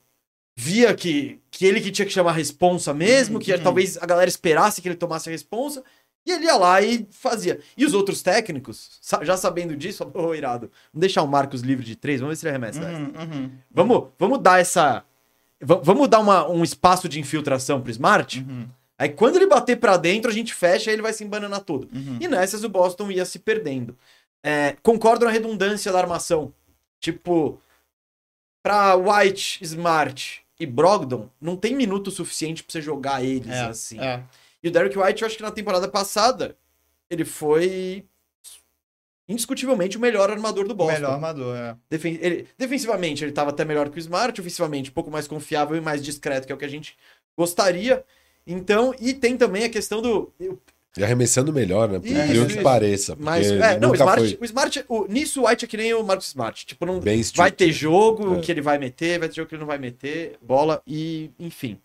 Via que, que ele que tinha que chamar a responsa mesmo, que
Uhum.
talvez a galera esperasse que ele tomasse a responsa, e ele ia lá e fazia. E os outros técnicos, sa- já sabendo disso, ô irado, vamos deixar o Marcos livre de três, vamos ver se ele arremessa. essa.
Uhum, uhum,
Vamos, vamos dar essa. va- Vamos dar uma- um espaço de infiltração pro Smart.
uhum,
Aí quando ele bater pra dentro, a gente fecha e ele vai se embananar todo.
uhum.
E nessas o Boston ia se perdendo. É, concordo na redundância da armação. Tipo, pra White, Smart e Brogdon, não tem minuto suficiente pra você jogar eles
É,
assim.
É.
E o Derek White, eu acho que na temporada passada, ele foi indiscutivelmente o melhor armador do
O
Boston.
melhor armador, é.
Defen- ele- defensivamente, ele estava até melhor que o Smart, ofensivamente, um pouco mais confiável e mais discreto, que é o que a gente gostaria. Então, e tem também a questão do.
E arremessando melhor, né? Por
Isso,
incrível
isso.
que pareça. Porque
Mas, é, não, o
nunca
Smart,
foi
o Smart, o, nisso o White é que nem o Marcos Smart. Tipo, não,
bem
vai
street.
ter jogo
É.
que ele vai meter, vai ter jogo que ele não vai meter, bola e enfim.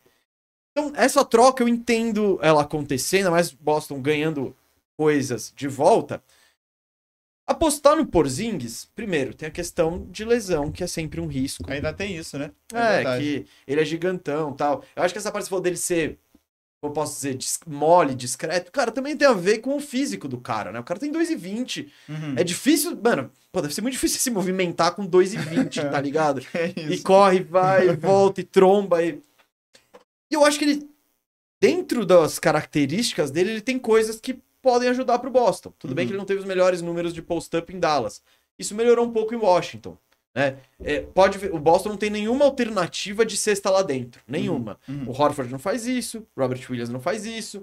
Então, essa troca eu entendo ela acontecendo, mas Boston ganhando coisas de volta. Apostar no Porzingis, primeiro, tem a questão de lesão, que é sempre um risco.
Ainda tem isso, né?
É,
verdade.
que ele é gigantão tal. Eu acho que essa parte que você falou dele ser, eu posso dizer, dis- mole, discreto, cara, também tem a ver com o físico do cara, né? O cara tem 2,20.
Uhum.
É difícil, mano, pô, deve ser muito difícil se movimentar com 2,20, tá ligado?
É
E
isso.
corre, vai, volta e tromba. E... e eu acho que ele, dentro das características dele, ele tem coisas que podem ajudar pro Boston. Tudo bem
Uhum.
que ele não teve os melhores números de post-up em Dallas. Isso melhorou um pouco em Washington. Né? É, pode ver, o Boston não tem nenhuma alternativa de cesta lá dentro. Nenhuma. O
Uhum.
Horford não faz isso, Robert Williams não faz isso.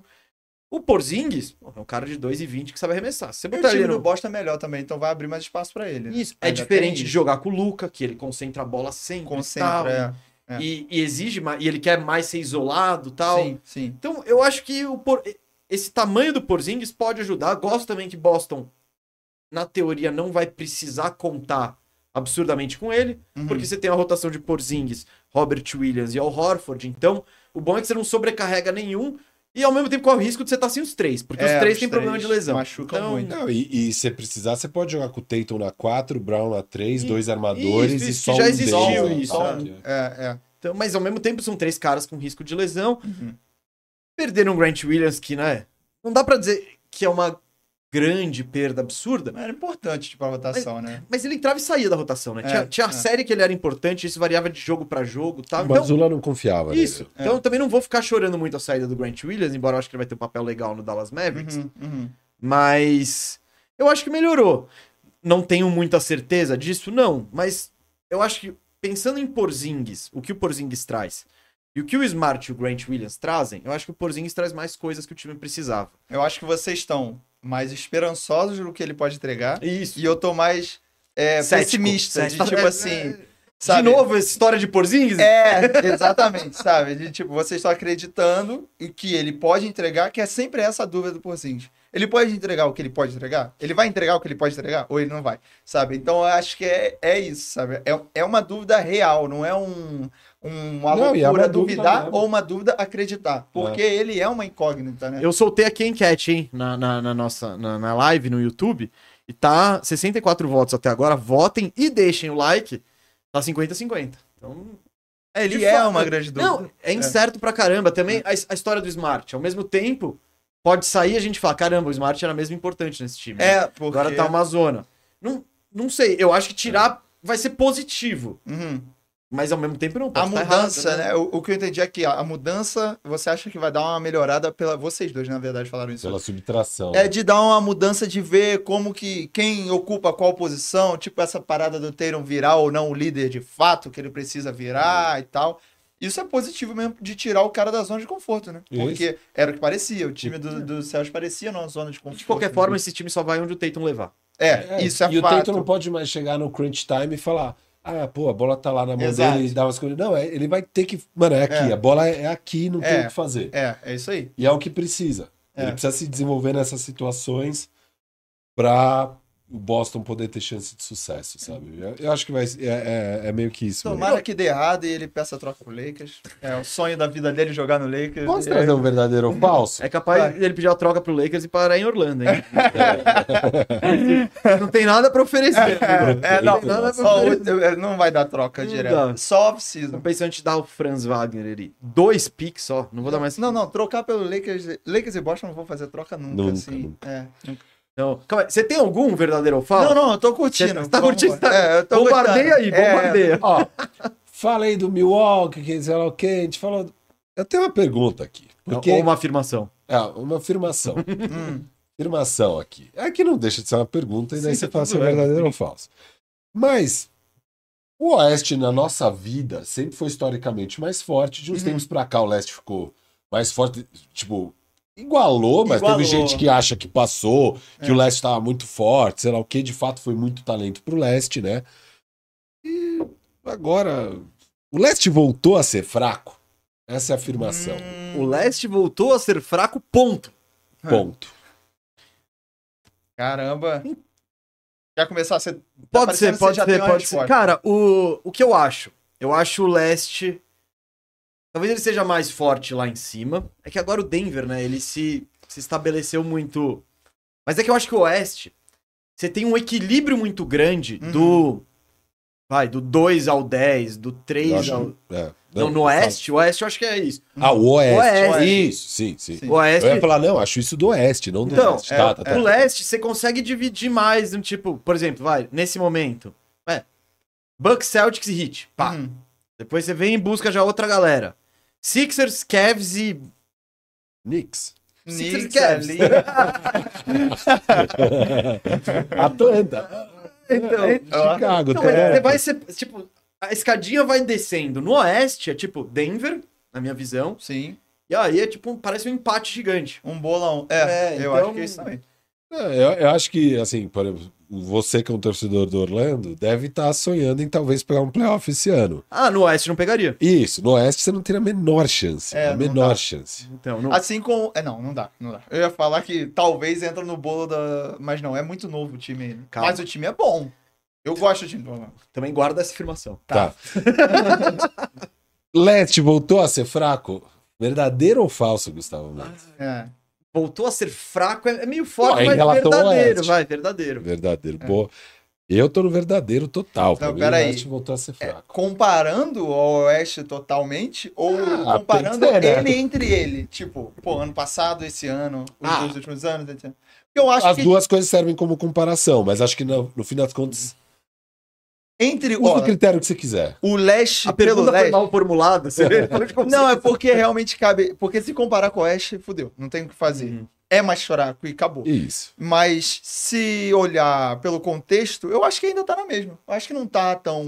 O Porzingis pô, é um cara de 2,20 que sabe arremessar. Se você
E o
botar ele
time
no...
do Boston é melhor também, então vai abrir mais espaço pra ele.
Isso. É
Ainda tem
diferente de
isso.
jogar com o Luca, que ele concentra a bola sempre. e tal,
Concentra, é, é.
E, e exige mais, e ele quer mais ser isolado e tal.
Sim, sim.
Então, eu acho que o Por- esse tamanho do Porzingis pode ajudar. Gosto também que Boston, na teoria, não vai precisar contar absurdamente com ele,
Uhum.
porque você tem a rotação de Porzingis, Robert Williams e Al Horford. Então, o bom é que você não sobrecarrega nenhum e, ao mesmo tempo, corre o risco de você estar sem os três, porque
É,
os três
os
têm
três
problema de lesão.
machucam
então,
muito.
Não, e, e se precisar, você pode jogar com o Tatum na 4, Brown na 3,
E-
dois armadores
isso,
e
isso,
só
que
um
já existiu
deles,
isso,
sabe?
É, é.
então, mas, ao mesmo tempo, são três caras com risco de lesão.
Uhum.
Perderam o Grant Williams, que, né, não dá pra dizer que é uma grande perda absurda,
Mas era importante, tipo, a rotação, né?
Mas ele entrava e saía da rotação, né?
É,
tinha tinha a
é.
série que ele era importante, isso variava de jogo pra jogo e tal.
O
Então,
Mazula não confiava
isso.
nele.
É.
Então, eu também não vou ficar chorando muito a saída do Grant Williams, embora eu acho que ele vai ter um papel legal no Dallas Mavericks.
Uhum, uhum.
Mas eu acho que melhorou. Não tenho muita certeza disso, não. Mas eu acho que, pensando em Porzingis, o que o Porzingis traz e o que o Smart e o Grant Williams trazem, eu acho que o Porzingis traz mais coisas que o time precisava.
Eu acho que vocês estão mais esperançosos do que ele pode entregar.
Isso.
E eu tô mais é,
Cético.
pessimista, de
Cético.
tipo
É,
assim.
De
sabe?
novo, essa história de Porzingis?
É, exatamente, sabe? De, tipo, vocês estão acreditando em que ele pode entregar, que é sempre essa a dúvida do Porzingis. Ele pode entregar o que ele pode entregar? Ele vai entregar o que ele pode entregar? Ou ele não vai? Sabe? Então eu acho que é, é isso, sabe? É, é uma dúvida real, não é um, um- uma
Não, e é uma
loucura
dúvida
duvidar
mesmo.
ou uma dúvida acreditar. Porque ele é uma incógnita, né?
Eu soltei aqui a enquete, hein, na, na- na nossa na, na live no YouTube. E tá 64 votos até agora. Votem e deixem o like. Tá 50-50. Então. é,
Ele
de
é
fato-
uma grande dúvida.
Não, é incerto pra caramba. Também a, a história do Smart. Ao mesmo tempo, pode sair e a gente falar: caramba, o Smart era mesmo importante nesse time. né?
é, porque...
Agora tá uma zona. Não, não sei, eu acho que tirar vai ser positivo.
Uhum.
Mas ao mesmo tempo não pode
A
tá errado,
mudança, né? O, o que eu entendi é que a, a mudança, você acha que vai dar uma melhorada pela... Vocês dois, na verdade, falaram isso.
Pela subtração.
É de dar uma mudança de ver como que quem ocupa qual posição, tipo essa parada do Tatum virar ou não o líder de fato que ele precisa virar e tal. Isso é positivo mesmo de tirar o cara da zona de conforto, né?
Isso.
Porque era o que parecia, o time do, do Celso parecia numa zona de conforto. né?
De qualquer forma, esse time só vai onde o Tatum levar.
é, isso é
e o
fato.
Tatum não pode mais chegar no crunch time e falar, ah, pô, a bola tá lá na mão
Exato.
dele e dá umas coisas. Não, é- ele vai ter que. Mano, é aqui,
É.
a bola é aqui, não tem
É.
o que fazer.
É, é isso aí.
E é o que precisa.
É.
Ele precisa se desenvolver nessas situações pra o Boston poder ter chance de sucesso, sabe? Eu, eu acho que vai, é, é- é meio que isso. mano.
Tomara que dê errado e ele peça a troca pro Lakers. É o sonho da vida dele jogar no Lakers.
Posso
É.
trazer um verdadeiro ou falso?
É capaz
Vai.
dele pedir a troca pro Lakers e parar em Orlando, hein? não tem nada pra oferecer.
É, é, não, não, só o- é, não vai dar troca
Não
direto.
dá.
Só
Tô
off-season.
pensando em te dar o Franz Wagner ali. Dois piques só. Não vou dar mais.
Não, não, trocar pelo Lakers. Lakers e Boston não vou fazer troca nunca,
Nunca,
assim.
nunca.
É, nunca.
Então, calma aí. Você tem algum verdadeiro ou falso?
Não, não, eu tô curtindo.
Você tá
Vamos
curtindo?
lá. É, eu tô
bombardeia
gostando.
aí,
É,
bombardeia.
Ó, falei do Milwaukee, que sei lá o que, a gente falou. Eu tenho uma pergunta aqui. Porque
Ou uma afirmação.
é uma afirmação.
hum,
afirmação aqui. É que não deixa de ser uma pergunta, e daí
Sim,
você
tá
fala
tudo
se é
bem.
verdadeiro ou falso. Mas o Oeste, na nossa vida, sempre foi historicamente mais forte. De uns
Uhum.
tempos pra cá, o Leste ficou mais forte, tipo, igualou, mas
Igualou.
teve gente que acha que passou, que
É.
o Leste estava muito forte, sei lá o que. De fato, foi muito talento pro Leste, né? E agora. O Leste voltou a ser fraco? Essa é a afirmação.
hum,
O leste voltou a ser fraco, ponto.
Ponto.
Caramba. Já começar a ser. tá
Pode
parecendo
ser,
que
pode
já tem
ser,
uma
pode ser.
resposta.
Cara, o, o que eu acho? Eu acho o leste. Talvez ele seja mais forte lá em cima. É que agora o Denver, né? Ele se, se estabeleceu muito. Mas é que eu acho que o oeste. Você tem um equilíbrio muito grande
Uhum.
do. Vai, do 2 ao 10, do
Eu
3
acho-
ao.
é,
Não, no
eu falo-
oeste? O oeste eu acho que é isso.
Ah, o Oeste.
Oeste.
Isso, sim, sim.
Sim.
O oeste.
Eu ia falar, não, acho isso do Oeste, não do
Então,
Leste.
é,
Tá, tá,
é.
tá.
O leste, você consegue dividir mais, um tipo, por exemplo, vai, nesse momento. É. Bucks, Celtics e Heat. Pá.
Hum,
Depois você vem e busca já outra galera. Sixers, Cavs e.
Knicks.
Sixers e
Knicks, é,
Cavs.
Lakers.
Atlanta.
Então,
É, Chicago,
Não, mas
Toronto.
você vai ser. Tipo, a escadinha vai descendo. No oeste é tipo Denver, na minha visão.
Sim.
E aí é tipo, um- parece um empate gigante.
Um bolão.
É,
É, eu
então-
acho que é isso também.
É, Eu, eu acho que, assim, por exemplo, você que é um torcedor do Orlando deve estar sonhando em talvez pegar um playoff esse ano.
Ah, no Oeste não pegaria.
Isso, no Oeste você não tem a menor chance.
É,
a
não
menor
dá.
chance.
Então, não.
Assim como. É, não, não dá, não dá. Eu ia falar que talvez entra no bolo da. Mas não, é muito novo o time ainda.
Calma.
Mas o time é bom. Eu gosto do time do Orlando.
Também guarda essa afirmação.
Tá. Leste voltou a ser fraco? Verdadeiro ou falso, Gustavo Mendes?
É.
Voltou a ser fraco, é é meio
Pô,
forte,
em
mas
relação ao
verdadeiro,
Oeste.
vai, verdadeiro.
Verdadeiro. Pô, eu tô no verdadeiro total. Pra
Não,
mim,
É. Então, peraí. É,
o Leste voltou a ser fraco.
Comparando ao Oeste totalmente, ou
Ah,
comparando
tem que ser, né?
ele entre ele. Tipo, pô, ano passado, esse ano, os
Ah.
dois últimos anos, etc. Eu acho
As
que
duas coisas servem como comparação, mas acho que no, no fim das contas,
entre
usa o
ó,
critério que você quiser.
o leste
A
pelo
pergunta foi
leste.
mal formulada. Você pode
Não, é porque realmente cabe. Porque se comparar com o Oeste, fudeu. Não tem o que fazer.
Uhum.
É mais fraco e acabou.
Isso.
Mas se olhar pelo contexto, eu acho que ainda tá na mesma. Eu acho que não tá tão.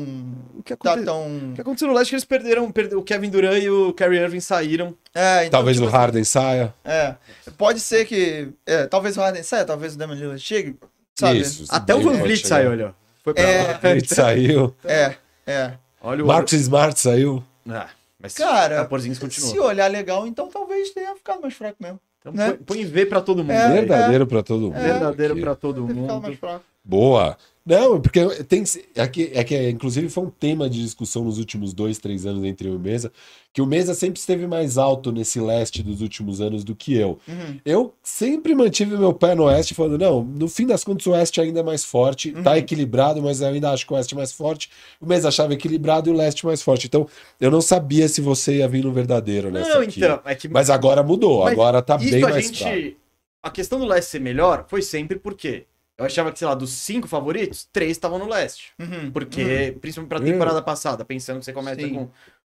o que
Tá
aconteceu?
tão.
O que aconteceu no Leste é que eles perderam, perde- o Kevin Durant e o Kyrie Irving saíram.
É, então,
Talvez
tipo
o Harden saia.
assim, é. Pode ser que. é, talvez o Harden saia, talvez o Damian Lillard chegue. Sabe?
Isso.
Até o
Ele
Van
pode
Vliet
chegar.
saiu, olha. ó. Foi pra
É.
lá.
Van Vliet saiu.
É, é.
Olha o
Marcos Smart saiu.
Ah, mas
Cara,
o Raporzinho continua.
Se olhar legal, então talvez tenha ficado mais fraco mesmo.
Então,
né?
põe- põe em V pra todo mundo.
É,
velho.
Verdadeiro pra todo mundo.
Verdadeiro
aqui.
pra todo
Ter ficado mais
mundo.
fraco.
Boa. Não, porque tem é que, é que inclusive foi um tema de discussão nos últimos dois, três anos entre eu e o Mesa, que o Mesa sempre esteve mais alto nesse leste dos últimos anos do que eu.
Uhum.
Eu sempre mantive meu pé no Oeste, falando, não, no fim das contas o Oeste ainda é mais forte,
Uhum.
tá equilibrado, mas eu ainda acho que o Oeste é mais forte. O Mesa achava equilibrado e o Leste mais forte. Então, eu não sabia se você ia vir no verdadeiro nessa
Não,
aqui.
então, é que
Mas agora mudou,
Mas
agora tá bem
isso a
mais
gente.
claro.
A questão do leste ser melhor foi sempre porque eu achava que, sei lá, dos cinco favoritos, três estavam no leste.
Uhum.
Porque, principalmente pra
Hum.
temporada passada, pensando que você começa
Sim.
com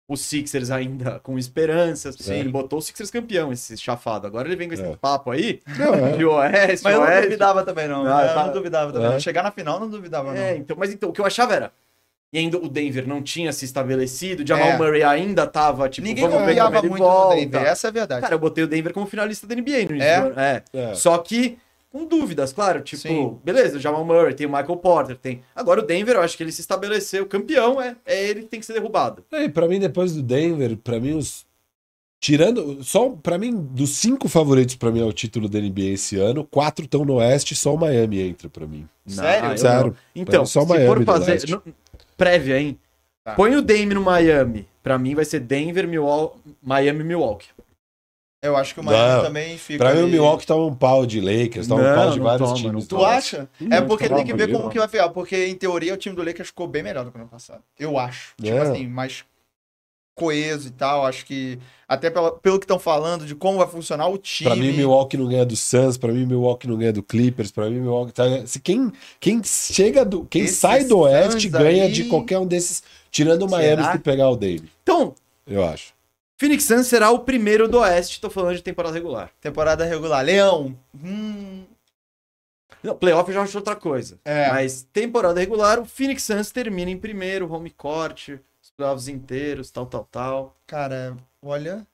os Sixers ainda com esperanças.
Sim.
Ele botou o Sixers campeão, esse chafado. Agora ele vem com esse
É.
papo aí
Não, é.
de Oeste,
Mas eu não
Oeste.
duvidava também, não.
Ah,
eu
tá.
não duvidava também. não.
É.
Chegar na final, não duvidava, não.
É, então, mas então, o que eu achava era. E ainda o Denver não tinha se estabelecido, Jamal
É.
Murray ainda tava, tipo,
Ninguém
vamos ver como
confiava
ele
muito
volta.
no Denver, essa é a verdade.
Cara, eu botei o Denver como finalista da NBA no início
É?
do ano. É.
É.
Só que com dúvidas, claro. Tipo,
Sim.
beleza, o Jamal Murray, tem o Michael Porter, tem. Agora o Denver, eu acho que ele se estabeleceu. Campeão é, é ele que tem que ser derrubado.
É, e pra mim, depois do Denver, pra mim, os. Tirando. Só, pra mim, dos cinco favoritos pra mim ao título da NBA esse ano, quatro estão no Oeste, só o Miami entra pra mim.
Sério?
eu
Sério.
não. Então,
mim, só
se
Miami
for
do
fazer.
leste.
no- Prévia, hein?
Tá.
Põe o Dame no Miami. Pra mim vai ser Denver, Milwaukee, Miami e Milwaukee.
Eu acho que o Miami
Não.
também fica.
Pra mim, o
ali-
Milwaukee tá um pau de Lakers, tá um
Não,
pau de
não
vários
toma,
times.
não
do
Tu
Oeste.
acha? é
Não,
porque
tá
tem que
bom,
ver
tá
como
bom.
que vai ficar. Porque, em teoria, o time do Lakers ficou bem melhor do que o ano passado. Eu acho. Tipo
É.
assim, mais coeso e tal. Acho que. Até pela- pelo que estão falando de como vai funcionar o time.
Pra mim, Milwaukee não ganha do Suns, pra mim, Milwaukee não ganha do Clippers, pra mim, Milwaukee tá... Se quem, quem chega do... Quem
Esses
sai do Oeste
Suns
ganha
aí-
de qualquer um desses, tirando o Miami
Será?
se pegar o Dame,
Então,
eu acho.
Phoenix Suns será o primeiro do Oeste. Tô falando de temporada regular.
Temporada regular. Leão. Hum.
Não, playoff eu já acho outra coisa.
É.
Mas temporada regular, o Phoenix Suns termina em primeiro, home court, os playoffs inteiros, tal, tal, tal.
Cara, olha.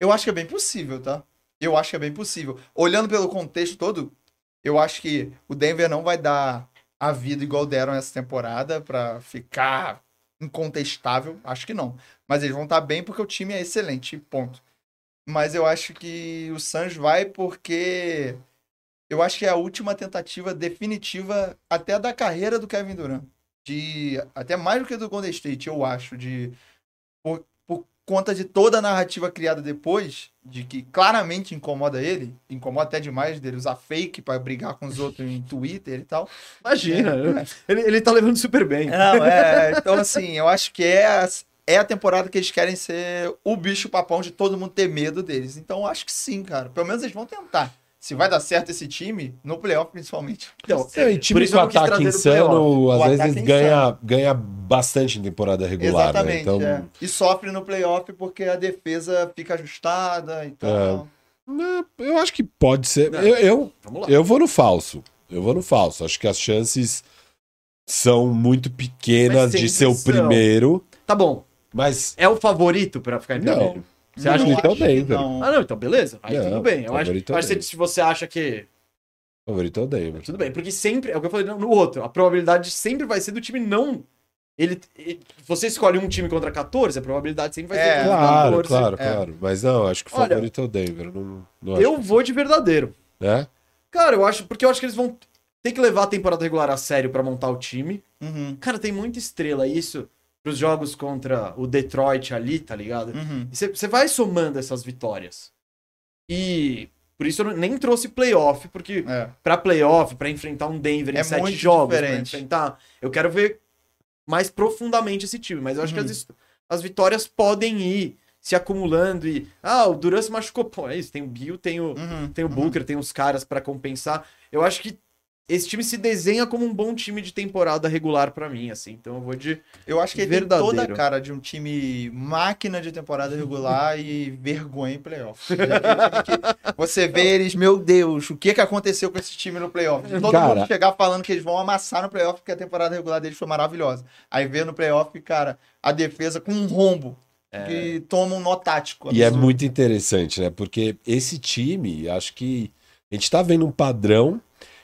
Eu acho que é bem possível, tá? Eu acho que é bem possível. Olhando pelo contexto todo, eu acho que o Denver não vai dar a vida igual deram essa temporada pra ficar incontestável. Acho que não. Mas eles vão estar bem porque o time é excelente, ponto. Mas eu acho que o Suns vai porque eu acho que é a última tentativa definitiva até da carreira do Kevin Durant. De até mais do que do Golden State, eu acho, de por, por conta de toda a narrativa criada depois, de que claramente incomoda ele, incomoda até demais dele usar fake pra brigar com os outros em Twitter e tal.
Imagina,
É.
Ele, ele tá levando super bem.
Não, é. Então, assim, eu acho que é a, é a temporada que eles querem ser o bicho papão de todo mundo ter medo deles. Então, eu acho que sim, cara. Pelo menos eles vão tentar. Se vai dar certo esse time, no playoff principalmente.
Então,
É, e time
isso
com
eu não quis
ataque
trazer do playoff.
insano,
O
às vezes
ataque é
ganha, ganha bastante em temporada regular,
Exatamente.
né? Então,
é. E sofre no playoff porque a defesa fica ajustada e tal.
né, eu acho que pode ser.
Não.
Eu, eu,
Vamos lá.
eu vou no falso. Eu vou no falso. Acho que as chances são muito
Mas
pequenas
sempre
de ser o
são.
primeiro,
Tá bom.
mas
É o favorito pra ficar em
não.
primeiro? Você acha
Não,
que.
Então
acho
bem,
que
velho.
Ah, não, então beleza. Aí
Não,
tudo bem. Eu acho,
favorito é
eu acho que
dele.
se você acha que.
Favorito é o Denver.
Tudo bem, porque sempre. É o que eu falei no outro. A probabilidade sempre vai ser do time não. Ele, ele- você escolhe um time contra 14, a probabilidade sempre vai
É,
ser.
Claro,
14.
claro,
é.
claro. Mas não, acho que o
Olha,
favorito é o Denver. Não, não acho
Eu vou de verdadeiro.
que- né?
Cara, eu acho. Porque eu acho que eles vão ter que levar a temporada regular a sério pra montar o time.
Uhum,
Cara, tem muita estrela isso pros jogos contra o Detroit ali, tá ligado?
uhum.
Você vai somando essas vitórias. E por isso eu não- nem trouxe playoff, porque
É.
pra playoff, pra enfrentar um Denver em
É
sete
muito
jogos, pra
diferente.
enfrentar, eu quero ver mais profundamente esse time, mas eu acho
Uhum.
que as, his- as vitórias podem ir se acumulando e ah, o Duran se machucou, pô, é isso, tem o Bill, tem o
Uhum,
tem o
uhum.
Booker, tem os caras pra compensar. Eu acho que esse time se desenha como um bom time de temporada regular pra mim, assim. Então eu vou de
Eu acho que ele
Verdadeiro.
tem toda a cara de um time máquina de temporada regular e vergonha em playoff. Você vê eles, meu Deus, o que, que aconteceu com esse time no playoff? De Todo
Cara.
mundo chegar falando que eles vão amassar no playoff porque a temporada regular deles foi maravilhosa. Aí vê no playoff, cara, a defesa com um rombo que toma um nó tático.
E é
absurdo.
muito interessante, né? Porque esse time, acho que a gente tá vendo um padrão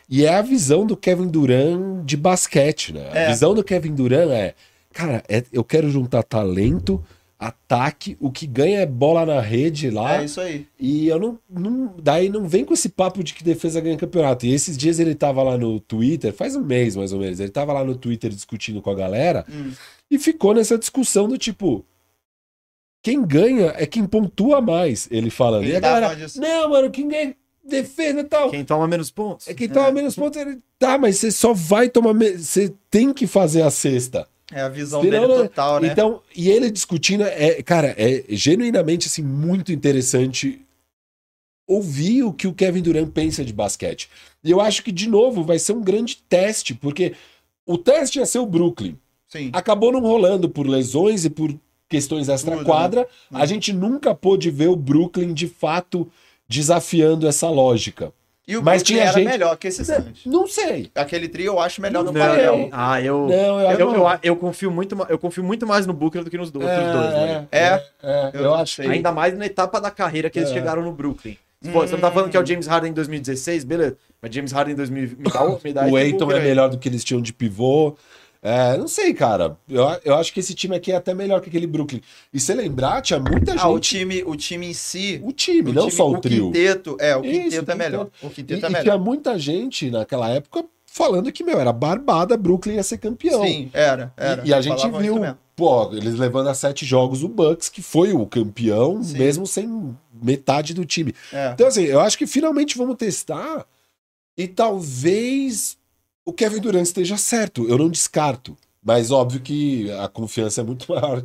e é a visão do Kevin Durant de basquete, né? A
É.
visão do Kevin Durant é, cara, é- eu quero juntar talento, ataque, o que ganha é bola na rede lá. Tá
É isso aí.
E eu não, não- Daí não vem com esse papo de que defesa ganha campeonato. E esses dias ele tava lá no Twitter, faz um mês mais ou menos, ele tava lá no Twitter discutindo com a galera
Hum.
e ficou nessa discussão do tipo. Quem ganha é quem pontua mais, ele falando.
Ele
e a
tava
galera.
falando disso.
Não, mano, quem ganha é defesa e tal.
quem toma menos pontos.
É quem toma menos pontos. Ele, tá, mas você só vai tomar. me- Você tem que fazer a cesta.
É a visão
Senão,
dele
né?
total, né?
Então, e ele discutindo, é, cara, é genuinamente assim, muito interessante ouvir o que o Kevin Durant pensa de basquete. E eu acho que, de novo, vai ser um grande teste, porque o teste ia ser o Brooklyn.
Sim.
Acabou não rolando por lesões e por questões extra-quadra.
né?
A gente nunca pôde ver o Brooklyn, de fato, desafiando essa lógica.
E o
mas
Brooklyn
tinha
era
gente-
melhor que esse Suns.
Não sei.
Aquele trio eu acho melhor
Não,
no
não.
paralelo.
Ah, eu.
Não, eu,
Eu, eu,
não-
eu- eu confio muito, ma- eu confio muito mais no Booker do que nos do-
É,
outros dois. né?
é, é,
eu
eu
não
acho
sei.
Ainda mais na etapa da carreira que eles
É.
chegaram no Brooklyn. Pô, você não tá falando que é o James Harden em 2016, beleza? Mas James Harden em 2000 me dá, o- me dá
O
esse
Eiton
Booker
é
aí.
melhor do que eles tinham de pivô. É, não sei, cara. Eu, eu acho que esse time aqui é até melhor que aquele Brooklyn. E se lembrar, tinha muita
Ah, o
gente.
time, o time em si,
O time, não
time-
só o trio.
quinteto, é, o
Isso,
quinteto é
quinteto.
melhor. O
E,
quinteto
e
é melhor.
tinha muita gente naquela época falando que, meu, era barbada Brooklyn ia ser campeão.
Sim, era,
E-
era.
E, a gente
Falavam
viu,
isso mesmo.
pô, eles levando a sete jogos o Bucks, que foi o campeão,
Sim.
mesmo sem metade do time.
É.
Então, assim, eu acho que finalmente vamos testar e talvez o Kevin Durant esteja certo. Eu não descarto. Mas óbvio que a confiança é muito maior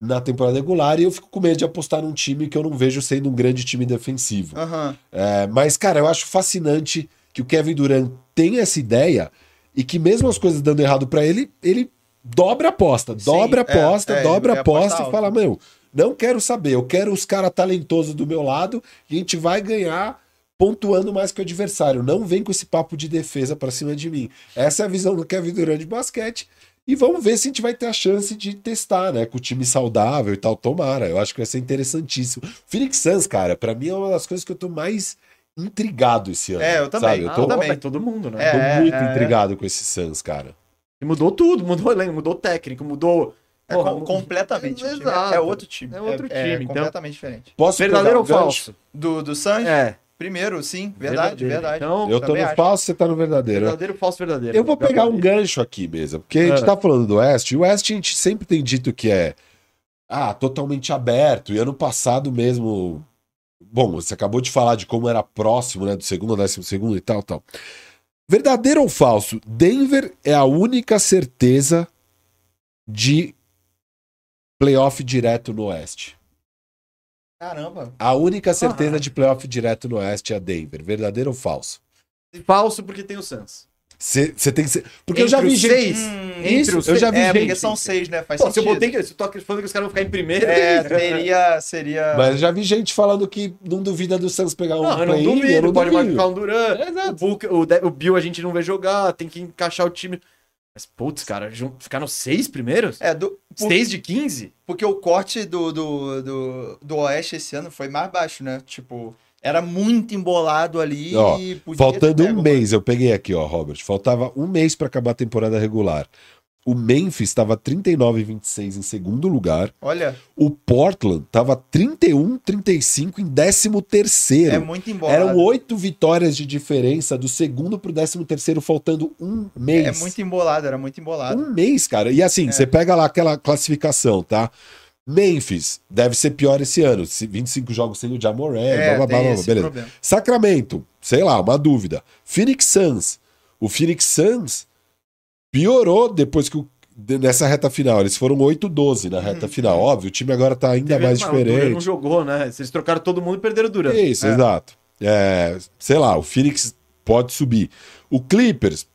na temporada regular e eu fico com medo de apostar num time que eu não vejo sendo um grande time defensivo.
Aham.
É, mas, cara, eu acho fascinante que o Kevin Durant tem essa ideia e que mesmo as coisas dando errado pra ele, ele dobra a aposta,
Sim,
dobra a
é,
aposta,
é, ele
dobra a
quer
aposta
apostar
e
alto.
fala, meu, não quero saber, eu quero os caras talentosos do meu lado e a gente vai ganhar pontuando mais que o adversário. Não vem com esse papo de defesa pra cima de mim. Essa é a visão do Kevin Durant de basquete e vamos ver se a gente vai ter a chance de testar, né? Com o time saudável e tal, tomara. Eu acho que vai ser interessantíssimo. Phoenix Suns, cara, pra mim é uma das coisas que eu tô mais intrigado esse ano.
É, eu também.
sabe? Eu
Ah,
tô,
bom,
também.
mas todo mundo, né?
É.
tô muito intrigado com esse Suns, cara.
E Mudou tudo, mudou elenco, mudou técnico, mudou.
É
Porra,
com-
mu-
completamente.
Exato.
o time É, é outro time.
É outro time, então.
completamente diferente.
Posso
Verdadeiro ou
pegar o gancho?
falso?
Do, do Suns,
É.
primeiro, sim, verdade, verdade.
Então,
Eu tô
Também
no
acho.
falso, você tá no verdadeiro.
verdadeiro, falso, verdadeiro.
Eu vou pegar um gancho aqui mesmo, porque a gente
Ah.
tá falando do Oeste, e o Oeste a gente sempre tem dito que é ah, totalmente aberto, e ano passado mesmo. Bom, você acabou de falar de como era próximo, né, do segundo ao décimo segundo e tal, tal. Verdadeiro ou falso? Denver é a única certeza de playoff direto no Oeste.
Caramba.
A única certeza
Ah.
de playoff direto no Oeste é a Denver. Verdadeiro ou falso?
Falso porque tem o Sans.
Você tem que ser. Porque eu
Entre
já vi
os
gente.
seis,
Hum,
entre
isso,
os
eu
seis-
já vi
É, porque
gente.
são seis, né? Faz
Pô, se eu
sentido.
botei que. Se eu tô falando que os caras vão ficar em primeiro.
É, seria... seria...
Mas eu já vi gente falando que não duvida do Santos pegar um
Não, eu não
play-in,
duvido,
eu não
pode
duvido.
machucar um Duran.
É, exato.
O, Book- o De- o Bill a gente não vai jogar, tem que encaixar o time. Mas, putz, cara, jun- ficar nos seis primeiros?
É, do...
6 de 15?
Porque o corte do, do, do, do Oeste esse ano foi mais baixo, né? Tipo, era muito embolado ali
Ó,
e podia
Faltando
ter
um
pego,
mês, eu peguei aqui, ó, Robert. Faltava um mês para acabar a temporada regular. O Memphis estava 39,26 em segundo lugar.
mano. Olha,
O Portland estava 31,35 em décimo terceiro.
é muito embolado.
Eram oito vitórias de diferença do segundo pro décimo terceiro, faltando um mês.
É muito embolado, era muito embolado.
Um mês, cara. E assim,
É.
você pega lá aquela classificação, tá? Memphis deve ser pior esse ano. se- 25 jogos sem o Jamoré,
É,
blá, blá, blá,
tem
blá,
esse
beleza.
problema.
Sacramento, sei lá, uma dúvida. Phoenix Suns. O Phoenix Suns piorou depois que o, de- nessa reta final. Eles foram 8-12 na reta
Hum.
final. Óbvio, o time agora tá ainda
Teve
mais
uma-
um
o Duran
diferente.
Não jogou, né? Eles trocaram todo mundo e perderam o Duran.
Isso,
É.
exato. É, sei lá, o Phoenix pode subir. O Clippers,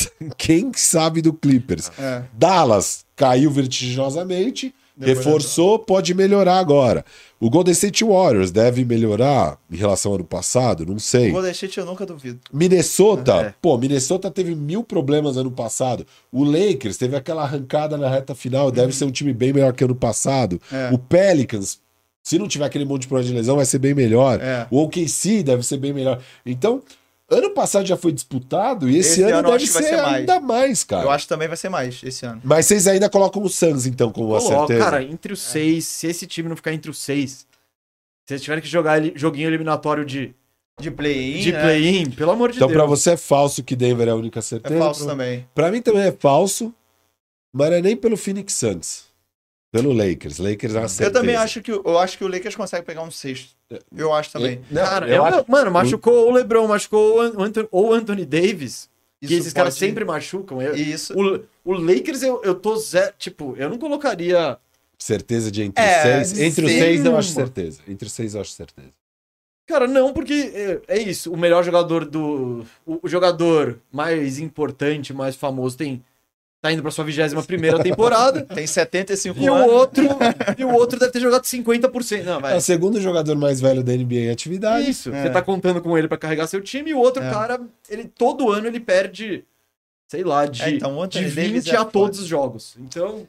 quem sabe do Clippers?
É,
Dallas caiu vertiginosamente,
Depois
reforçou, pode melhorar agora. O Golden State Warriors deve melhorar em relação ao ano passado, não
o
sei.
Golden State eu nunca duvido.
Minnesota,
É.
pô, Minnesota teve mil problemas ano passado. O Lakers teve aquela arrancada na reta final, deve ser um time bem melhor que ano passado.
Uhum. É.
O Pelicans, se não tiver aquele monte de problema de lesão, vai ser bem melhor.
É.
O OKC deve ser bem melhor. Então, ano passado já foi disputado e esse,
Esse
ano,
ano eu
deve
acho que
ser,
vai ser mais.
ainda mais, cara.
Eu acho que também vai ser mais esse ano.
Mas vocês ainda colocam o Suns, então, com uma
Coloca,
certeza.
cara, entre os seis, se esse time não ficar entre os seis, se eles tiverem que jogar ele- joguinho eliminatório de,
De play-in,
de
né?
play-in, pelo amor de
é. então, pra
Deus.
você é falso que Denver é a única certeza.
É falso também.
Pra mim também é falso, mas não é nem pelo Phoenix Suns. Pelo Lakers. Lakers é uma certeza.
Eu também acho que, eu acho que o Lakers consegue pegar um sexto. Eu acho também.
Não,
Cara,
eu
é uma-
acho-
mano, machucou o LeBron, machucou o An- o Anthony, ou o Anthony Davis,
Isso
que esses caras
pode-
sempre machucam. Eu-
Isso.
o, o Lakers, eu, eu tô zero. Tipo, eu não colocaria.
Certeza de entre
É,
os seis. Entre os
sim.
seis eu acho certeza. Entre os seis eu acho certeza.
Cara, não, porque é, é isso. O melhor jogador do. O, o jogador mais importante, mais famoso, tem. Tá indo pra sua 21 temporada.
Tem 75
um
E o
anos.
outro, e o outro deve ter jogado 50%. Não,
É
vai.
o segundo jogador mais velho da NBA em atividade.
Isso.
É.
Você tá contando com ele pra carregar seu time e o outro
É.
cara, ele todo ano ele perde, sei lá, de,
É, então, o
de
Anthony Davis
20
é
a
foda.
todos os jogos. Então,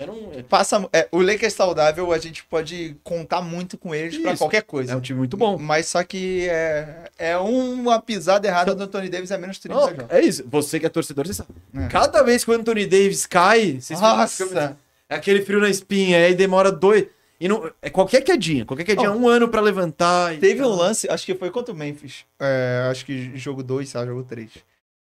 eu não- é,
Passa, é, o Lakers saudável, a gente pode contar muito com eles pra
Isso.
qualquer
é um
coisa.
time muito bom.
Mas só que é, é uma pisada
Então
errada do Anthony Davis é menos 30
Não,
jogos.
é isso. Você que é torcedor, você sabe.
É.
Cada vez que o Anthony Davis cai, vocês ficam-
Nossa!
É aquele frio na espinha, aí demora dois. E não, é qualquer quedinha. Qualquer quedinha, um ano pra levantar. e
Oh. Teve um
tal.
lance, acho que foi contra o Memphis. É, acho que jogo 2, sabe? Jogo 3.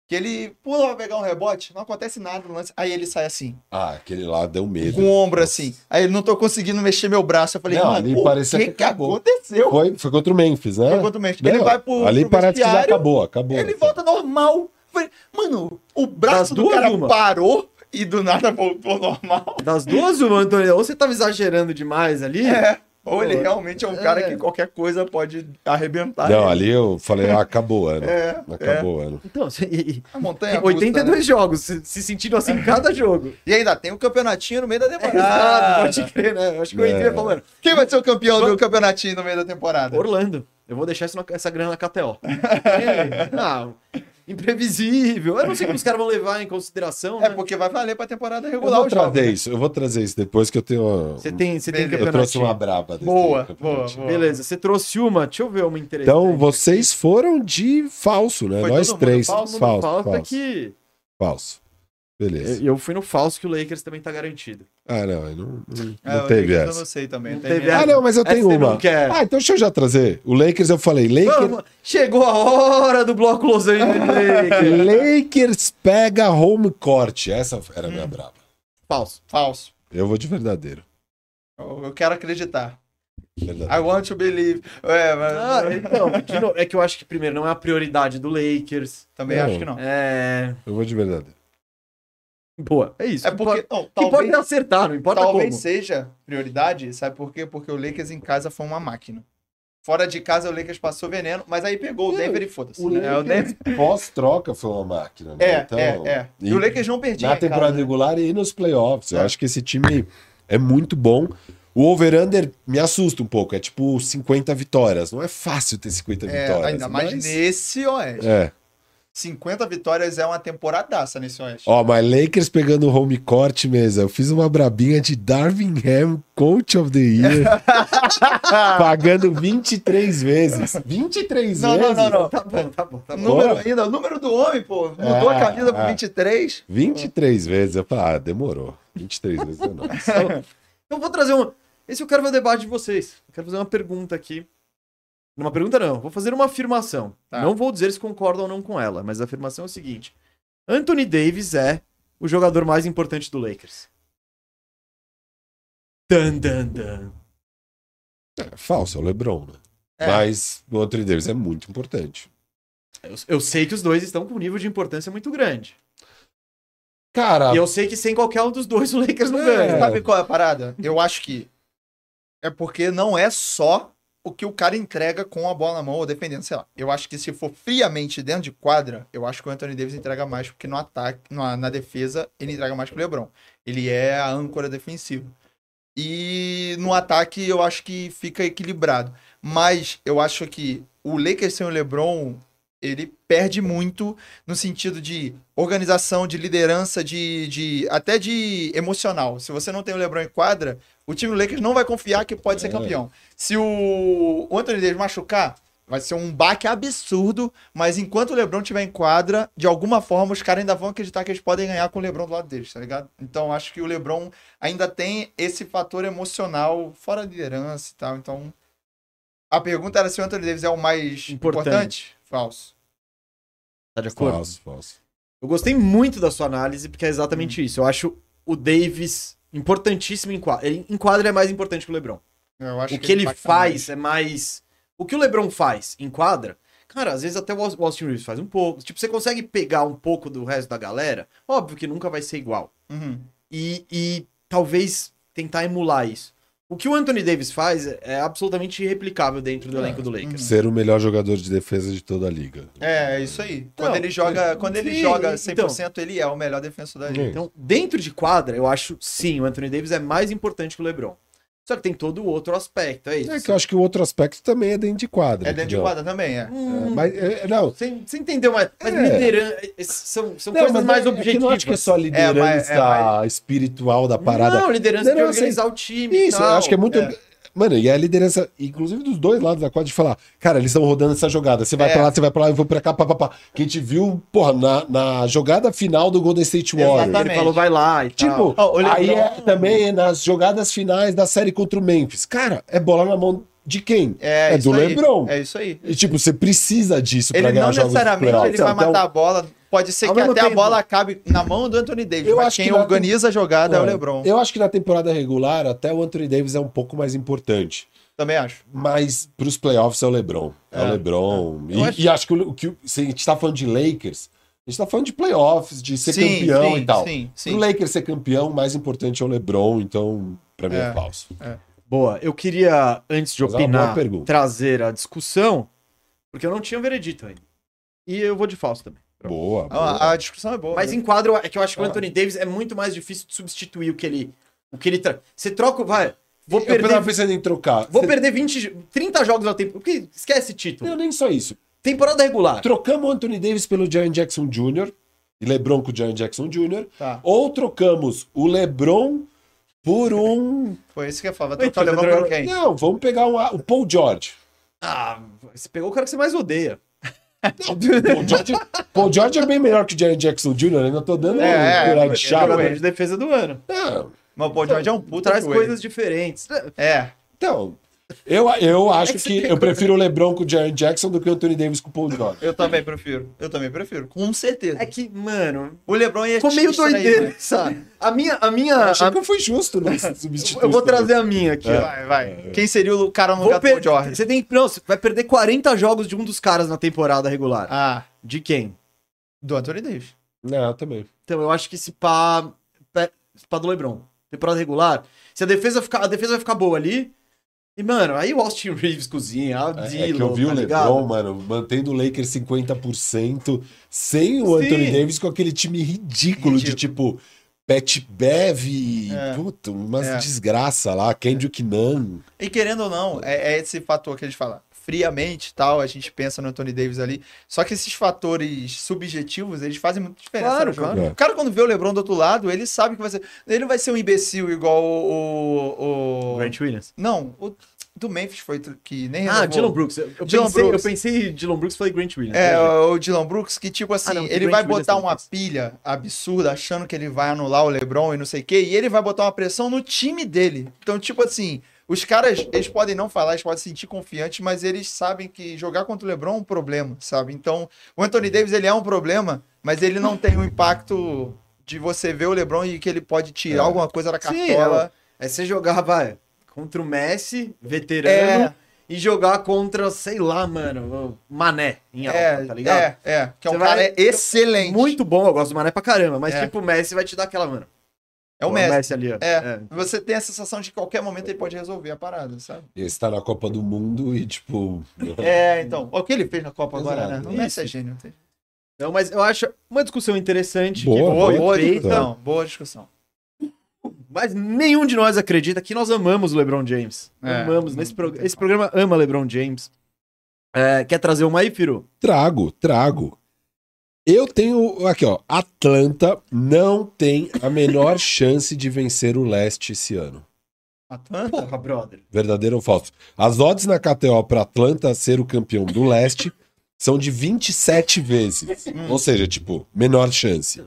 Que ele pula pra pegar um rebote, não acontece nada no lance. Aí ele sai assim,
Ah, aquele lá deu medo.
com o ombro
Nossa.
assim. Aí ele não tô conseguindo mexer meu braço. Eu falei,
Não, ali
mano, o
parecia
que,
que
que,
acabou."
aconteceu?
Foi, foi contra o Memphis, né?
Foi contra o Memphis. Ele
Não,
vai pro-
Ali
pro
parece que já
vestiário,
acabou, acabou.
Ele volta normal. Falei, mano, o
Das
braço do
duas,
cara
uma.
parou e do nada voltou normal.
Das duas, o Anthony, ou você tava exagerando demais ali.
É. Ou ele
Pô,
realmente é um cara
é.
que qualquer coisa pode arrebentar.
Não,
ele.
ali eu falei, ah, acabou o ano.
É,
acabou o ano.
Então, e- e-
A montanha russa,
82
né? Ah.
jogos, se, se sentindo assim em cada jogo.
E ainda tem um campeonatinho no meio da
Exato,
temporada.
pode crer, né? Eu acho que eu entrei
É.
falando.
Quem vai ser o campeão do campeonatinho no meio da temporada?
Orlando, eu vou deixar isso na- essa grana na KTO. É, ah, imprevisível. Eu não sei como os caras vão levar em consideração.
É
né?
porque vai valer pra temporada
Eu
regular
vou
o um jogo. né?
trazer isso, eu vou trazer isso depois que eu tenho. uma-
Você tem, você tem
Beleza.
Eu trouxe
campeonatinho.
uma braba desse
Boa,
campeonatinho.
boa, boa.
Beleza, você trouxe uma. Deixa eu ver uma interessante.
Então vocês foram de falso, né?
Foi
Nós
todo mundo é
três.
Todo
Falso,
mundo
falso,
falta
falso,
que.
Beleza.
Eu tá eu fui no falso que o Lakers também tá garantido.
Ah, não, aí não, não,
É,
não
eu
teve
acredito, Eu
essa.
não sei também.
Não
tem
teve
medo.
essa.
Ah, não, mas eu
Essa
tenho
É, você não
uma.
quer.
Ah, então deixa eu já trazer. O Lakers eu falei, Lakers,
Vamos, chegou a hora do bloco Los Angeles Lakers.
Lakers pega home court. Essa era a
Hum.
minha braba.
Falso.
Falso.
Eu vou de verdadeiro.
Eu eu quero acreditar.
Verdadeiro.
I want to believe. É, mas...
Ah, então, de novo, é que eu acho que primeiro não é a prioridade do Lakers.
Também
Não.
acho que não.
É.
Ah.
Eu vou de verdadeiro.
Boa, é isso.
É
Que
porque. Não,
pode, que pode
talvez
acertar, não importa
talvez
como.
seja prioridade, sabe por quê? Porque o Lakers em casa foi uma máquina. Fora de casa, o Lakers passou veneno, mas aí pegou o Denver e foda-se.
o
É,
né?
Lakers- Pós-troca foi uma máquina. Né?
É,
então,
é, é. E o Lakers não perdia.
na
em casa,
temporada
né?
regular e nos playoffs. Eu
É.
acho que esse time é muito bom. O over-under me assusta um pouco. É tipo 50 vitórias. Não é fácil ter 50
É,
vitórias.
ainda mais
mas-
nesse Oeste.
É.
50 vitórias é uma temporadaça nesse Oeste.
Ó, mas Lakers pegando o home court mesa. Eu fiz uma brabinha de Darvin Ham, Coach of the Year, pagando 23 vezes. 23
Não, não,
vezes?
não, não.
Tá bom, tá bom, tá bom.
Número
Porra.
ainda, o número do homem, pô. Mudou a
É,
camisa pro
é.
23.
23 vezes. Eu falei, ah, demorou. 23 vezes é nóis.
Então vou trazer uma. Esse eu quero ver o debate de vocês. Eu quero fazer uma pergunta aqui. Uma pergunta não, vou fazer uma afirmação.
Tá.
Não vou dizer se concordo ou não com ela, mas a afirmação é o seguinte: Anthony Davis é o jogador mais importante do Lakers. Dan, dan, dan.
É falso, é o LeBron, né?
É.
Mas o Anthony Davis é muito importante.
Eu, eu sei que os dois estão com um nível de importância muito grande.
Cara,
E eu sei que sem qualquer um dos dois o Lakers não
É.
ganha.
Sabe qual é a parada? Eu acho que é porque não é só o que o cara entrega com a bola na mão ou defendendo, sei lá. Eu acho que se for friamente dentro de quadra, eu acho que o Anthony Davis entrega mais, porque no ataque, na, na defesa, ele entrega mais que o LeBron. Ele é a âncora defensiva. E no ataque, eu acho que fica equilibrado. Mas eu acho que o Lakers sem o LeBron, ele perde muito no sentido de organização, de liderança, de, de até de emocional. Se você não tem o LeBron em quadra, o time do Lakers não vai confiar que pode ser
É.
campeão. Se o, o Anthony Davis machucar, vai ser um baque absurdo, mas enquanto o LeBron tiver em quadra, de alguma forma os caras ainda vão acreditar que eles podem ganhar com o LeBron do lado deles, tá ligado? Então acho que o LeBron ainda tem esse fator emocional fora de liderança e tal, então a pergunta era se o Anthony Davis é o mais
Importante.
importante? Falso.
Tá de acordo?
falso, falso.
Eu gostei muito da sua análise, porque é exatamente isso. Eu acho o Davis importantíssimo em quadra. Ele, em quadra é mais importante que o LeBron.
Eu acho
o que ele
impacta
faz é mais. O que o LeBron faz em quadra, cara, às vezes até o Aus- o Austin Reeves faz um pouco. Tipo, você consegue pegar um pouco do resto da galera. Óbvio que nunca vai ser igual.
muito. Uhum.
E, e talvez tentar emular isso. O que o Anthony Davis faz é- é absolutamente irreplicável dentro
É.
do elenco do Lakers.
Ser o melhor jogador de defesa de toda a liga.
É, é isso aí. quando ele joga, quando ele
é, sim,
joga
então.
100%, ele é o melhor defensor da liga.
Então, dentro de quadra, eu acho sim, o Anthony Davis é mais importante que o LeBron. Só que tem todo o outro aspecto, é isso.
É que eu acho que o outro aspecto também é dentro de quadra.
É dentro de
entendeu?
quadra também, é.
Hum,
É, mas, é, não,
Você você entendeu mais? Mas
É.
liderança são, são
Não,
coisas
mas
mais
é- é que
objetivas.
não acho que é só a liderança
mas- é, mas-
espiritual da parada.
Não, assim, liderança de
Liderança,
organizar o time. e
Isso, eu
tal.
acho que é muito.
é.
Mano, e a liderança, inclusive dos dois lados da quadra, de falar, cara, eles estão rodando essa jogada. Você vai
É.
pra lá, você vai pra lá, eu vou pra cá, papapá. Que a gente viu, porra, na, na jogada final do Golden State Warriors.
Ele falou,
Exatamente.
vai lá e tal.
Tipo,
Ó, o
aí
LeBron-
é, também é nas jogadas finais da série contra o Memphis. Cara, é bola na mão de quem?
É, isso
do
aí.
LeBron.
É isso aí.
E, tipo, você precisa disso pra
Ele
ganhar
não
jogos de
necessariamente
playoff.
ele vai
Então,
matar a bola. Pode ser
Ao
que
mesmo
até a
tempo-
bola acabe na mão do Anthony Davis.
Eu
mas
acho
quem
que lá-
organiza a jogada é o
É,
LeBron.
Eu acho que na temporada regular, até o Anthony Davis é um pouco mais importante.
Também acho.
Mas pros playoffs é o LeBron. É,
É,
o LeBron.
é.
E
Eu
e
acho-
acho, que, o que o- se a gente tá falando de Lakers, a gente tá falando de playoffs, de ser
Sim,
campeão
sim,
e tal.
sim, sim.
Pro Lakers ser campeão, o mais importante é o LeBron, então pra mim é,
É.
falso.
Boa, eu queria, antes de
Mas é uma
opinar,
boa pergunta.
trazer a discussão, porque eu não tinha um veredito ainda. E eu vou de falso também.
Boa, boa.
A, a discussão é boa.
Mas
né?
em quadro, é que eu acho que o
Ah.
Anthony Davis é muito mais difícil de substituir o que ele. O que ele tra... Você troca. o- Vai, vou
eu
perder.
tava pensando em trocar.
Vou
Você-
perder 20, 30 jogos ao tempo. Porque esquece título.
Não, nem só isso.
Temporada regular.
Trocamos o Anthony Davis pelo John Jackson Jr. e LeBron com o John Jackson Jr.
Tá.
Ou trocamos o LeBron por um
Foi isso que eu falava.
Então,
Trocar o LeBron
Pedro,
por quem?
Não, vamos pegar um, o Paul George.
Ah, você pegou o cara que você mais odeia.
Não, Paul George. Paul George é bem melhor que o Jaren Jackson Jr., eu ainda tô dando
É, é,
um
é,
é, chato.
Jogador
é.
de defesa do ano.
Não,
Mas o Paul George é um puta
Traz
joelho.
coisas diferentes.
É.
então, eu, eu acho
É que você
que,
pegou,
eu prefiro o LeBron com o Jaren Jackson do que o Anthony Davis com o Paul George.
Eu também prefiro. Eu também prefiro. Com certeza.
É que, mano,
O LeBron ia
ficou
te
meio
distrair,
doideira,
né?
sabe? A minha. A minha
Eu Achei É.
a-
que eu fui justo nessa substituição.
Ah, eu vou trazer a minha aqui, ó.
né? Vai, vai. Quem seria o cara no
É. Vou
lugar do Paul
per...
George?
Você tem. Não, você vai perder 40 jogos de um dos caras na temporada regular.
Ah,
De quem?
do Anthony Davis.
Não, também.
Então, eu acho que esse pá. pé- Esse pá do Lebron. Temporada regular. Se a defesa ficar. A defesa vai ficar boa ali. E, mano, aí o Austin Reeves cozinha. A
É,
Dilo,
é que eu vi
tá
o
ligado?
LeBron, mano, mantendo o Lakers 50%, sem o
Sim.
Anthony Davis com aquele time ridículo, de
Ridículo.
tipo Pat Bev, e
É.
puta, umas
É.
desgraça lá, Kendrick Nunn.
E querendo ou não, é, é esse fator que a gente fala. friamente e tal, a gente pensa no Anthony Davis ali. Só que esses fatores subjetivos, eles fazem muita diferença.
Claro,
no jogo.
claro.
É.
O cara, quando vê o LeBron do outro lado, ele sabe que vai ser. Ele não vai ser um imbecil igual o. o- o-
Grant Williams.
Não, o do Memphis foi outro que nem
Ah,
renovou.
Dylan Brooks. Eu, eu
Dylan
pensei,
Brooks.
eu pensei Dylan Brooks, falei Grant Williams.
É,
Entendi.
o Dylan Brooks, que tipo assim,
Ah, não, o
ele
Grant
vai
Williams
botar
também
uma
fez.
pilha absurda, achando que ele vai anular o LeBron e não sei o quê, e ele vai botar uma pressão no time dele. Então, tipo assim, os caras, eles podem não falar, eles podem se sentir confiantes, mas eles sabem que jogar contra o LeBron é um problema, sabe? Então, o Anthony Davis, ele é um problema, mas ele não tem o impacto de você ver o LeBron e que ele pode tirar
É.
alguma coisa da
Sim, é
cartola.
Aí você jogava contra o Messi, veterano,
É,
e jogar contra, sei lá, mano, o Mané em alta,
é,
tá ligado?
é, é, que é um
Você
cara
vai-
excelente.
Muito bom, eu gosto do Mané pra caramba, mas
É.
tipo, o Messi vai te dar aquela, mano.
é o
pô,
Messi.
ali, ó.
É. Você tem a sensação de que qualquer momento ele pode resolver a parada, sabe?
E está na Copa do Mundo e, tipo.
É, então. O que ele fez na Copa
Exato.
agora, né? O
Isso.
Messi é gênio.
Então, mas eu acho uma discussão interessante. tipo,
Boa,
que foi né?
boa
feita,
discussão.
Não, boa discussão.
Mas nenhum de nós acredita que nós amamos o LeBron James.
É,
amamos.
não
Nesse pro-
tem
Esse programa ama LeBron James. É, quer trazer uma aí, Firu?
Trago, trago. Eu tenho. Aqui, ó. Atlanta não tem a menor chance de vencer o leste esse ano.
Atlanta?
brother.
Verdadeiro ou falso? As odds na KTO para Atlanta ser o campeão do leste são de 27 vezes.
Hum.
Ou seja, tipo, menor chance.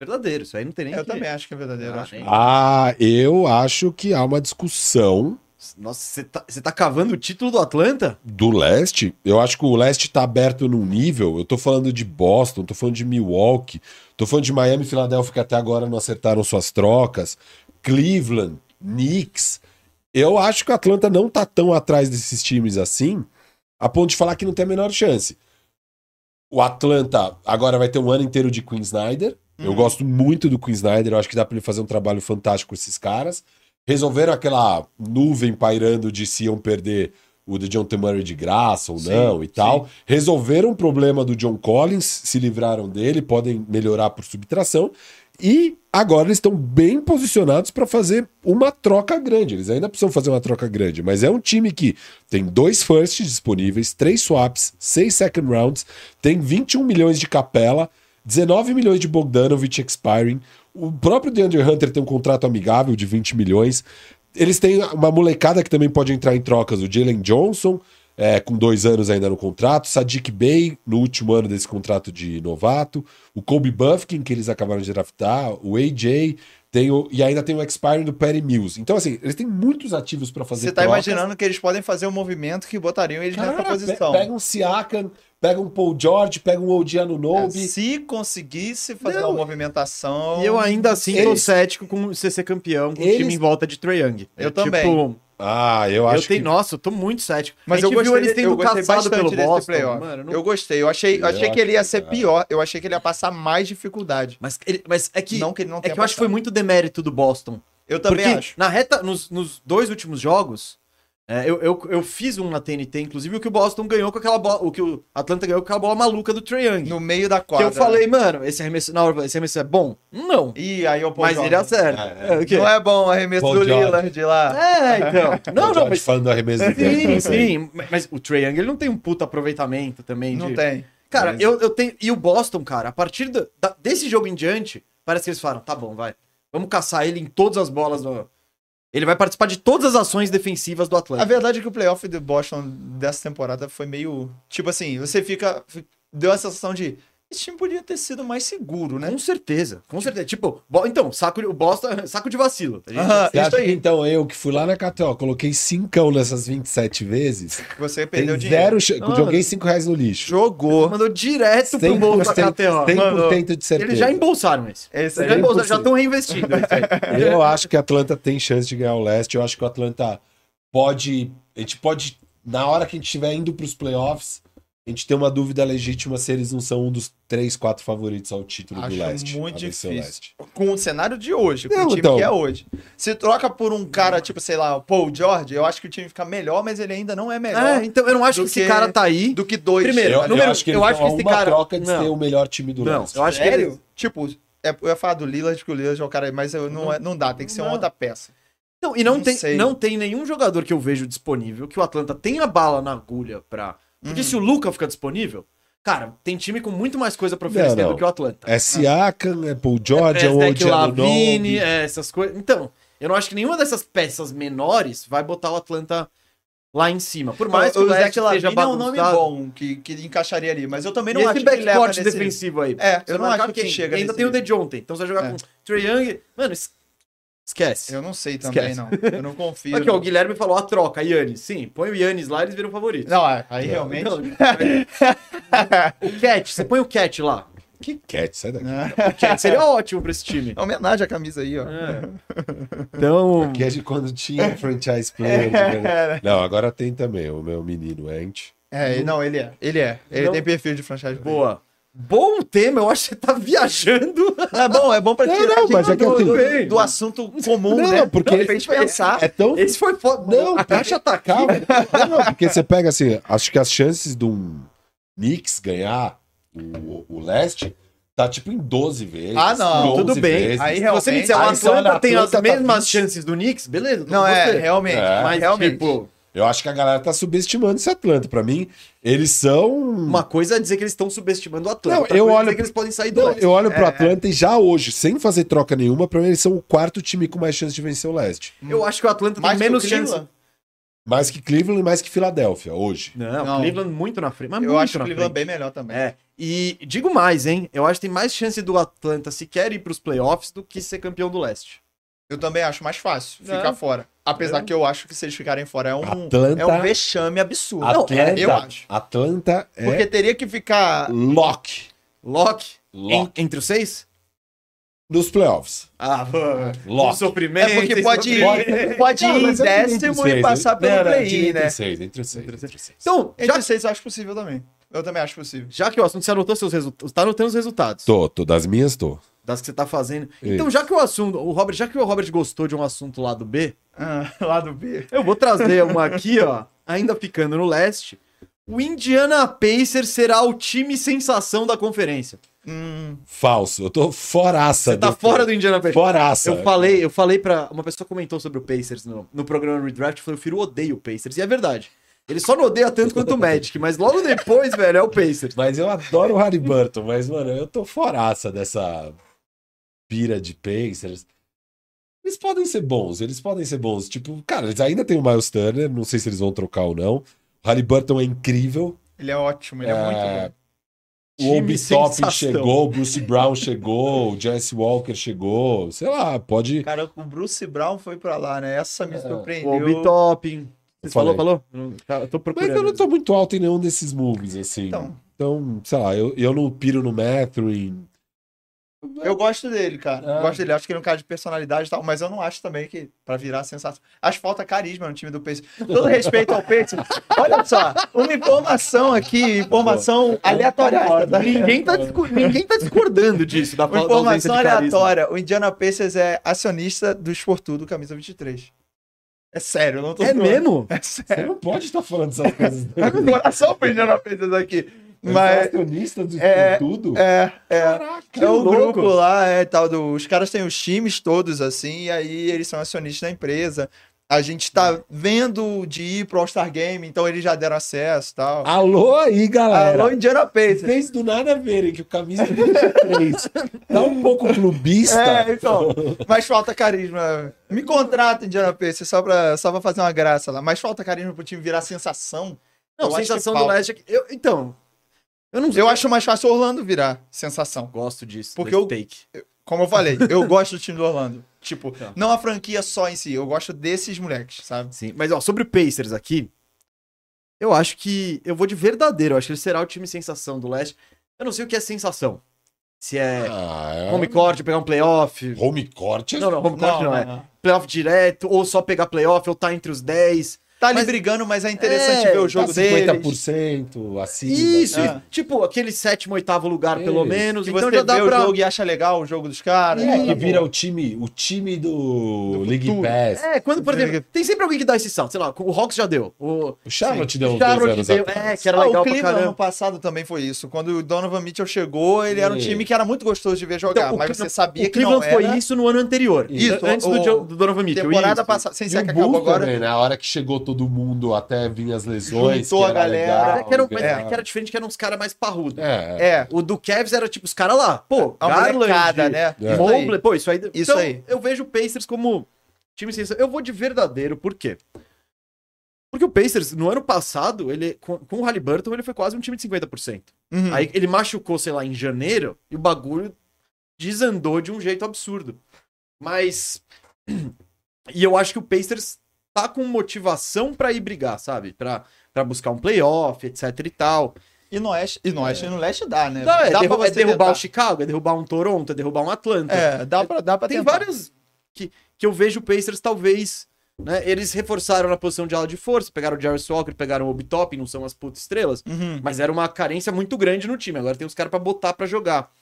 Verdadeiro, isso aí não tem nem.
Eu
que-
também acho que é verdadeiro.
Ah,
acho que-
nem-
Ah, eu acho que há uma discussão
Nossa, você tá, você tá cavando o título do Atlanta?
do leste. Eu acho que o leste tá aberto num nível. Eu tô falando de Boston, tô falando de Milwaukee, tô falando de Miami e Filadélfia que até agora não acertaram suas trocas. Cleveland, Knicks. Eu acho que o Atlanta não tá tão atrás desses times assim, a ponto de falar que não tem a menor chance. O Atlanta agora vai ter um ano inteiro de Queen Snyder. Eu
Uhum.
gosto muito do Queen Snyder, eu acho que dá pra ele fazer um trabalho fantástico com esses caras. Resolveram aquela nuvem pairando de se iam perder o de John Murray de graça ou
Sim,
não e tal.
sim.
Resolveram o problema do John Collins, se livraram dele, podem melhorar por subtração. E agora eles estão bem posicionados para fazer uma troca grande. Eles ainda precisam fazer uma troca grande, mas é um time que tem dois firsts disponíveis, três swaps, seis second rounds, tem 21 milhões de capela, 19 milhões de Bogdanovich expiring. O próprio DeAndre Hunter tem um contrato amigável de 20 milhões. Eles têm uma molecada que também pode entrar em trocas, o Jalen Johnson, é, com dois anos ainda no contrato, Sadiq Bey, no último ano desse contrato de novato, o Kobe Buffkin, que eles acabaram de draftar, o AJ, tem o- e ainda tem o expiring do Perry Mills. Então, assim, eles têm muitos ativos para fazer
Você tá
trocas.
imaginando que eles podem fazer um movimento que botariam eles
Cara,
nessa
pe-
posição.
Pega um Siakam, pega um Paul George, pega um Odiano Nobe.
Se conseguisse fazer
Não.
uma movimentação.
E eu ainda assim tô
Eles-
cético com você ser campeão com o
Eles-
time em volta de Trae Young.
Eu
É,
também.
Tipo,
Ah, eu
eu
acho
tenho,
que...
nossa, eu tô muito cético.
Mas
a
eu
gente viu
gostei,
eles
de- eu
tendo
gostei
caçado
bastante
pelo
desse
Boston,
playoff.
mano. não-
Eu gostei. Eu achei, eu achei que ele ia ser
Cara.
pior. Eu achei que ele ia passar mais dificuldade.
Mas, ele- mas é que,
não que ele não
é
tenha
que eu acho que foi
passado.
muito demérito do Boston.
Eu também
Porque
acho.
na reta, nos, nos dois últimos jogos, é, eu, eu, eu fiz um na TNT, inclusive, o que o Boston ganhou com aquela bola. O que o Atlanta ganhou com aquela bola maluca do Trae Young.
No meio da
que
quadra. né?
eu falei, mano, esse arremesso, na hora, esse arremesso é bom? né? Não.
Ih, aí eu pô,
mas
Jordan.
ele acerta.
É,
É, o quê?
Não é bom o arremesso
Paul
do
George.
Lillard de lá.
É, então. Não,
Paul
não,
George
mas.
falando do arremesso do
Sim,
Denver, assim.
sim. Mas o Trae Young, ele não tem um puta aproveitamento também.
Não
de-
tem.
Cara,
Mas-
eu, eu tenho. E o Boston, cara, a partir da- da- desse jogo em diante, parece que eles falaram: tá bom, vai. Vamos caçar ele em todas as bolas. do- Ele vai participar de todas as ações defensivas do
A
Atlanta.
verdade é que o playoff do Boston dessa temporada foi meio. Tipo assim, você fica. fi- Deu a sensação de. Esse time podia ter sido mais seguro, né?
Com certeza, com certeza. Tipo, bo- então, saco de, o Boston, saco de vacilo. tá A gente-
Aham.
Você
Isso
acha
aí.
que, então, eu que fui lá na KTO, coloquei cincão nessas 27 vezes, tem
Você perdeu dinheiro.
zero chance.
Não,
Joguei 5 reais no lixo.
Jogou.
Mandou direto pro bolso da
100%,
KTO.
100 de certeza.
Eles já embolsaram esse.
Esse
Eles já
aí.
embolsaram, já estão reinvestindo. esse aí.
Eu acho que a Atlanta tem chance de ganhar o leste. Eu acho que o Atlanta pode. A gente pode. Na hora que a gente estiver indo para os playoffs, a gente tem uma dúvida legítima se eles não são um dos três, quatro favoritos ao título
Acho
do leste.
muito
a vencer o
difícil.
leste.
Com o cenário de hoje, com
Não,
o time
então.
que é hoje. Se troca por um cara, tipo, sei lá, o Paul George, eu acho que o time fica melhor, mas ele ainda não é melhor
É, então eu não acho
Do
que esse
que-
cara tá aí.
do que dois. né?
Primeiro,
Eu, eu
número-
acho que
eu
eles
acho
estão a
que esse
uma
cara-
troca de
não.
ser o melhor time do
Não,
leste.
eu acho que
Sério?
ele.
um Tipo, é, eu ia falar do Lillard, porque o Lillard é o cara, mas eu, não, é- não dá, tem que ser
Uhum. Não
uma
dá.
outra peça.
Então, e não,
Não
tem,
sei.
não tem nenhum jogador que eu vejo disponível que o Atlanta tenha bala na agulha pra. Porque se o Luca fica disponível, cara, tem time com muito mais coisa pra oferecer
Não, não.
do que o Atlanta.
É Siakam, é Paul George, é o
Prestek, Lavine,
Odianobi.
é, essas coisas. Então, eu não acho que nenhuma dessas peças menores vai botar o Atlanta lá em cima. Por mais que o,
o
Zach
Zach
seja
Lavine é um nome
bagunçado,
bom que, que encaixaria ali, mas eu também
E
não acho
esse
que ele leva
backcourt
nesse...
defensivo aí.
É,
Você
eu não, acho que ele
quem-
chega
Ainda
nesse
tem o
nível.
DeJounte, então você vai jogar
É.
com Trae Young. Mano, es- esquece.
Eu não sei também,
Esquece.
não. Eu não confio.
Aqui, ó, o Guilherme falou a troca, Yannis. Sim, põe o Yannis lá, eles viram favorito.
Não, é, aí realmente...
Não, o Cat, você põe o Cat lá.
Que cat, sai daqui.
O Cat seria ótimo pra esse time.
É né? homenagem à camisa aí, ó.
É. Então,
Que é de quando tinha franchise player. de É verdade. Não, agora tem também o meu menino Ant.
É, não, ele é. Ele é. Ele
Não.
tem perfil de franchise.
boa. Bom tema, eu acho que você tá viajando.
É bom, é bom pra
Não,
tirar
não,
aqui
mas é que eu
do,
tenho-
do- do assunto comum,
Não,
né?
não, porque-
pra gente pensar.
É tão
Ah, Esse foi foda.
Não,
a caixa tá aqui.
Calma. Não, porque você pega assim, acho que as chances de um Knicks ganhar o, o leste tá tipo em 12 vezes.
Ah, não,
11
tudo bem.
vezes.
Aí
Se você me
realmente...
disser, o
aí você "Ah, olha,
Atlanta tem as
Atlanta é tá
mesmas
20.
chances do Knicks, beleza? tô
Não,
com
é,
você.
realmente.
É.
Mas,
Mas realmente.
tipo,
Eu acho que a galera tá subestimando esse Atlanta. Pra mim, eles são.
uma coisa é dizer que eles estão subestimando o Atlanta.
Não,
outra
eu
coisa é
olho-
dizer que eles podem sair do
Não,
leste.
eu olho pro Atlanta e já hoje, sem fazer troca nenhuma, pra mim eles são o quarto time com mais chance de vencer o leste.
Eu acho que o Atlanta
Mais
tem menos
que o Cleveland?
chance.
Mais que Cleveland e mais que Filadélfia, hoje.
Não,
Não.
Cleveland muito na frente. Mas
Eu
muito
acho o
na
Cleveland
frente.
bem melhor também.
É. E digo mais, hein? Eu acho que tem mais chance do Atlanta sequer ir pros playoffs do que ser campeão do leste.
Eu também acho mais fácil
Não.
ficar fora. Apesar que eu acho que se eles ficarem fora é um,
Atlanta-
é um vexame absurdo. é,
Não,
Atlanta,
eu acho.
Atlanta é
Porque teria que ficar. é
lock,
Lock,
lock
en- entre os seis?
nos playoffs.
Ah,
Lock.
sofrimento.
É porque pode ir,
Pode-
pode
Não,
ir em
mas é eu diria entre os
décimo e
seis,
passar
né? Não,
pelo
não, eu diria
play-in,
entre
né?
os seis, entre os seis, entre os seis.
Então, já,
Entre seis eu acho possível também. Eu também acho possível.
já que o assunto, você anotou seus resultados. Tá anotando os resultados
Tô, tô, das minhas tô.
das que você tá fazendo. Então, já que o assunto. O Robert, já que o Robert gostou de um assunto lá do B,
Ah, lá do B.
eu vou trazer uma aqui, ó. Ainda ficando no leste. O Indiana Pacers será o time sensação da conferência.
Hum,
Falso, eu tô foraça.
Você tá fora do Indiana Pacers.
Foraça.
Eu falei, eu falei para uma pessoa comentou sobre o Pacers no, no programa Redraft, falou, eu Firo odeio o Pacers, e é verdade. Ele só não odeia tanto quanto o Magic, mas logo depois, velho, é o Pacers.
Mas eu adoro o Halliburton, mas, mano, eu tô foraça dessa pira de Pacers. Eles podem ser bons, eles podem ser bons. Tipo, cara, eles ainda tem o Miles Turner, não sei se eles vão trocar ou não. O Halliburton é incrível.
ele é ótimo, ele é, muito bom.
O
Time
Obi Top
sensação.
chegou, o Bruce Brown chegou, o Jesse Walker chegou. Sei lá, pode.
Cara, o Bruce Brown foi pra lá, né? Essa me
O
surpreendeu.
Obi Toppin. Você
Eu
falou,
falei.
falou? Eu não- tá, Eu tô
Mas
procurando.
eu não tô muito alto em nenhum desses moves, assim.
Então,
Então, sei lá, eu, eu não piro no Mathurin.
eu gosto dele, cara.
Ah.
É.
Eu Gosto dele. Acho que ele é um cara de personalidade e tal, mas eu não acho também que pra virar sensação. Acho que falta carisma no time do Pacers. Todo respeito ao Pacers. Olha só, uma informação aqui, informação aleatória.
Ninguém tá, discu- ninguém tá discordando disso, da
Uma
falta da ausência
informação
de carisma.
aleatória. O Indiana Pacers é acionista do Esportudo Camisa 23. É sério, eu não tô
É
zoando.
mesmo?
É
Você
sério.
não pode estar falando essas coisas. né?
Tá com o coração pro Indiana Pacers aqui.
Mas...
Mas
acionista de
É,
tudo?
é, é.
Caraca.
É um
louco.
grupo lá, é tal. Do, os caras têm os times todos, assim, e aí eles são acionistas da empresa. A gente tá vendo de ir pro All-Star Game, então eles já deram acesso e
Ah,
tal.
Alô aí, galera.
Alô, Indiana Pacers.
Vocês do nada verem que o camisa 23 tá um pouco clubista.
É,
tá?
então. Mas falta carisma. Me contrata, Indiana Pacers, só pra, só pra fazer uma graça lá. Mas falta carisma pro time virar sensação.
Não,
Eu acho
sensação
que é
do
falta.
leste aqui. Eu, então, eu não
Eu acho mais fácil o Orlando virar sensação.
gosto disso.
Porque
desse
eu-
take.
Como eu falei, eu gosto do time do Orlando. Tipo,
Tá.
não a franquia só em si, eu gosto desses moleques, sabe?
Sim, mas ó, sobre o Pacers aqui, eu acho que eu vou de verdadeiro, eu acho que ele será o time sensação do leste. Eu não sei o que é sensação. Se é
Ah, é...
home court, pegar um playoff.
Home court?
é. Não, não, home court não, é. Playoff direto, ou só pegar playoff, ou tá entre os 10.
Tá ali
Mas-
brigando, mas é interessante
É,
ver o
Tá
jogo dele.
50% acima.
Isso,
Ah.
e, tipo, aquele sétimo, oitavo lugar,
Isso.
pelo menos.
Que
Então
você
já dá
vê
pra.
o jogo e acha legal o jogo dos caras.
É,
tá
que
bom.
vira o time, o time do, League
futuro.
Pass.
É, quando, por exemplo, tem sempre alguém que dá esse salto. Sei lá, o Hawks já deu. O
O Charlotte deu uns dois
Charlotte
anos
deu. É,
atrás.
que era
Ah,
legal
o
pra
Cleveland ano
caramba.
passado também foi isso. Quando o Donovan Mitchell chegou, ele era um
Sim.
time que era muito gostoso de ver jogar,
Então, o
mas
Cleveland-
você sabia
o
que não
Cleveland foi
era.
isso no ano anterior.
Isso,
Isso, antes
o-
do, jo- do Donovan Mitchell.
Temporada
isso. um
passada, sem
E
ser
o
é que acabou
Bulls
agora.
né?
também, na hora que chegou todo mundo, até vir as lesões, que
Juntou a
era
galera.
legal,
Mas é que era, um- mas
ganhar.
é que era diferente, que eram uns caras mais parrudos.
É, é.
É,
O do Cavs era tipo os caras lá. Pô,
a
Garland,
molecada, né?
É.
Mobley, pô, isso aí.
Isso
então,
aí.
Eu vejo o Pacers como time sensacional. Eu vou de verdadeiro, por quê? Porque o Pacers, no ano passado, ele, com, com o Halliburton, ele foi quase um time de 50%.
Uhum.
Aí ele machucou, sei lá, em janeiro, e o bagulho desandou de um jeito absurdo. Mas. E eu acho que o Pacers tá com motivação pra ir brigar, sabe? Pra, pra buscar um playoff, etc e tal.
E no Oeste, e no, Oeste, e no Leste dá, né?
Não, é,
dá
derru- é derrubar
tentar.
o Chicago, é derrubar um Toronto, é derrubar um Atlanta.
É, dá pra, dá pra
Tem
tentar.
várias que, que eu vejo o Pacers, talvez. Né? Eles reforçaram na posição de ala de força, pegaram o Jarvis Walker, pegaram o Obitop, não são as putas estrelas.
Uhum.
Mas era uma carência muito grande no time. Agora tem os caras pra botar pra jogar.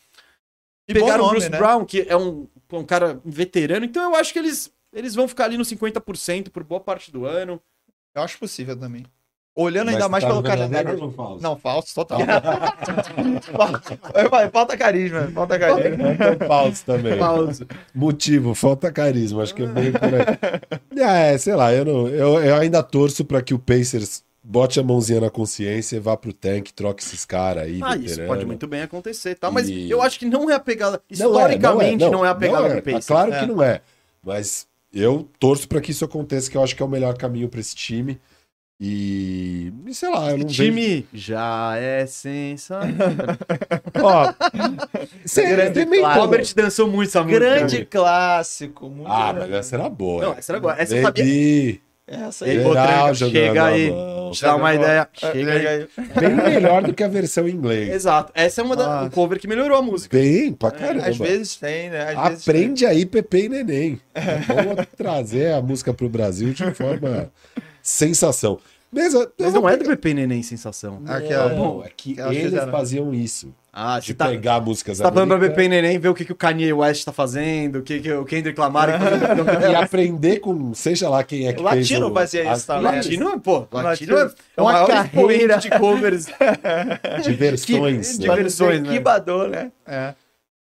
E bom
pegaram o
nome,
Bruce
né?
Brown, que é um, um cara veterano. Então eu acho que eles, eles vão ficar ali no 50% por boa parte do ano.
Eu acho possível também. Olhando É, ainda
Mas
mais
tá
pelo
verdadeiro
calendário.
ou não falso?
Não, falso, total. Falta- falta carisma, falta carisma.
É tão falso também.
Pausa.
Motivo, falta carisma, acho que é meio por aí. É, sei lá, eu, não, eu, eu ainda torço pra que o Pacers bote a mãozinha na consciência e vá pro tank, troque esses caras aí.
Ah, isso
veterano.
pode muito bem acontecer, tá? Mas
E-
eu acho que não é a pegada.
Não é, não é,
Historicamente, não é, a pegada
não é,
do Pacers.
Tá claro
É.
que não é, mas eu torço pra que isso aconteça, que eu acho que é o melhor caminho pra esse time. E, e sei lá, eu não
O time já é sensacional.
vejo... Ó, você
Grande
tem meio-
O Robert dançou muito essa música.
Grande clássico. Muito
Ah,
grande.
mas essa era boa.
Não, essa era boa. Essa eu sabia.
Baby,
Essa aí.
Ele
geral
Botranca,
jogando
chega
a
aí.
mão.
Deixa eu dar uma ideia.
É,
Chega aí.
Bem melhor do que a versão em inglês.
Exato. Essa é uma da
Nossa.
Ah.
um cover que melhorou a música.
Bem, pra
Cara,
caramba.
às vezes tem, né? Às vezes tem.
Aprende aí, Pepe e Neném. É bom trazer a música pro Brasil de forma sensação. Beleza, eu
Mas
vou
não é do
pegar-
Pepe Neném sensação.
Aquela-
Não, é que
Elas
eles
fizeram.
faziam isso.
Ah,
De
você tá,
pegar músicas
você tá falando pra
americanas
Pepe Neném ver o que, que o Kanye West tá fazendo, o que, que o Kendrick Lamar. Então,
e aprender com, seja lá quem é que
Latino
fez o...
fazia isso
as-
também.
Latino, pô, Latino
Latino
é
é
uma
uma
maior
carreira.
expoente de covers.
é
de versões.
que-
né?
Diversões, né?
Que badou, né? É.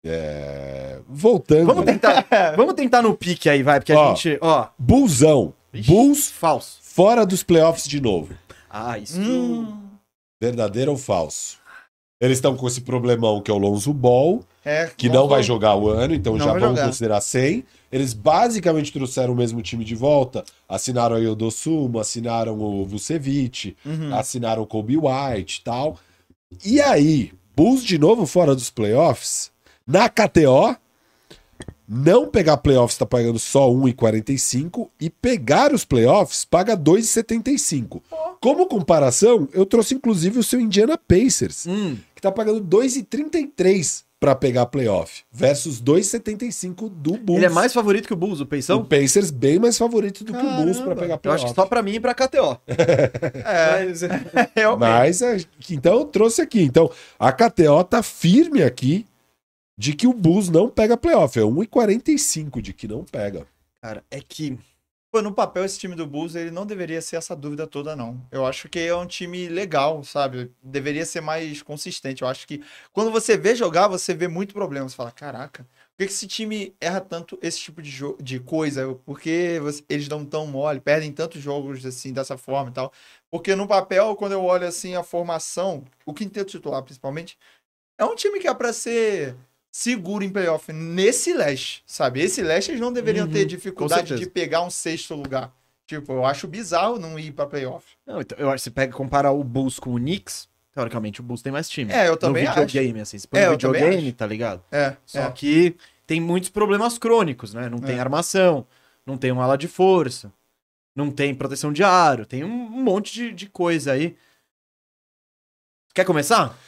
É, Voltando.
Vamos tentar, vamos tentar no pique aí, vai, porque a
Ó.
gente, ó,
Bullzão. Bulls
falso.
fora dos playoffs de novo.
Ah, isso.
Hum.
Verdadeiro ou falso? Eles estão com esse problemão que é o Lonzo Ball,
É,
que
vamos-
não vai jogar o ano, então
Não
já
vai
vamos
jogar.
considerar sem. Eles basicamente trouxeram o mesmo time de volta. Assinaram o Yodosumo, assinaram o Vucevic,
Uhum.
assinaram o Kobe White e tal. E aí, Bulls de novo fora dos playoffs? Na KTO, não pegar playoffs tá pagando só 1,45 e pegar os playoffs paga 2,75. Como comparação, eu trouxe inclusive o seu Indiana Pacers,
Hum.
que tá pagando 2,33 para pegar playoff, versus 2,75 do Bulls.
Ele é mais favorito que o Bulls, o
o
Peição?
Pacers bem mais favorito do que o Bulls
Caramba.
para pegar
Eu
playoff.
acho que só pra mim e pra KTO.
É,
Mas-
realmente.
Mas é, que- então eu trouxe aqui. Então, a KTO tá firme aqui de que o Bulls não pega playoff. É 1,45 de que não pega.
Cara, é que.
Pô, no papel, esse time do Bulls, ele não deveria ser essa dúvida toda, não. Eu acho que é um time legal, sabe? Deveria ser mais consistente. Eu acho que quando você vê jogar, você vê muito problema. Você fala, caraca, por que que esse time erra tanto esse tipo de, jo- de coisa? Por que você- eles dão tão mole, perdem tantos jogos assim, dessa forma e tal? Porque no papel, quando eu olho assim a formação, o quinteto titular principalmente, é um time que é pra ser seguro em playoff nesse leste, sabe? Esse leste eles não deveriam
Uhum,
ter
com
dificuldade
certeza.
de pegar um sexto lugar. Tipo, eu acho bizarro não ir pra playoff.
Não, então, eu acho que você pega compara o Bulls com o Knicks. Teoricamente, o Bulls tem mais time.
É, eu também
no
acho.
videogame, assim. Você põe
É,
no
eu também
videogame, tá ligado?
É,
Só
é.
que tem muitos problemas crônicos, né? Não tem
É.
armação, não tem um ala de força, não tem proteção de aro, tem um um monte de, de coisa aí. Quer começar?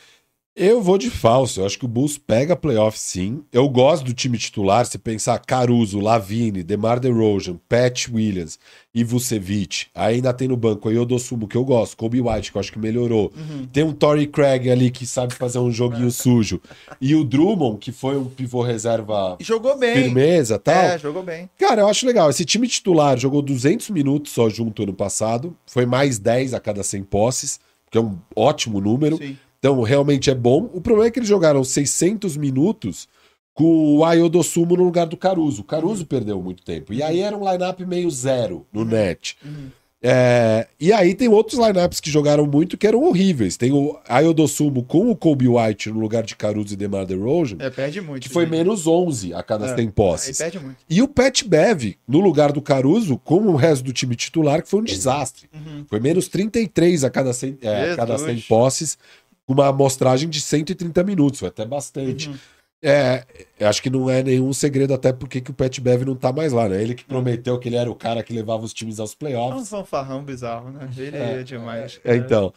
Eu vou de falso. Eu acho que o Bulls pega playoff sim. Eu gosto do time titular. Se pensar Caruso, Lavine, DeMar DeRozan, Pat Williams e Vucevic. Aí Ainda tem no banco o Yodosumo, que eu gosto. Kobe White, que eu acho que melhorou. Tem um Torrey Craig ali que sabe fazer um joguinho sujo. E o Drummond, que foi um pivô reserva
E Jogou bem.
firmeza tal.
É, jogou bem.
Cara, eu acho legal. Esse time titular jogou 200 minutos só junto ano passado. Foi mais 10 a cada 100 posses, que é um ótimo número.
Sim.
Então, realmente é bom. O problema é que eles jogaram 600 minutos com o Ayodosumo no lugar do Caruso. O Caruso perdeu muito tempo. E aí era um line-up meio zero no net.
Uhum. Uhum.
É, e aí tem outros lineups que jogaram muito que eram horríveis. Tem o Ayodosumo com o Kobe White no lugar de Caruso e DeMar DeRozan,
É, perde muito.
que foi
né?
menos 11 a cada
É.
100
Aí
posses.
perde muito.
E o Pat Bev, no lugar do Caruso, como o resto do time titular, que foi um desastre.
Uhum.
Foi menos 33 a cada 100, é, a cada
Jesus.
100 posses, com uma amostragem de 130 minutos, foi até bastante.
Uhum.
É, eu acho que não é nenhum segredo até porque que o Pat Bev não tá mais lá, né? Ele que prometeu que ele era o cara que levava os times aos
É um
playoffs.
fanfarrão bizarro, né? Ele
É,
é, demais.
É,
cara.
então.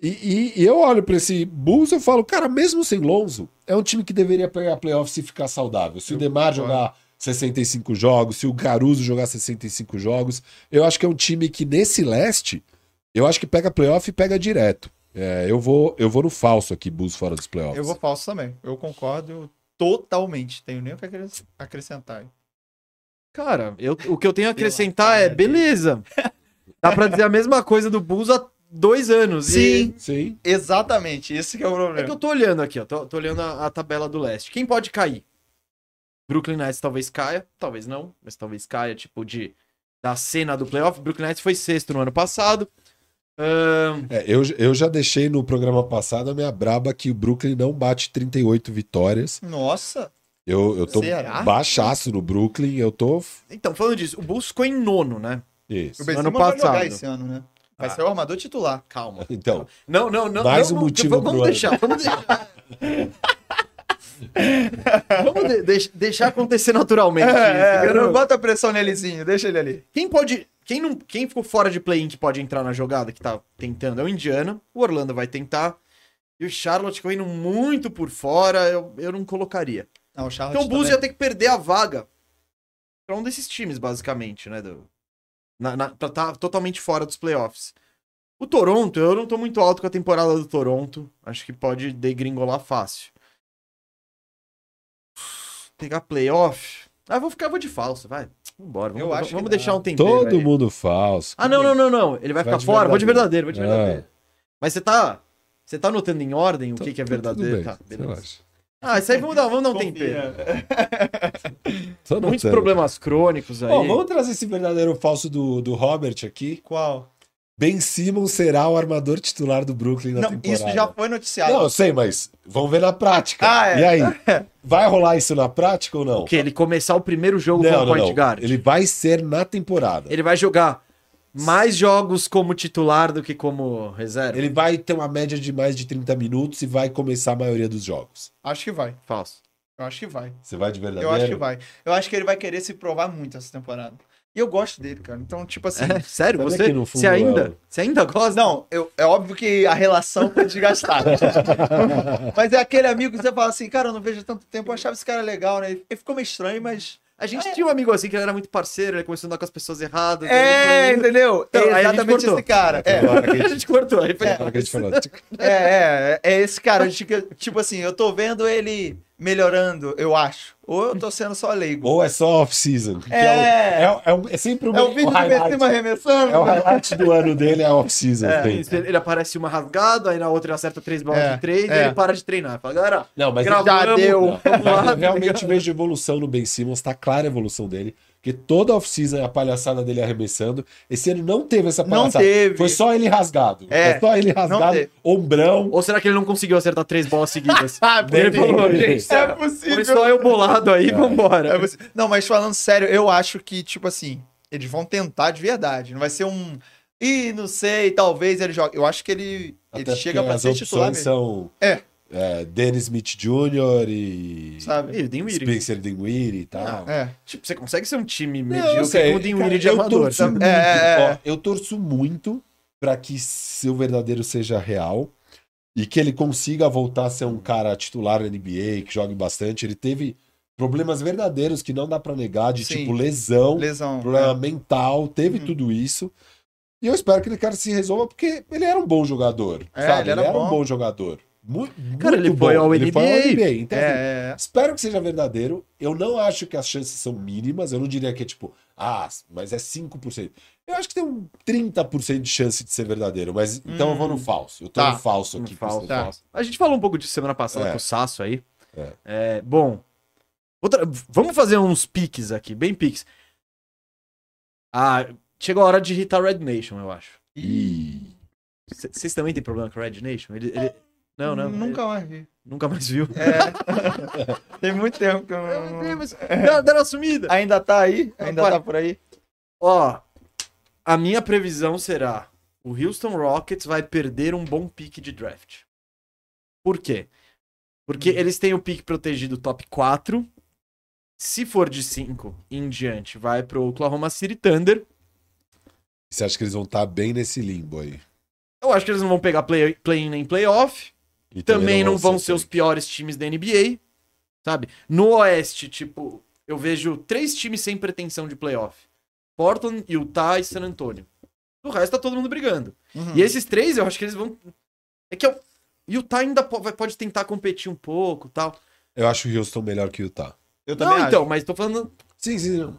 E, e- e eu olho pra esse Bulls e eu falo, cara, mesmo sem Lonzo, é um time que deveria pegar playoffs se ficar saudável. Se o
Eu
Demar
concordo.
jogar 65 jogos, se o Garuso jogar 65 jogos, eu acho que é um time que nesse leste, eu acho que pega playoff e pega direto. É, eu vou eu vou no falso aqui, Bulls fora dos playoffs.
Eu vou falso também. Eu concordo totalmente. Tenho nem o que acres- acrescentar. aí.
Cara, eu, o que eu tenho a acrescentar é, beleza. Dá pra dizer a mesma coisa do Bulls há dois anos. E
Sim.
Exatamente. Esse que é o
é que
problema.
eu tô olhando aqui, ó. Tô, tô olhando a, a tabela do leste. Quem pode cair? Brooklyn Nets talvez caia, talvez não, mas talvez caia, tipo, de da cena do playoff. Brooklyn Nets foi sexto no ano passado. Ahn,
É, eu, eu já deixei no programa passado a minha braba que o Brooklyn não bate 38 vitórias.
Nossa.
Eu, eu tô
Será?
baixaço no Brooklyn, eu tô.
então, falando disso, o Bulls ficou em nono, né?
Isso.
O Benzema
Ano
não vai jogar
passado.
esse ano, né? Vai
Ah.
ser o armador titular. Calma.
Então,
Não, não, não.
Mais
não,
um
não,
motivo
Vamos
pro
deixar, vamos deixar. vamos de- deix- deixar acontecer naturalmente.
É, é,
Eu não-
não bota pressão nelezinho, deixa ele ali.
Quem pode. Quem, não, quem ficou fora de play-in que pode entrar na jogada que tá tentando é o Indiana. O Orlando vai tentar. E o Charlotte ficou indo muito por fora. Eu, eu não colocaria.
Não, o Charlotte
Então o Bulls
também.
ia ter que perder a vaga pra um desses times, basicamente, né? Do, na, na- pra tá totalmente fora dos playoffs. O Toronto, eu não tô muito alto com a temporada do Toronto. Acho que pode degringolar fácil. Pegar playoff. Ah, eu vou ficar, eu vou de falso, vai. Vambora, vamos,
Eu acho que
vamos
dá.
deixar um tempero.
todo
aí.
mundo falso.
Ah, não, não, não, não. Ele vai,
Vai
ficar
de
fora. Vou de verdadeiro,
verdadeiro.
vou de verdadeiro. Mas você tá. Você tá anotando em ordem o que, que é verdadeiro? Tá, beleza. Ah, isso aí vamos dar, vamos dar um tempero. Muitos problemas crônicos aí.
vamos trazer esse verdadeiro ou falso do, do Robert aqui.
Qual?
Ben Simmons será o armador titular do Brooklyn na
Não,
temporada.
isso já foi noticiado.
Não, eu sei, mas vamos ver na prática.
Ah, é.
E aí, vai rolar isso na prática ou não?
O quê? Ele começar o primeiro jogo
Não,
como
não,
point
não.
guard. Ele...
Ele vai ser na temporada. Ele...
vai jogar mais jogos como titular do que como reserva.
vai ter uma média de mais de 30 minutos e vai começar a maioria dos jogos.
Acho que vai.
Falso.
Eu acho que vai.
Você vai de verdadeiro?
Eu acho que vai. Eu acho que ele vai querer se provar muito essa temporada. E eu gosto dele, cara. Então, tipo assim.
É, sério?
Sabe
Você,
que no fundo
você ainda,
é o-
você ainda gosta?
Não, eu- é óbvio que a relação foi desgastada. mas é aquele amigo que você fala assim, cara, eu não vejo há tanto tempo, eu achava esse cara legal, né? Ele ficou meio estranho, mas.
A gente tinha um amigo assim que ele era muito parceiro, ele começou a andar com as pessoas erradas.
É,
ele...
entendeu?
Então, aí
é
a gente
exatamente
cortou.
esse cara. É.
Na hora que
a
a gente-
gente cortou. Aí foi...
na hora que a gente falou,
É, é, é esse cara. a gente fica, Tipo assim, eu tô vendo ele melhorando, eu acho. Ou eu tô sendo só leigo.
Ou é só off-season. que
É.
É, o- é, o- é sempre o,
É o vídeo do
highlight.
Benzema arremessando. né?
É o highlight do ano dele, é a off-season.
É,
tem.
Isso, Ele ele aparece uma rasgada, aí na outra ele acerta três bolas
É,
de três,
é.
e ele para de treinar. Fala, galera,
Não, mas
gravamos,
já deu.
vamos lá.
Mas eu realmente vejo evolução no Ben Simmons, tá clara a evolução dele. Porque toda off-season é a palhaçada dele arremessando. Esse ano não teve essa
Não
palhaçada.
teve.
Foi só ele rasgado.
É,
Foi só ele rasgado,
teve.
ombrão.
Ou será que ele não conseguiu acertar três bolas seguidas?
Ah,
Ele
Teve.
falou, gente,
É
foi
possível.
só eu bolado aí,
É
vambora.
possível. Não, mas falando sério, eu acho que, tipo assim, eles vão tentar de verdade. Não vai ser um. Ih, não sei, talvez ele jogue. Eu acho que ele, ele
Até
chega
porque
pra
as
ser
opções
titular mesmo,
são
É.
é, Dennis Smith Jr. e
sabe?
Ih, o Dinwiddie.
Spencer Dinwiddie e tal.
É.
Tipo, você consegue ser um time
Não, eu
medíocre
sei.
com o Dinwiddie
Cara,
de
eu
amador,
torço
sabe?
muito,
É, é, é.
ó, eu torço muito pra que seu verdadeiro seja real. e que ele consiga voltar a ser um cara titular na NBA, que jogue bastante. Ele teve problemas verdadeiros que não dá pra negar, de
Sim.
tipo lesão,
Lesão. é.
problema mental, teve
Hum.
tudo isso. E eu espero que ele cara se resolva, porque ele era um bom jogador.
É,
sabe?
ele era
um
bom.
bom jogador. Mu- Muito,
Cara, ele foi
bom.
ao
Ele foi ao
NBA.
NBA. Então, assim,
É, é,
Espero que seja verdadeiro. Eu não acho que as chances são mínimas. Eu não diria que é tipo, ah, mas é 5%. Eu acho que tem um 30% de chance de ser verdadeiro. Mas então eu vou no
Hum.
falso. Eu tô
Tá.
no falso
No
aqui.
falso.
com esse
Tá.
falso.
A gente falou um pouco disso semana passada
É.
com o Sasso aí.
É.
É, bom, outra- vamos fazer uns piques aqui, bem piques. Ah, chegou a hora de irritar Red Nation, eu acho.
Ih,
C- Vocês também têm problema com Red Nation? Ele, ele- Não, não.
Nunca mais vi. É.
ele nunca mais viu.
Tem muito tempo que eu
Eu
não.
entendi, mas Deram, deram uma sumida.
Ainda tá aí? Ainda
Rapaz.
tá por aí?
Ó, a minha previsão será: o Houston Rockets vai perder um bom pique de draft. Por quê? Porque eles têm o pique protegido top 4. Se for de 5 em diante, vai pro Oklahoma City Thunder.
Você acha que eles vão estar bem nesse limbo aí?
Eu acho que eles não vão pegar play- play-in nem playoff.
E
também não vão ser os piores times da NBA, sabe? No Oeste, tipo, eu vejo três times sem pretensão de playoff. Portland, Utah e San Antonio. O resto tá todo mundo brigando.
Uhum.
E
Uhum.
esses três, eu acho que eles vão... É que o Utah ainda po- vai- pode tentar competir um pouco tal.
Eu acho o Houston melhor que o Utah.
Eu
Não, então, mas tô falando...
Sim, sim. não.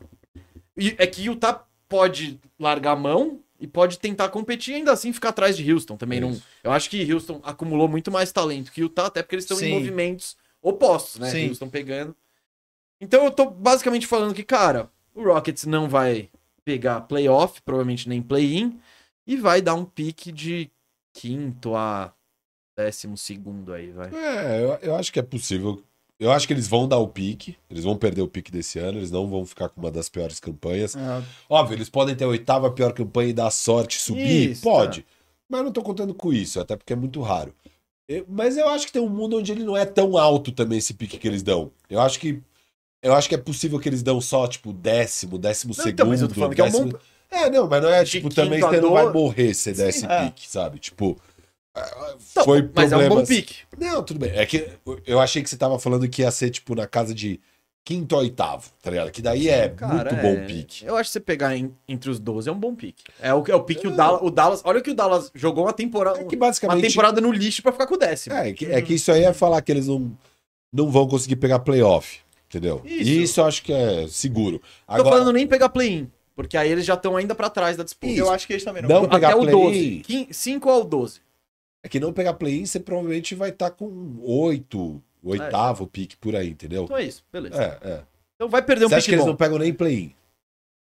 e- É que Utah pode largar a mão e pode tentar competir e ainda assim ficar atrás de Houston.
É
Também não...
Isso.
Eu acho que Houston acumulou muito mais talento que Utah, até porque eles estão em
Sim.
movimentos opostos, né?
Sim.
Houston pegando. Então eu tô basicamente falando que, cara, o Rockets não vai pegar playoff, provavelmente nem play-in, e vai dar um pique de quinto a décimo segundo aí, vai.
É, eu, eu acho que é possível. Eu acho que eles vão dar o pique. Eles vão perder o pique desse ano. Eles não vão ficar com uma das piores campanhas.
É,
Óbvio, eles podem ter a oitava pior campanha e dar sorte subir,
Isso, tá.
pode. Mas eu não tô contando com isso, até porque é muito raro. Eu- mas eu acho que tem um mundo onde ele não é tão alto também esse pique que eles dão. Eu acho que eu acho que é possível que eles dão só tipo décimo, décimo
Não,
segundo.
então, mas eu tô falando que é um
décimo-
bom-
É, não, mas não é
De
tipo
quinto
também
a
você não
doze.
vai morrer se der esse
Sim, é.
pique, sabe? Tipo ah,
Então,
foi
mas é um bom
problemas-
pique.
Não, tudo bem. É que eu achei que você tava falando que ia ser tipo na casa de quinto a oitavo, tá ligado? Que daí é
Cara,
muito
é-
bom pique.
Eu acho que você pegar em- entre os 12 é um bom pique. É o, é o pique que o Dallas, o Dallas. Olha que o Dallas jogou uma temporada, um,
É que
uma
basicamente
temporada no lixo pra ficar com o décimo.
É, é que, é que isso aí é falar que eles não, não vão conseguir pegar playoff, entendeu?
Isso.
E isso eu acho que é seguro.
Não tô
Agora,
falando nem pegar play-in, porque aí eles já estão ainda pra trás da disputa.
eu acho que eles também não.
Não,
vão.
pegar
Até o
play-in.
12. 5 ao 12.
é que não pegar play-in, você provavelmente vai estar com oito, oitavo pique por aí, entendeu?
É. Então é isso, beleza.
É, é.
Então vai perder um
Você acha
pick
que eles
bom.
não pegam nem play-in?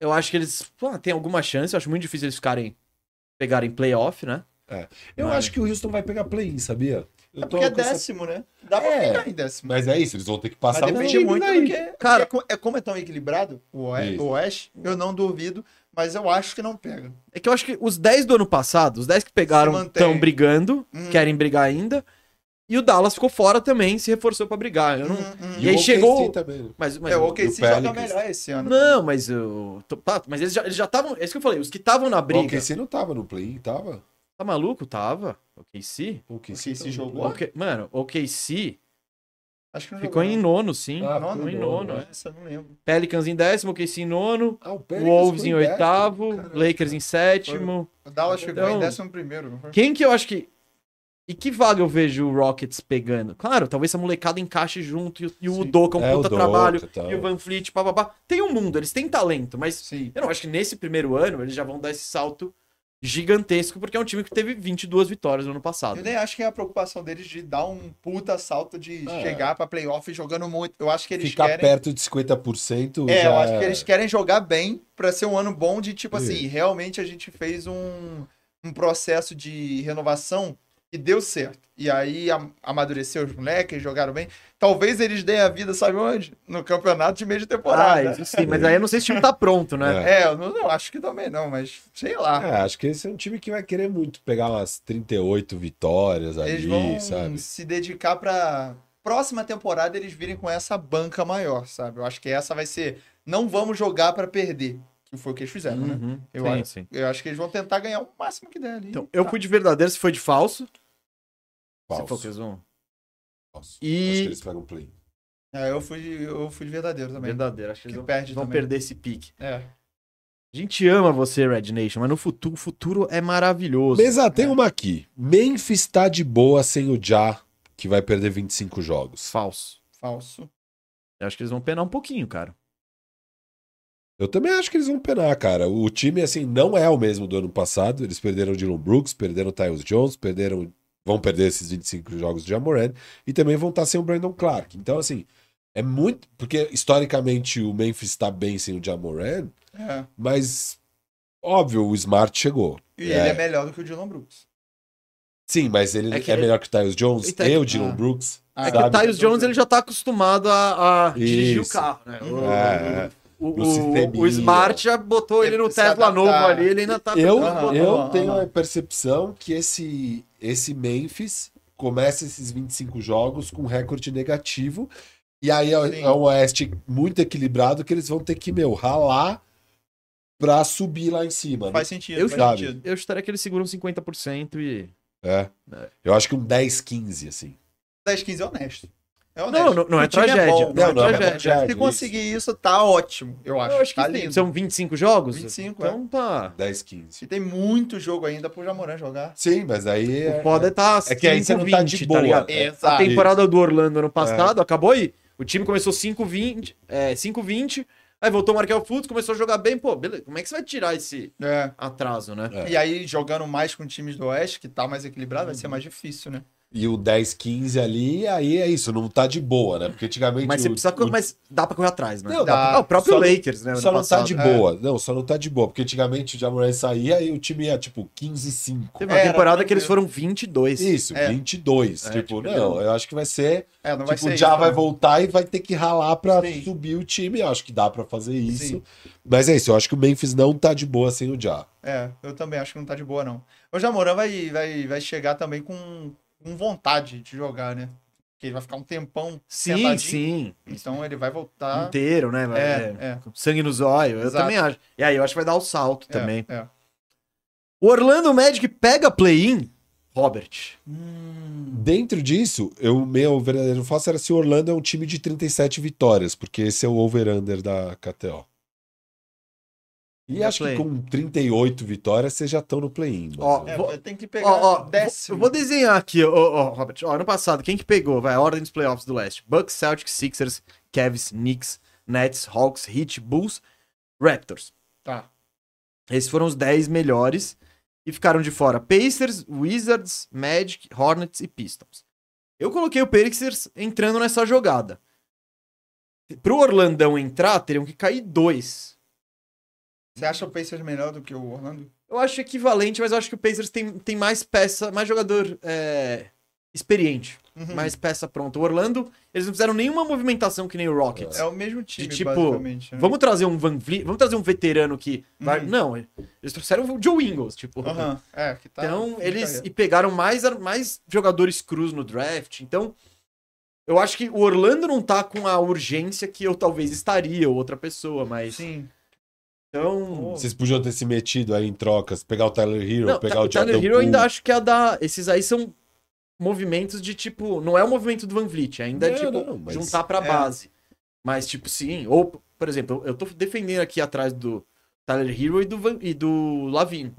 Eu acho que eles pô, tem alguma chance, eu acho muito difícil eles ficarem pegarem playoff, né?
Eu
Mas-
acho que o Houston vai pegar play-in, sabia? Eu
É
tô
porque é
com essa-
décimo, né? Dá pra
É.
pegar em décimo.
Mas é isso, eles vão ter que
Mas
passar um
depende
time
muito
daí.
do que.
Cara-
é co- é como é tão equilibrado o Oe-
Isso.
o Oeste, eu não duvido, mas eu acho que não pega.
É que eu acho que os 10 do ano passado, os 10 que pegaram
Se mantém.
estão brigando,
Hum.
querem brigar ainda. E o Dallas ficou fora também, se reforçou pra brigar. Eu não...
Hum, hum.
E aí
o OKC
chegou-
Também.
Mas, mas
É, o
eu-
OKC
do
joga
Pelicans.
melhor esse ano.
Não, mas eu. tô- tá, mas eles já estavam. Eles já tavam- é isso que eu falei, os que estavam na
O
briga.
OKC não tava no play-in, tava?
Tá maluco? Tava. OKC?
O
OKC
tava no
jogou?
play-in.
Ok- Mano, OKC
Acho que não
ficou
jogou,
em
Ah, não.
nono, sim.
Ah,
Nono? né?
ficou em nono, é.
Nossa, não lembro.
Pelicans em décimo, OKC em nono,
Ah, o Pelicans
Wolves
foi
em
décimo.
oitavo,
Caraca.
Lakers em sétimo.
O Dallas ficou
Então-
em décimo primeiro. não foi?
Quem que eu acho que. E que vaga eu vejo o Rockets pegando? Claro, talvez essa molecada encaixe junto e o, e o
Sim.
Udoka é um
É, o
puta
Udoka,
trabalho.
tal.
E o Van Fleet, papapá. Tem um mundo, eles têm talento, mas
Sim.
eu não acho que nesse primeiro ano eles já vão dar esse salto gigantesco, porque é um time que teve 22 vitórias no ano passado.
Eu nem acho que é a preocupação deles de dar um puta salto de
É.
chegar pra playoff jogando muito. Eu acho que eles
Ficar
querem.
perto de 50%
É,
Tipo, já
eu acho que eles querem jogar bem pra ser um ano bom de tipo
Isso.
assim, realmente a gente fez um, um processo de renovação e deu certo. E aí am- amadureceu os moleques, jogaram bem. Talvez eles deem a vida, sabe onde? No campeonato de meio de
Ah,
temporada.
isso sim, mas aí eu não sei se o time tá pronto, né?
É.
É, eu não, não acho que também não, mas sei lá.
É, acho que esse é um time que vai querer muito pegar umas 38 vitórias
eles
tá ali,
vão
sabe?
se dedicar pra próxima temporada eles virem com essa banca maior, sabe? Eu acho que essa vai ser não vamos jogar pra perder, que foi o que eles fizeram, né?
Uhum,
Eu
sim,
acho.
sim.
Eu acho que eles vão tentar ganhar o máximo que der ali.
Então, eu fui de verdadeiro, se foi de falso. Se for que
Falso.
eles vão.
falso.
E-
Acho que eles pegam um play.
Ah, eu fui, eu fui de verdadeiro também.
Verdadeiro, acho que,
Que
eles vão,
perde
vão
também.
perder esse pique.
É.
A gente ama você, Red Nation, mas no futuro, o futuro é maravilhoso.
Mesa, tem uma aqui. Memphis tá de boa sem o Ja, que vai perder 25 jogos.
Falso.
Falso.
Eu acho que eles vão penar um pouquinho, cara.
Eu também acho que eles vão penar, cara. O time, assim, não é o mesmo do ano passado. Eles perderam o Dylan Brooks, perderam o Tyus Jones, perderam. Vão perder esses 25 jogos de Jamoran e também vão estar sem o Brandon Clark. Então, assim, é muito. Porque historicamente o Memphis está bem sem o Jamoran,
É.
mas óbvio, o Smart chegou.
E
É.
ele é melhor do que o Dylan Brooks.
Sim, mas ele
É
é,
que ele-
melhor que o Tyus Jones
E
e,
tá-
o Dylan
Ah.
Brooks.
Ah,
É que o
Sabe?
Tyus Jones ele já tá acostumado a, a dirigir o
Isso.
carro, né? O,
É, é.
o-
No
o-
sisteminha.
o Smart já botou ele no
É Se
Tesla
adaptar.
novo ali, ele ainda tá
Eu,
tentando
Aham,
eu
aham,
tenho
aham.
a percepção que esse, esse Memphis começa esses 25 jogos com recorde negativo. E aí é,
Sim.
é um Oeste muito equilibrado que eles vão ter que, meu, ralar pra subir lá em cima. Né?
Faz sentido.
Eu
faz
sabe.
sentido.
Eu estaria que eles seguram 50% e.
É. Eu acho que um 10, 15, assim.
10, 15 é honesto. É
Não, não, não é
O time
tragédia.
bom,
não, é
Não, não é
tragédia.
tragédia.
Se conseguir isso, tá ótimo, eu acho.
Eu acho que
tá
sim.
lindo.
são 25 jogos?
25,
então tá.
10, 15.
Se tem muito jogo ainda pro Jamoran jogar.
Sim, mas aí.
O foda é tá
É que aí você não tá de
5-20,
boa.
ligado?
É,
A
Exato.
temporada do Orlando ano passado acabou aí. O time começou 5-20, é, 5-20, aí voltou o Markel Fultz, começou a jogar bem. Pô, beleza, como é que você vai tirar esse
É.
atraso, né?
É.
E aí, jogando mais com times do Oeste, que tá mais equilibrado, vai ser mais difícil, né?
E o 10, 15 ali, aí é isso, não tá de boa, né? Porque antigamente.
Mas você
o-
precisa.
o
Mas dá pra correr atrás, né?
Não,
dá pra-
Ah, o próprio
só não-
Lakers, né? ano
Só não tá
passado.
de
É.
boa. Não, só não tá de boa. Porque antigamente o Jamoran saía e o time ia, tipo, 15 5.
Teve uma
Era,
temporada que
tranquilo.
eles foram 22.
É, Isso,
É.
22.
É, tipo,
tipo, não, eu acho que vai ser.
É, não vai
tipo,
ser.
já
isso,
vai
né?
voltar e vai ter que ralar pra
Sim.
subir o time. Eu acho que dá pra fazer isso.
Sim.
Mas é isso, eu acho que o Memphis não tá de boa sem o Já.
É, eu também acho que não tá de boa, não. O Jamoran vai, vai, vai chegar também com, com vontade de jogar, né? Porque ele vai ficar um tempão
Sim,
sentadinho,
sim.
então ele vai voltar.
Inteiro, né? Vai- é.
É, é,
Sangue nos olhos, eu
Exato.
também acho. E aí eu acho que vai dar o salto
é,
também.
é.
O Orlando Magic pega play-in, Robert.
Hum,
Dentro disso, eu, meu verdadeiro falso era se o Orlando é um time de 37 vitórias, porque esse é o over-under da KTO. E
Da
acho
play.
que com 38 vitórias, vocês já estão no play-in. mas
Ó,
eu-
é,
Vou-
tem que
Ó,
pegar
ó, vou-
décimo.
eu vou desenhar aqui, ó, ó, Robert. Ó, ano passado, quem que pegou? Vai, a ordem dos playoffs do leste. Bucks, Celtics, Sixers, Cavs, Knicks, Nets, Hawks, Heat, Bulls, Raptors.
Tá.
Esses foram os 10 melhores. E ficaram de fora Pacers, Wizards, Magic, Hornets e Pistons. Eu coloquei o Pacers entrando nessa jogada. Pro Orlandão entrar, teriam que cair dois.
Você acha o Pacers melhor do que o Orlando?
Eu acho equivalente, mas eu acho que o Pacers tem, tem mais peça, mais jogador é, experiente,
Uhum.
mais peça pronta. O Orlando, eles não fizeram nenhuma movimentação que nem o Rockets.
É o mesmo time,
tipo,
basicamente. né?
Vamos trazer um Van Vliet, vamos trazer um veterano que... vai-
Uhum.
Não, eles trouxeram o Joe Ingles, tipo...
Aham, É, que tá.
Então,
fica
eles
aí.
e pegaram mais, mais jogadores crus no draft. Então, eu acho que o Orlando não tá com a urgência que eu talvez estaria, ou outra pessoa, mas.
Sim.
Então.
Vocês podiam ter se metido aí em trocas, pegar o Tyler Hero,
Não,
pegar
tá-
o
o Tyler
Jordan
Hero eu ainda
Poole.
acho que é a da. Esses aí são movimentos de tipo. Não é o movimento do Van Vliet, ainda é
Não,
tipo
não, mas-
juntar pra
É.
base. Mas, tipo, sim. Ou, por exemplo, eu tô defendendo aqui atrás do Tyler Hero e do, Van, e do Lavin.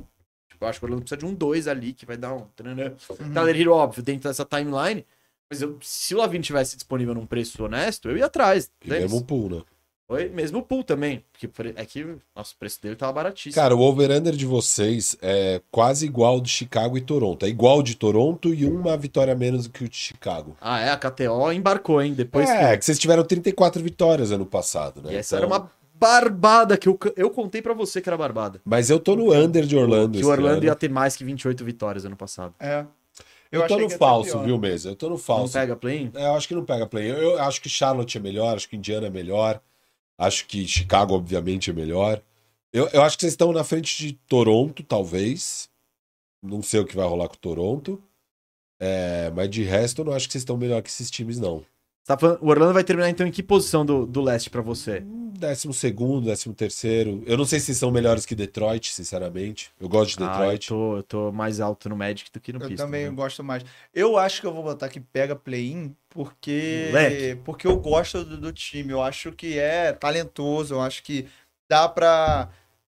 Tipo, eu acho que o Orlando precisa de um dois ali que vai dar um. tranã.
Uhum.
Hum.
Tyler Hero, óbvio, dentro dessa timeline. Mas eu- se o Lavine tivesse disponível num preço honesto, eu ia atrás.
E
deles.
mesmo pool, né?
Foi mesmo o pool também. Porque por- é que nossa, o preço dele tava baratíssimo.
Cara, o over-under de vocês é quase igual ao de Chicago e Toronto. É igual ao de Toronto e uma vitória a menos do que o de Chicago.
ah, é, a KTO embarcou, hein? Depois
é, que... vocês tiveram 34 vitórias ano passado,
que.
né?
E essa era
Então-
uma barbada que eu, eu contei pra você que era barbada.
Mas eu tô no under de Orlando.
Que
esse
o Orlando
ano.
ia ter mais que 28 vitórias ano passado.
É.
Eu, tô
achei
no
que ia ser
falso,
pior. né?
viu, mesmo? Eu tô no
Não
falso.
pega play
É, eu acho que não pega play. Eu, eu acho que Charlotte é melhor, acho que Indiana é melhor, acho que Chicago, obviamente, é melhor. Eu, eu acho que vocês estão na frente de Toronto, talvez. Não sei o que vai rolar com Toronto. É, mas de resto, eu não acho que vocês estão melhor que esses times, não.
Você tá falando, o Orlando vai terminar então em que posição do, do leste pra você?
Décimo segundo, décimo terceiro. Eu não sei se são melhores que Detroit, sinceramente. Eu gosto de Detroit.
Ah, eu, tô, eu tô mais alto no Magic do que no
Eu
Pistons.
também
né?
gosto mais. Eu acho que eu vou botar que pega play-in porque
Moleque.
porque eu gosto do, do time. Eu acho que é talentoso. Eu acho que dá pra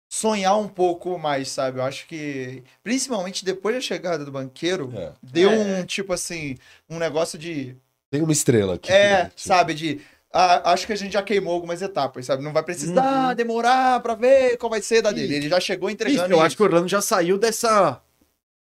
sonhar um pouco mais, sabe? Eu acho que principalmente depois da chegada do banqueiro
É.
deu
É.
um tipo assim um negócio de
Tem uma estrela aqui.
é,
Né?
sabe de ah, acho que a gente já queimou algumas etapas, sabe? Não vai precisar demorar pra ver qual vai ser da dele. Ele já chegou entregando.
Ixi, eu
e-
acho que o Orlando já saiu dessa.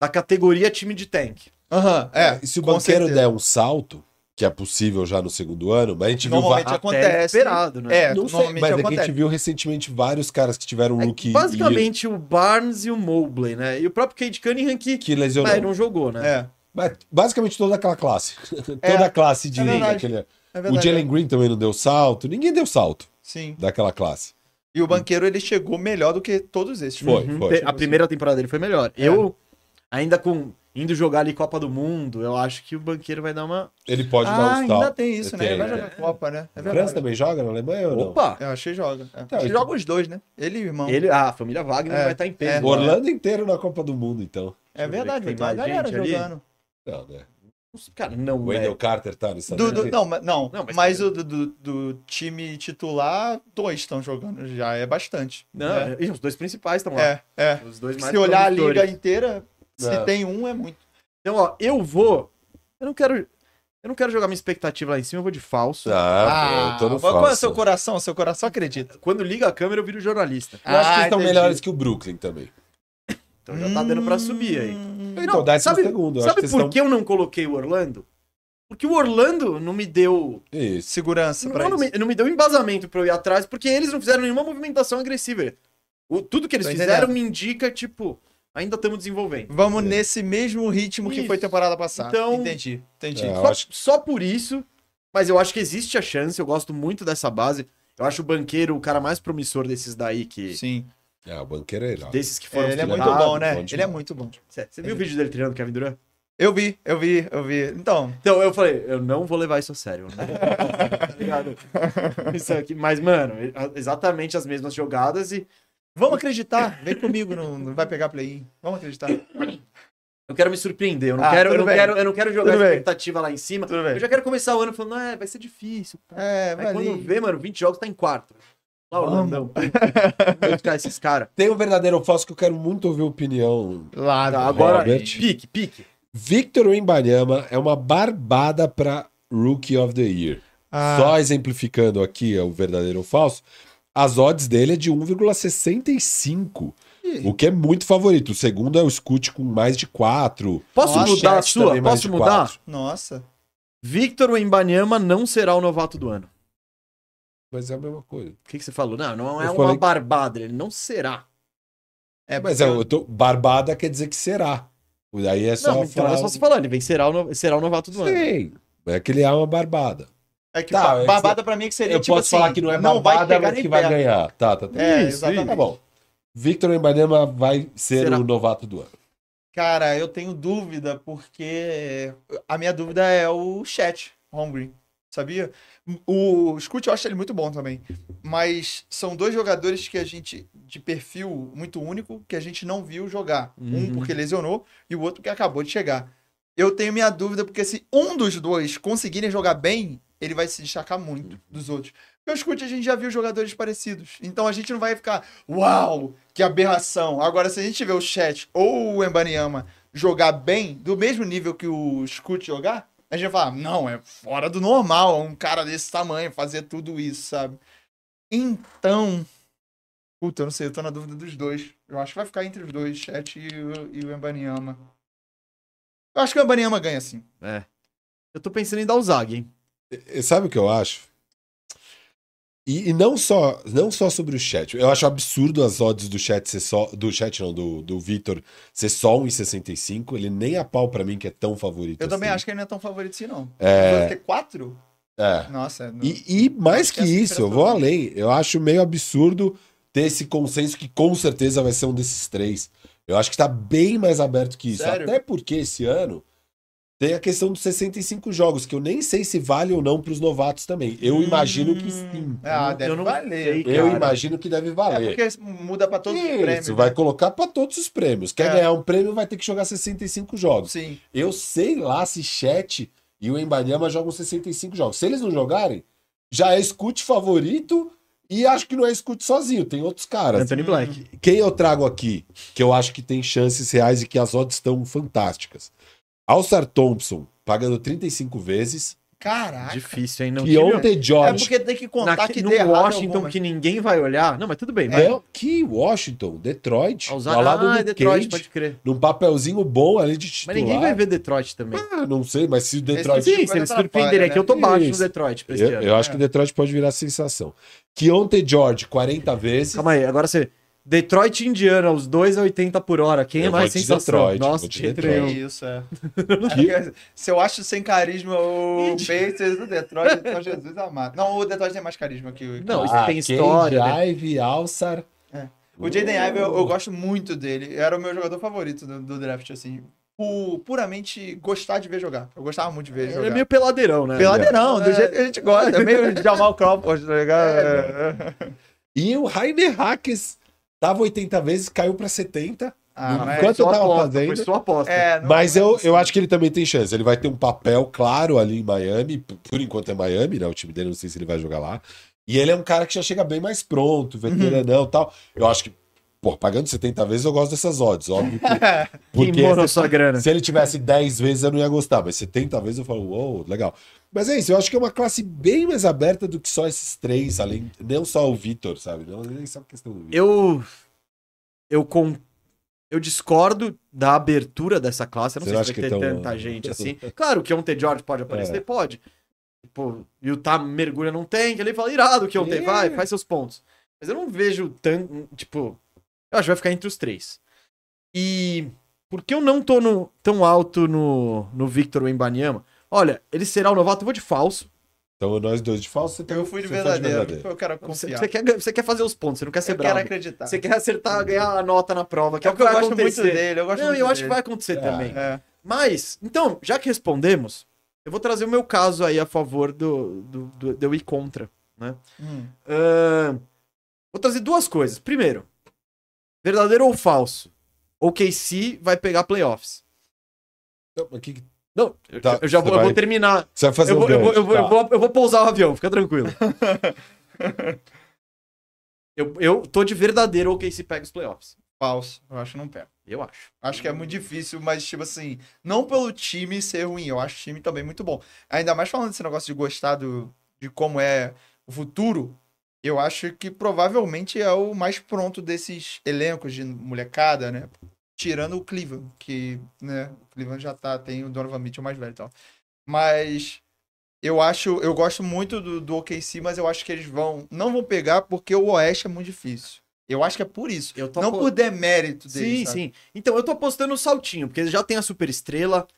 da categoria time de tank.
Aham, é.
E se o
com
banqueiro
certeza.
der um salto, que é possível já no segundo ano, mas a gente viu. va-
Normalmente
Até
É, acontece.
esperado, né?
É,
Não sei,
normalmente
mas é que a
acontece.
gente viu recentemente vários caras que tiveram um
É
look
basicamente o Barnes e o Mobley, né? E o próprio Cade Cunningham que,
que lesionou.
ah, ele não jogou, né?
É.
Mas basicamente toda aquela classe. toda a classe de
é verdade.
aquele-
É
O
verdade.
Jalen Green também não deu salto. Ninguém deu salto
Sim.
daquela classe.
E
Hum.
o banqueiro ele chegou melhor do que todos esses. né?
Foi,
Uhum.
foi.
A primeira temporada dele foi melhor.
É.
Eu, ainda com indo jogar ali Copa do Mundo, eu acho que o banqueiro vai dar uma.
Ele pode
Ah,
dar um salto.
ainda tem isso, né?
Tem,
Ele vai
tem.
jogar Copa, né? É
A França
verdade.
também joga na Alemanha ou não?
Opa!
Eu achei que joga. É.
Tá,
Acho que
então-
joga os dois, né? Ele e o irmão.
Ele, ah, a família Wagner
É,
vai estar em
é.
peso. né?
Orlando inteiro na Copa do Mundo, então.
É verdade,
Deixa eu ver que
vai ter uma
tem mais
galera
gente ali.
jogando.
Não, né?
Cara, não, é.
O
é.
velho.
Wendell Carter tá no
Do, do- não, mas, não,
Não, mas-
mas, o do, do- do time titular, dois estão jogando já, é bastante.
Não,
é.
e os dois principais estão lá.
É, é.
Os dois mais
Se olhar a liga
promissores.
inteira, se
É.
tem um, é muito.
Então, ó, eu vou. Eu não quero. Eu não quero jogar minha expectativa lá em cima, eu vou de falso.
Ah, pô, eu tô no
mas qual é o
falso.
seu coração? Seu coração acredita.
Quando liga a câmera, eu viro jornalista.
Eu acho que eles estão
Ah, entendi.
melhores que o Brooklyn também.
Então já tá dando pra subir aí.
Hum.
Então,
Não,
décimo
sabe-
segundo. Eu acho
Sabe
que
por
vocês estão...
que eu não coloquei o Orlando? Porque o Orlando não me deu.
Isso.
Segurança pra
Não, não
isso.
me, não me deu embasamento pra eu ir atrás, porque eles não fizeram nenhuma movimentação agressiva. O- tudo que eles
Tô entendendo.
fizeram me indica, tipo, ainda estamos desenvolvendo.
Vamos
É.
nesse mesmo ritmo que foi
Isso.
temporada passada.
Então-
entendi, entendi.
É. Eu
Só,
acho
só por isso, mas eu acho que existe a chance, eu gosto muito dessa base. Eu acho o banqueiro o cara mais promissor desses daí que.
Sim.
É, o banqueiro é irado.
Desses que
É,
foram
ele é muito
filmados.
filmados,
bom, né?
Ah, bom
ele é
demais.
muito bom.
Você você viu o vídeo dele treinando o Kevin Durant?
Eu vi, eu vi, eu vi. Então,
Então, eu falei, eu não vou levar isso a sério. eu não vou- tá ligado? Isso aqui. Mas, mano, é, exatamente as mesmas jogadas e
vamos acreditar. Vem comigo, não, não vai pegar play-in. Vamos acreditar.
eu quero me surpreender. Eu não,
Ah,
quero, eu
tudo
não
bem.
quero, eu não quero jogar
Tudo bem.
expectativa lá em cima.
Tudo bem.
Eu já quero começar o ano falando, é, vai ser difícil. pá."
É,
Aí
vai
quando
ali.
vê, mano, 20 jogos tá em quarto. Lá,
Vamos.
Orlandão. Vamos buscar esses caras.
Tem um verdadeiro ou falso que eu quero muito ouvir a opinião.
Lá,
Tá, agora,
Robert.
pique, pique.
Victor Wembanyama é uma barbada pra Rookie of the Year.
Ah,
Só exemplificando aqui é o verdadeiro ou falso, as odds dele é de 1,65,
Ih.
o que é muito favorito. O segundo é o Scoot com mais de 4.
Posso
Nossa,
mudar a
Chet também
sua?
mais
Posso
de
mudar?
quatro.
Nossa.
Victor Wembanyama não será o novato do ano.
Mas é a mesma coisa.
O que, que você falou? Não, não é
Eu
uma
falei-
barbada, ele não será.
É,
Mas
porque
é, eu tô- barbada quer dizer que será. Aí é só
não, então
falar...
é só se falar, ele vem, será o, no- será o novato do ano.
Sim, é que ele é uma barbada.
é que
Tá,
ba-
é que
babada pra mim é que seria
eu
tipo
posso
assim,
falar que não é
vai
barbada,
pegar
mas
nem
que vai
perto.
ganhar. Tá, tá, tá.
É,
Isso,
exatamente.
Tá bom. Victor Wembanyama vai ser
Será?
o novato do ano.
Cara, eu tenho dúvida, porque a minha dúvida é o chat, Hungry, sabia? O Scoot eu acho ele muito bom também, mas são dois jogadores que a gente, de perfil muito único, que a gente não viu jogar.
Uhum.
Um porque lesionou e o outro que acabou de chegar. Eu tenho minha dúvida, porque se um dos dois conseguirem jogar bem, ele vai se destacar muito dos outros. Porque o Scoot a gente já viu jogadores parecidos, então a gente não vai ficar, uau, que aberração. Agora, se a gente tiver o Chat ou o Embanyama jogar bem, do mesmo nível que o Scoot jogar, a gente vai falar, não, é fora do normal um cara desse tamanho fazer tudo isso, sabe? Então. Puta, eu não sei, eu tô na dúvida dos dois. Eu acho que vai ficar entre os dois, Chat e, o- e o Embanyama. Eu acho que o Embanyama ganha, sim.
Eu tô pensando em dar o Zag, hein?
E Sabe o que eu acho? E, e não só não só sobre o chat. Eu acho absurdo as odds do chat ser só. Do chat, não, do, do Vitor ser só 1,65. Ele nem a pau pra mim que é tão favorito.
Eu também
assim.
acho que ele não é tão favorito assim, não.
É.
Ter quatro?
É.
Nossa, não-
E, e mais
Acho
que
que é assim essa
isso, eu
diferença
vou
não.
além. Eu acho meio absurdo ter esse consenso que com certeza vai ser um desses três. Eu acho que tá bem mais aberto que isso.
Sério?
Até porque esse ano Tem a questão dos 65 jogos, que eu nem sei se vale ou não para os novatos também.
Hum.
Eu imagino que sim.
Ah,
Eu
deve
não sei,
valer.
cara.
eu imagino que deve
É
valer.
porque muda pra todos os
Isso,
prêmios.
vai
né?
colocar para todos os prêmios. Quer
É.
ganhar um prêmio, vai ter que jogar 65 jogos.
Sim.
Eu sei lá se Chet e o Embanyama jogam 65 jogos. Se eles não jogarem, já é Scoot favorito e acho que não é Scoot sozinho, tem outros caras.
Anthony Black.
Quem eu trago aqui, que eu acho que tem chances reais e que as odds estão fantásticas. Alçar Thompson, pagando 35 vezes.
Caraca.
Difícil, hein? Não
e
tive-
ontem,
É
George.
porque tem que contar
Naqui-
que
no
deu errado
Washington
alguma.
que ninguém vai olhar. Não, mas tudo bem. vai.
Não, é que Washington, Detroit,
Alzar-
ao lado
é. Ah,
do Tipo
é Detroit,
Cage,
pode crer.
num papelzinho bom ali de
Mas
titular.
ninguém vai ver Detroit também.
Ah, não sei, mas se o Detroit
Esse-
Sim, se
coisa
eles
atrapalha,
surpreenderem
né?
aqui, eu tô baixo no
Isso.
Detroit pra esse
Eu,
ano.
eu acho
É.
que Detroit pode virar sensação. Que ontem, George, 40 vezes.
Calma aí, agora você. Detroit e Indiana, os dois a 80 por hora. Quem é
Eu
mais
vou de
sensação?
Detroit,
Nossa,
vou de
de jeito
Detroit.
É
nenhum.
isso, é. É porque Se eu acho sem carisma o Pacers do Detroit, então Jesus amado. Não, o Detroit tem mais carisma que o.
Não, isso tem história, né?
Drive, Alçar.
É. O Jaden Ive, eu, eu gosto muito dele. Era o meu jogador favorito do, do draft, assim. Por puramente gostar de ver jogar. Eu gostava muito de ver ele
Ele
jogar.
é meio peladeirão, né?
Peladeirão,
É.
do jeito que a gente gosta. É meio Jamal Crawford, tá ligado?
né?
É.
E o Rainer Hackes tava 80 vezes, caiu pra 70.
Ah, mas-
né? Enquanto eu
Sua
tava
aposta,
fazendo-
Foi sua aposta.
é, não-
Mas eu, eu acho que ele também tem chance. Ele vai ter um papel claro ali em Miami. p- Por enquanto é Miami, né? O time dele, não sei se ele vai jogar lá. E ele é um cara que já chega bem mais
Uhum.
pronto, veteranão e tal. Eu acho que, pô, pagando 70 vezes, eu gosto dessas odds, óbvio. que-
Quem
Porque
morou sua grana.
Se ele tivesse 10 vezes, eu não ia gostar, mas 70 vezes eu falo, uou, legal. Mas é isso, eu acho que é uma classe bem mais aberta do que só esses três, além, não só o Vitor, sabe? Não, nem só a questão do Vitor.
Eu. Eu com. Eu discordo da abertura dessa classe. Eu não
Você
sei
acha
se
que
vai ter
tão-
tanta gente assim. Claro que ontem George pode aparecer,
É.
pode. Tipo, e o Tá mergulha não tem, que ele fala, irado que ontem,
É.
vai, faz seus pontos. Mas eu não vejo tanto. Tipo, eu acho que vai ficar entre os três. E por que eu não tô no- tão alto no, no Victor Wembanyama? Olha, ele será o novato, eu vou de falso.
Então nós dois de falso, você tá-
Eu fui de
você tá
verdadeiro. Eu quero
Você,
confiar.
você quer, você quer fazer os pontos, você não quer ser
eu quero
bravo.
acreditar.
Você quer acertar, ganhar a nota na prova, que
é
é,
o que eu
vai
gosto
acontecer.
muito dele. Eu gosto
Não,
muito
eu acho que
dele.
vai acontecer
É.
também.
É.
Mas, então, já que respondemos, eu vou trazer o meu caso aí a favor do, do, do, de eu ir contra.
Hum.
Ahn, vou trazer duas coisas. Primeiro, verdadeiro ou falso? O KC vai pegar playoffs.
Então, mas que-
Não, eu,
Tá,
eu já
você
vou, eu
vai-
vou terminar.
Você vai fazer
Eu
um
vou, eu, vou,
gancho,
eu, vou, eu,
tá.
vou, eu vou pousar o avião, fica tranquilo. eu, eu tô de verdadeiro ou KC pega os playoffs.
Falso. Eu acho que não pega.
Eu acho.
Acho que é muito difícil, mas, tipo assim, não pelo time ser ruim, eu acho o time também muito bom. Ainda mais falando desse negócio de gostar do, de como é o futuro, eu acho que provavelmente é o mais pronto desses elencos de molecada, né? Tirando o Cleveland, que, né, o Cleveland já tá, tem o Donovan Mitchell mais velho e tal. Mas eu acho, eu gosto muito do, do OKC, mas eu acho que eles vão, não vão pegar porque o Oeste é muito difícil. Eu acho que é por isso.
Eu tô
não
apo-
por demérito deles,
Sim,
sabe?
sim. Então, eu tô apostando no saltinho, porque já tem a super estrela,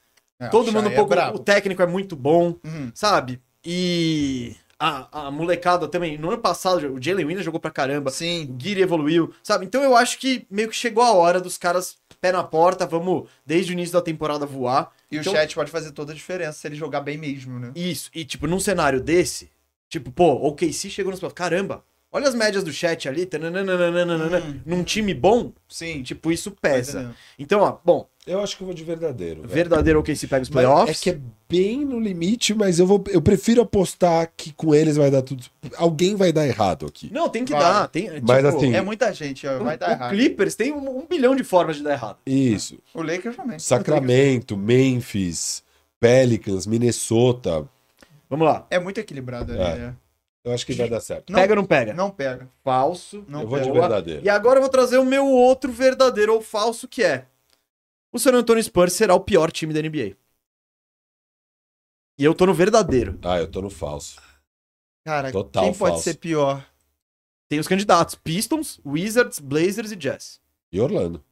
É,
todo
o
mundo um
Shai é
pouco.
brabo.
o técnico é muito bom,
Uhum.
sabe? E a, a molecada também. No ano passado, o Jalen Williams jogou pra caramba,
Sim,
o Guiri evoluiu, sabe? Então, eu acho que meio que chegou a hora dos caras, pé na porta, vamos, desde o início da temporada, voar.
e
Então-
o chat pode fazer toda a diferença se ele jogar bem mesmo, né?
Isso. E, tipo, num cenário desse, tipo, pô, o KC chegou nos. Caramba, olha as médias do chat ali, tananana,
Hum. é.
num time bom,
Sim,
tipo, isso
Tá
pesa. Então, ó, bom,
Eu acho que eu vou de verdadeiro. velho.
verdadeiro OKC pega os
É. Mas
playoffs.
É que é bem no limite, mas eu, vou, eu prefiro apostar que com eles vai dar tudo. Alguém vai dar errado aqui.
Não, tem que
Vai.
dar. Tem, tipo,
Mas assim,
É muita gente, ó,
o,
vai dar
o
errado.
um Clippers tem um, um bilhão de formas de dar errado.
Isso.
O Lakers também.
Sacramento, Memphis, Pelicans, Minnesota.
Vamos lá.
É muito equilibrado ali,
É.
né?
Eu acho que vai dar certo.
Não-
pega ou não pega?
Não pega.
Falso.
Não
eu vou de
pega.
boa.
verdadeiro.
é E agora eu vou trazer o meu outro verdadeiro ou falso, que é... O San Antonio Spurs será o pior time da NBA. E eu tô no verdadeiro.
Ah, eu tô no falso.
Cara,
Total
quem pode
falso.
ser pior?
Tem os candidatos. Pistons, Wizards, Blazers e Jazz.
E Orlando?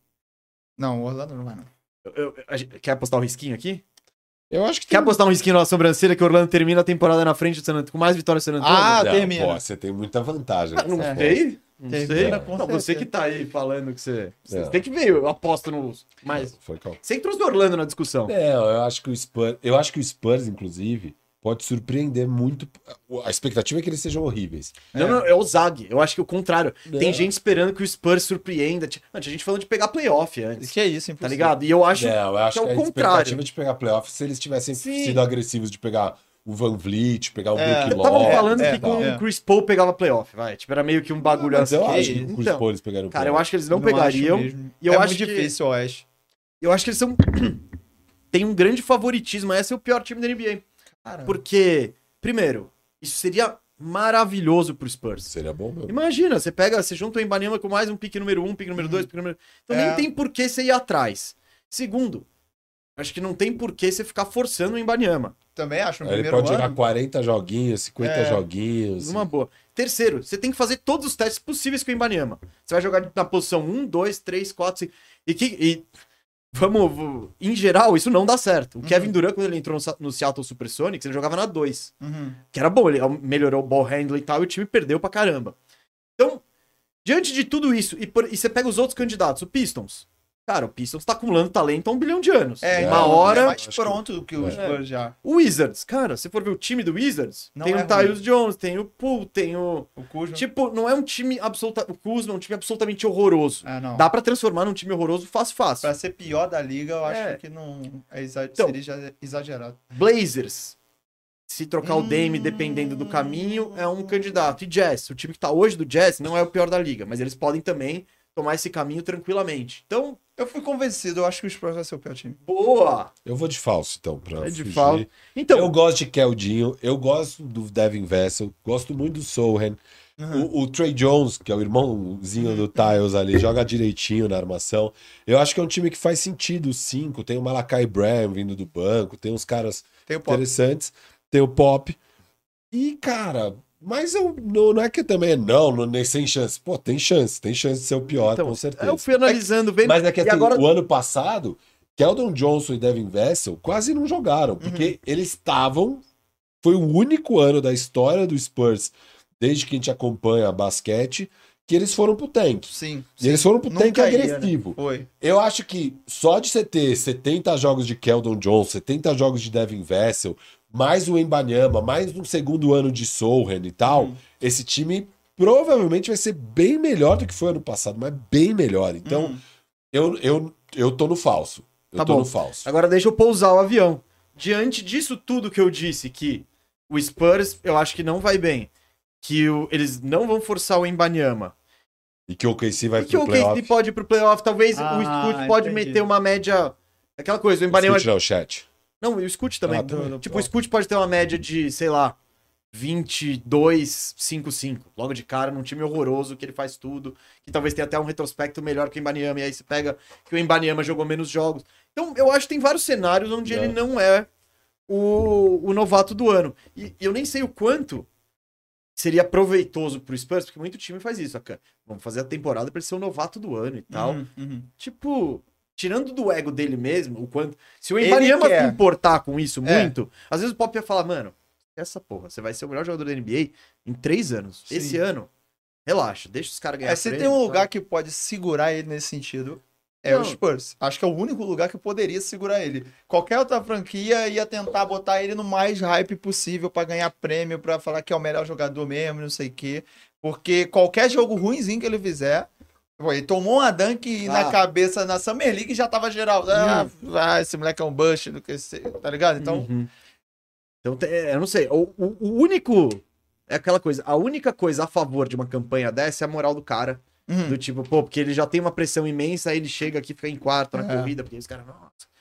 Não, o Orlando não vai, não.
Eu- eu- a gente- quer apostar um risquinho aqui?
Eu acho que
Quer
Hum.
tem...
apostar um risquinho na sobrancelha que o Orlando termina a temporada na frente do San Antonio, com mais vitórias do San Antonio?
Ah,
Não,
termina.
pô, você tem muita vantagem.
Ah, não
nessa
sei. Não
Ah, é. Tem né?
sei.
grana, com
Não, você
certeza.
que tá aí falando que você. Você
É.
tem que ver, eu aposto no. Mas.
Foi calma.
Você que trouxe do Orlando na discussão.
É.
Não, eu acho que o Spurs, eu acho que o Spurs, inclusive, pode surpreender muito. A expectativa é que eles sejam horríveis.
Não, não, é o Zag. Eu acho que é o contrário. Tem
Não.
gente esperando que o Spurs surpreenda. Tinha não, tinha gente falando de pegar playoff antes.
Que é isso,
Tá
impossível.
ligado? E eu acho.
não, eu acho
que é
que,
o
a
contrário.
expectativa de pegar playoff, se eles tivessem
Sim.
sido agressivos de pegar o Van Vliet, pegar o
É,
Brook
Estavam
Lopes
falando
e
que
tal.
com
é.
o Chris Paul pegava playoff, vai. Tipo, era meio que um bagulho
Mas
assim.
eu
que-
acho que com os
Então,
Spurs pegaram
cara, eu acho que eles não,
Não acho
pegariam.
mesmo.
E eu
é
acho
muito
que-
difícil, eu acho.
Eu acho que eles são. Tem um grande favoritismo. Esse é o pior time da NBA.
Caramba.
Porque, primeiro, isso seria maravilhoso pro Spurs.
Seria bom, meu.
Imagina, você pega, você junta o Embanema com mais um pique número um, pique número dois, pique número. Então
É.
nem tem por que você ir atrás. Segundo, acho que não tem por que você ficar forçando o Embanema.
Também acho, no
Aí Ele
primeiro
pode
ano...
jogar 40 joguinhos, 50
É.
joguinhos.
Numa boa. Terceiro, você tem que fazer todos os testes possíveis com o Embanema. Você vai jogar na posição 1, 2, 3, 4, 5. E que. e- Vamos, v- em geral, isso não dá certo. O Kevin Durant, quando ele entrou no Sa- no Seattle Supersonics, ele jogava na 2.
Uhum.
que era bom, ele melhorou o ball handling e tal, e o time perdeu pra caramba. Então, diante de tudo isso, e, por- e você pega os outros candidatos, o Pistons. Cara, o Pistons tá acumulando talento há um bilhão de anos.
É,
É.
Uma
então, É
hora.
mais pronto do que o
É.
Spurs já.
O Wizards, cara, se for ver o time do Wizards,
Não
tem
é
o Tyus Jones, tem o Poole, tem o.
O Kuzma...
Tipo, não é um time absolutamente. O Kuzma é um time absolutamente horroroso.
Ah, não.
Dá pra transformar num time horroroso fácil, fácil.
Pra ser pior da liga, eu acho
É.
que não é exa-
Então-
seria exa- exagerado.
Blazers. Se trocar o
Hum.
Dame dependendo do caminho, é um candidato. E Jazz, o time que tá hoje do Jazz não é o pior da liga, mas eles podem também tomar esse caminho tranquilamente. Então,
Eu fui convencido, eu acho que o Spurs vai ser o pior time.
boa!
Eu vou de falso, então, pra
É de
fugir.
falso. Então,
eu gosto de Keldinho, eu gosto do Devin Vessel, gosto muito do Sohan. O, o Trey Jones, que é o irmãozinho do Tiles ali, joga direitinho na armação. Eu acho que é um time que faz sentido, os cinco. Tem o Malakai Bram vindo do banco, tem uns caras
Tem o Pop.
interessantes, tem o Pop. E, cara, mas eu não, não é que também não, não, nem sem chance. Pô, tem chance, tem chance de ser o pior,
então,
com certeza.
eu fui analisando, vendo.
Mas é que
e
assim,
agora
o ano passado, Keldon Johnson e Devin Vessel quase não jogaram, porque
Uhum.
eles estavam. Foi o único ano da história do Spurs, desde que a gente acompanha basquete, que eles foram pro tank.
Sim,
E eles foram pro
Nunca
tank
ia,
né?
agressivo.
foi.
Eu acho que só de você ter 70 jogos de Keldon Johnson, 70 jogos de Devin Vessel, mais o Embanyama, mais um segundo ano de Sohan e tal,
Uhum.
esse time provavelmente vai ser bem melhor do que foi ano passado, mas bem melhor. Então,
Hum.
eu, eu, eu tô no falso.
Uhum.
Eu
Tá
tô
bom.
no falso.
Agora deixa eu pousar o avião. Diante disso tudo que eu disse, que o Spurs eu acho que não vai bem, que o- eles não vão forçar o Embanyama,
E que o OKC vai
e que
pro
o Casey
playoff.
pode ir pro playoff, talvez
Ah,
o Scoot pode
entendi.
meter uma média... Aquela coisa, o Embanyama
Escute, não, chat.
Não, e o Scoot também.
Ah, também.
tipo, o Scoot pode ter uma média de, sei lá, 22, 5, 5. Logo de cara, num time horroroso, que ele faz tudo. Que talvez tenha até um retrospecto melhor que o Embanyama. E aí você pega que o Embanyama jogou menos jogos. Então, eu acho que tem vários cenários onde
Não.
ele não é o, o novato do ano. E, e eu nem sei o quanto seria proveitoso pro Spurs, porque muito time faz isso. Akan. Vamos fazer a temporada pra ele ser o novato do ano e tal.
Uhum, uhum.
Tipo, tirando do ego dele mesmo, o quanto. Se o
Ele
Embanyama se
quer.
importar com isso
É.
muito, às vezes o Pop ia falar, mano, essa porra, você vai ser o melhor jogador da NBA em três anos.
Sim.
Esse ano, relaxa, deixa os caras ganhar.
É, se tem
prêmio,
um
tá?
lugar que pode segurar ele nesse sentido, é
Não.
o Spurs. Acho que é o único lugar que poderia segurar ele. Qualquer outra franquia ia tentar botar ele no mais hype possível pra ganhar prêmio, pra falar que é o melhor jogador mesmo, não sei o quê. Porque qualquer jogo ruimzinho que ele fizer. Pô, ele tomou uma dunk
Ah.
na cabeça na Summer League e já tava geral. Ah, ah, esse moleque é um bush, do que sei, tá ligado? Então,
Uhum. Então, tem- é, eu não sei. O, o- o único. É aquela coisa. A única coisa a favor de uma campanha dessa é a moral do cara.
uhum,
Do tipo, pô, porque ele já tem uma pressão imensa, aí ele chega aqui, fica em quarto na
É.
corrida, porque os caras, nossa.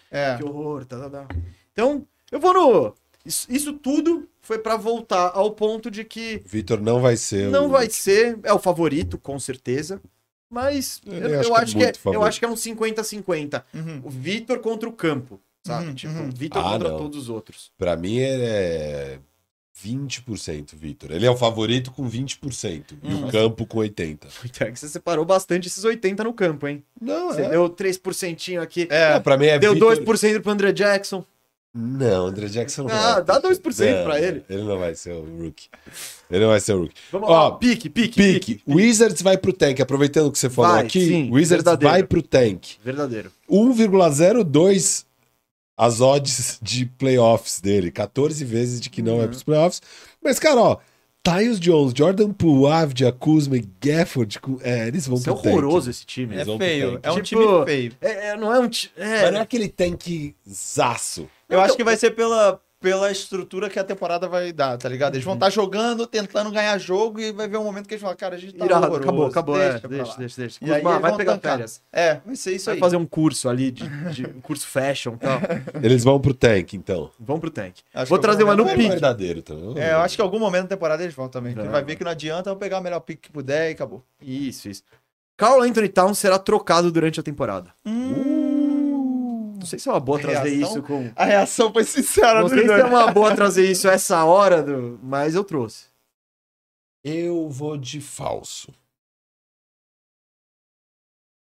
é.
Que horror, tá, tá, tá. Então, eu vou no. Isso, isso tudo foi pra voltar ao ponto de que
Vitor não vai ser.
não
o-
vai ser. É o favorito, com certeza. Mas eu,
Eu
eu
acho que é
acho, que é,
muito favorito.
eu acho que é um 50-50.
uhum.
O Vitor contra o campo, sabe?
Uhum,
tipo,
uhum.
Vitor
Ah,
contra
não.
todos os outros.
Pra mim, ele é 20%, Vitor. Ele é o favorito com 20%. E
Hum.
o campo com 80%.
Então é que você separou bastante esses 80 no campo, hein?
Não,
Você
é.
deu 3% aqui.
É,
Não, pra mim é
Deu
Vitor-
2% pro André Jackson.
Não, André Jackson não
Ah,
vai.
dá 2%
Não,
pra ele.
Ele não vai ser o rookie. Ele não vai ser o rookie.
Vamos
Ó,
lá, pique, pique, pique,
Pique, Wizards vai pro tank. Aproveitando que você falou
Vai,
aqui,
sim,
Wizards
verdadeiro.
vai pro tank.
Verdadeiro.
1,02 as odds de playoffs dele. 14 vezes de que não
Uhum.
vai pros playoffs. Mas, cara, ó, Tyus Jones, Jordan Poole, Avdia, Kuzma e Gafford, com- é, eles vão
Isso é
pro tank.
horroroso esse time.
Eles
É,
vão
É
pro
feio.
tank.
É um
Tipo,
time feio.
é, não é um time. É,
Mas não é aquele tank zaço.
Eu acho que vai ser pela, pela estrutura que a temporada vai dar, tá ligado?
Uhum.
Eles vão estar jogando, tentando ganhar jogo e vai ver um momento que eles falam, cara, a gente tá
irado.
horroroso,
Acabou, acabou. é,
pra
deixa,
lá."
deixa, deixa.
E aí
Kuzma,
eles
vai
vão
pegar
tancar.
férias.
É, vai ser isso
Vai
aí.
fazer um curso ali, de, de- um curso fashion e tal.
Eles vão pro tank, então.
Vamos pro tank.
Acho
um- Vou
que
trazer
eu vou
uma no
É
pique.
verdadeiro também.
É, eu acho que em algum momento da temporada eles vão também.
Vai.
Vai ver que não adianta, eu pegar o melhor pick que puder e acabou.
Isso, isso. Carl Anthony Towns será trocado durante a temporada. Não sei se é uma boa trazer
Reação?
isso com.
A reação foi sincera
Não
do
sei se é
Júnior.
uma boa trazer isso essa hora, do... mas eu trouxe.
Eu vou de falso.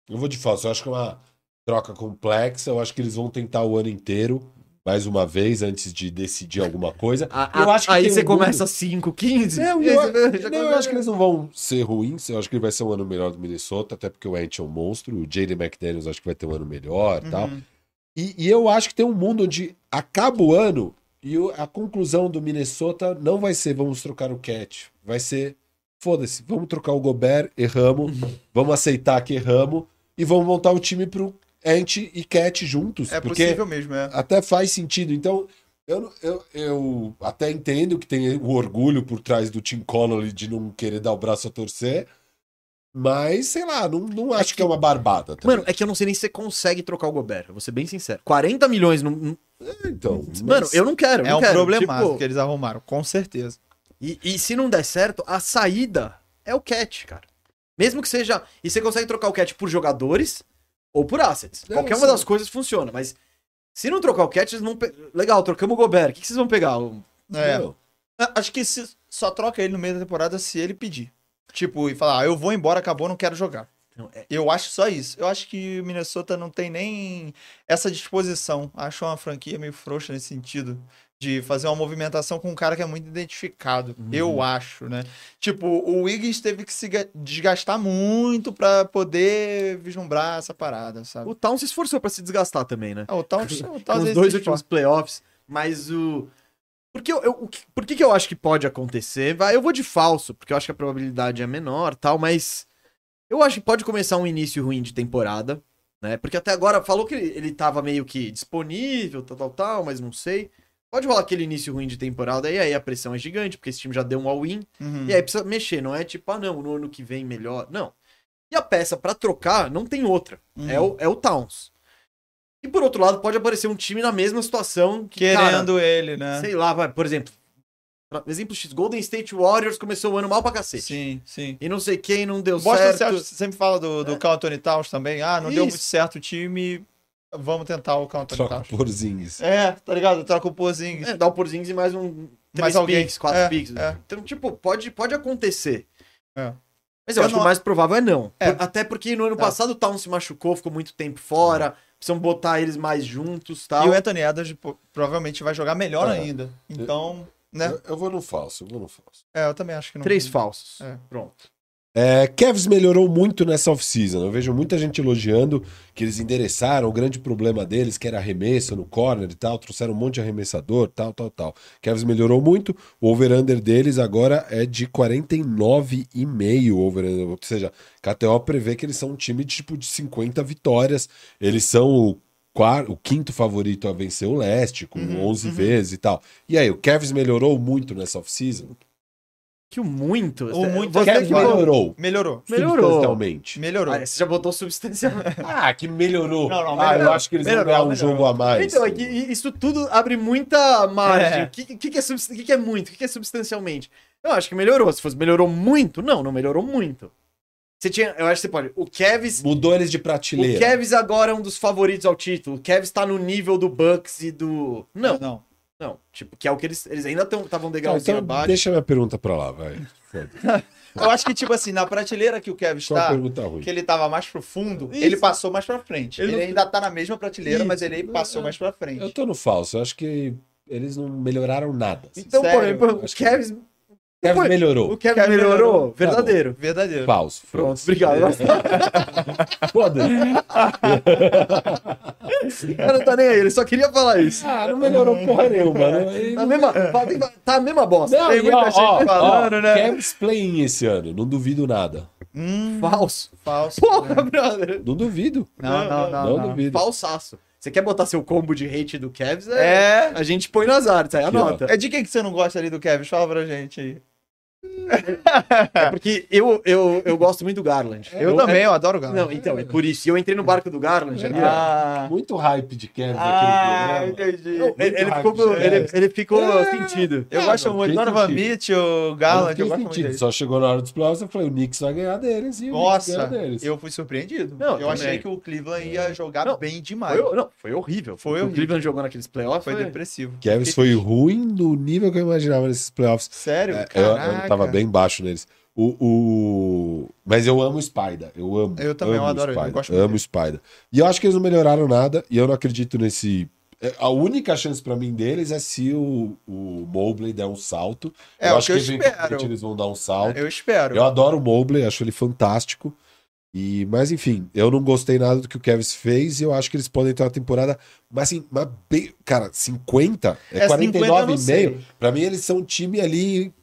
Eu vou de falso. Eu acho que é uma troca complexa. Eu acho que eles vão tentar o ano inteiro, mais uma vez, antes de decidir alguma coisa.
A-
Eu
a-
acho que
aí
tem
você
um
começa 5, 15.
Não,
Aí
eu,
você- já
não, eu
começa-
acho que eles não vão ser ruins. Eu acho que ele vai ser um ano melhor do Minnesota, até porque o Ant é um monstro. O Jaden McDaniels acho que vai ter um ano melhor e tal.
Uhum.
E, e eu acho que tem um mundo onde acaba o ano e o- a conclusão do Minnesota não vai ser vamos trocar o Cat. Vai ser foda-se, vamos trocar o Gobert, erramos, vamos aceitar que erramos e vamos montar o time pro Ant e Cat juntos.
É
porque
possível mesmo, é.
até faz sentido. Então, eu, não- eu, eu até entendo que tem o orgulho por trás do Tim Connolly de não querer dar o braço a torcer, mas sei lá, não, não acho que é uma barbada. também.
Mano, é que eu não sei nem se você consegue trocar o Gobert. Eu vou ser bem sincero. 40 milhões. Não... não-
então,
Mano, eu não quero.
É
não
um
quero.
problemaço
Tipo,
que eles arrumaram, com certeza.
E, e se não der certo, a saída é o cat, cara. Mesmo que seja. E você consegue trocar o cat por jogadores ou por assets.
Não,
Qualquer uma
sim.
das coisas funciona, mas se não trocar o cat, eles vão. pe- Legal, trocamos o Gobert. O que, que vocês vão pegar? Um-
É.
Meu,
A- Acho que se- só troca ele no meio da temporada se ele pedir. Tipo, e falar, ah, eu vou embora, acabou, não quero jogar. Então,
Não, é-
Eu acho só isso. Eu acho que o Minnesota não tem nem essa disposição. Acho uma franquia meio frouxa nesse sentido. De fazer uma movimentação com um cara que é muito identificado.
Uhum.
Eu acho, né? Tipo, o Wiggins teve que se ga- desgastar muito pra poder vislumbrar essa parada, sabe?
O Town se esforçou pra se desgastar também, né?
Ah, o Towns, o Towns
Nos
ele
dois
se
últimos playoffs, mas o. Porque eu, eu- o que, por que, que eu acho que pode acontecer? Vai, eu vou de falso, porque eu acho que a probabilidade é menor tal, mas eu acho que pode começar um início ruim de temporada, né? Porque até agora falou que ele, ele tava meio que disponível, tal, tal, tal, mas não sei. Pode rolar aquele início ruim de temporada e aí a pressão é gigante, porque esse time já deu um all-in.
Uhum.
E aí precisa mexer, não é tipo, ah, não, no ano que vem melhor. Não. E a peça pra trocar não tem outra.
Uhum.
É, o, é o Towns. E por outro lado, pode aparecer um time na mesma situação que,
Querendo ele,
cara,
né?
sei lá, vai, por exemplo. pra- Exemplo X, Golden State Warriors começou o ano mal pra cacete.
Sim, sim.
E não sei quem, não deu
O Boston
certo. É.
Celtics sempre fala do, do Carl Anthony Towns também. Ah, não deu
Isso.
muito certo o time, vamos tentar o Carl Anthony
troca
Towns.
por Zingis.
É, tá ligado? Troca o Porzingis.
É, dá o Porzingis e mais um. Três
Mais alguém.
picks, quatro
É,
picks.
é.
Então, tipo, pode, pode acontecer.
É.
Mas eu,
Eu
acho
não-
que o mais provável é não.
É.
Por- Até porque no ano
Tá.
passado o Towns se machucou, ficou muito tempo fora. Precisam botar eles mais juntos tal.
E o Anthony Edwards pô, provavelmente vai jogar melhor
É.
ainda. Então, né?
Eu, eu vou no falso, eu vou no falso.
É, eu também acho que não.
Três falsos.
É.
Pronto.
É, Cavs melhorou muito nessa off-season. Eu vejo muita gente elogiando que eles endereçaram o grande problema deles, que era arremesso no corner e tal, trouxeram um monte de arremessador, tal, tal, tal. Cavs melhorou muito. O over-under deles agora é de 49,5 over-under. Ou seja, KTO prevê que eles são um time de, tipo de 50 vitórias. Eles são o, quar- o quinto favorito a vencer o leste, com
Uhum,
11
uhum.
vezes e tal. E aí, o Cavs melhorou muito nessa off-season?
Que o muito.
O muito
você
é
que
Cavs
fala-
falou.
melhorou.
Melhorou.
Melhorou.
Substancialmente.
Melhorou.
Ah, você já botou substancialmente.
Ah, que melhorou.
Não, não,
ah, eu
melhorou.
acho que eles vão
Melhorou,
ganhar um
melhorou.
jogo a mais.
então, é que isso tudo abre muita margem.
É.
O que, que, que é subs- que que é muito? O que, que é substancialmente? Eu acho que melhorou. Se fosse melhorou muito, não, não melhorou muito. Você tinha, eu acho que você pode. O Kevs,
Mudou eles de
o
prateleira.
Kevs agora é um dos favoritos ao título. O Kevs tá no nível do Bucks e do Não,
Não.
não, tipo, que é o que eles, eles ainda estavam
Não,
degrauzinho
então,
abaixo.
deixa minha pergunta pra lá, vai. Foda-se.
Eu acho que, tipo assim, na prateleira que o Kevin
Só uma
está,
pergunta ruim.
Tá. que ele tava mais pro fundo,
Isso.
ele passou mais pra frente.
Ele
Ele,
não-
ainda tá na mesma prateleira, mas ele aí passou
Eu-
mais pra frente.
Eu tô no falso. Eu acho que eles não melhoraram nada. assim.
Então, por
Sério?
exemplo, o
Acho que-
Kevin,
Kevin
Pô, o
melhorou.
Kevin
Kevin
melhorou,
melhorou.
verdadeiro.
Verdadeiro.
Falso.
Pronto, obrigado. Nossa,
Foda.
o cara não tá nem aí, ele só queria falar isso.
Ah, não melhorou porra nenhuma. né?
Tá a mesma, fala- tem- tá a mesma bosta.
Não,
Tem
e
muita
ó,
gente
ó,
falando,
ó,
né?
Cavs playing esse ano, não duvido nada.
Hum,
um Falso. É.
falso.
Porra, brother.
Não duvido.
Não, não,
Não,
não. não.
duvido.
Falsaço. Você quer botar seu combo de hate do Kevs? É.
É.
A gente põe nas artes, aí
Aqui,
anota.
É de quem que você não gosta ali do Kevin? Fala pra gente aí.
É porque eu, eu, eu gosto muito do Garland.
Eu, também, eu adoro o Galo.
Não, então, é por isso. E eu entrei no barco do Garland ali, ó.
Ah,
Muito hype de Cavs
ah
naquele programa.
entendi.
Não, ele, ele
Muito
ficou,
rápido,
com-
é.
ele, ele ficou
É.
sentido.
Eu
Ah,
gosto
não,
muito.
fez
Donovan
sentido.
Mitchell,
Não
Garland, eu
fez
gosto muito
sentido.
deles.
Só chegou na hora dos playoffs e eu falei, o Knicks vai ganhar deles. E o Knicks
Nossa,
ganhou um deles.
eu fui surpreendido.
Não,
eu
também.
achei que o Cleveland ia jogar
Não,
bem demais.
Foi, não, foi horrível.
Foi
O que
horrível.
O Cleveland jogou naqueles playoffs.
Foi
Foi,
depressivo.
Cavs foi ruim no nível que eu imaginava nesses playoffs.
Sério?
É, eu,
Caraca.
eu tava bem baixo neles. O, o- Mas eu amo o Spider. Eu amo.
Eu também, eu
amo o
adoro ele, eu
Spider,
gosto muito
amo o Spider. E eu acho que eles não melhoraram nada. E eu não acredito nesse. é, A única chance pra mim deles é se o, o Mobley der um salto.
É, o que eu espero.
eventualmente eles vão dar um salto.
Eu espero.
Eu adoro o Mobley, acho ele fantástico. E, mas enfim, eu não gostei nada do que o Kevs fez e eu acho que eles podem ter uma temporada, mas assim, mas bem- cara, 50 é,
É 50, eu não
49,5.
sei.
Pra mim eles são um time ali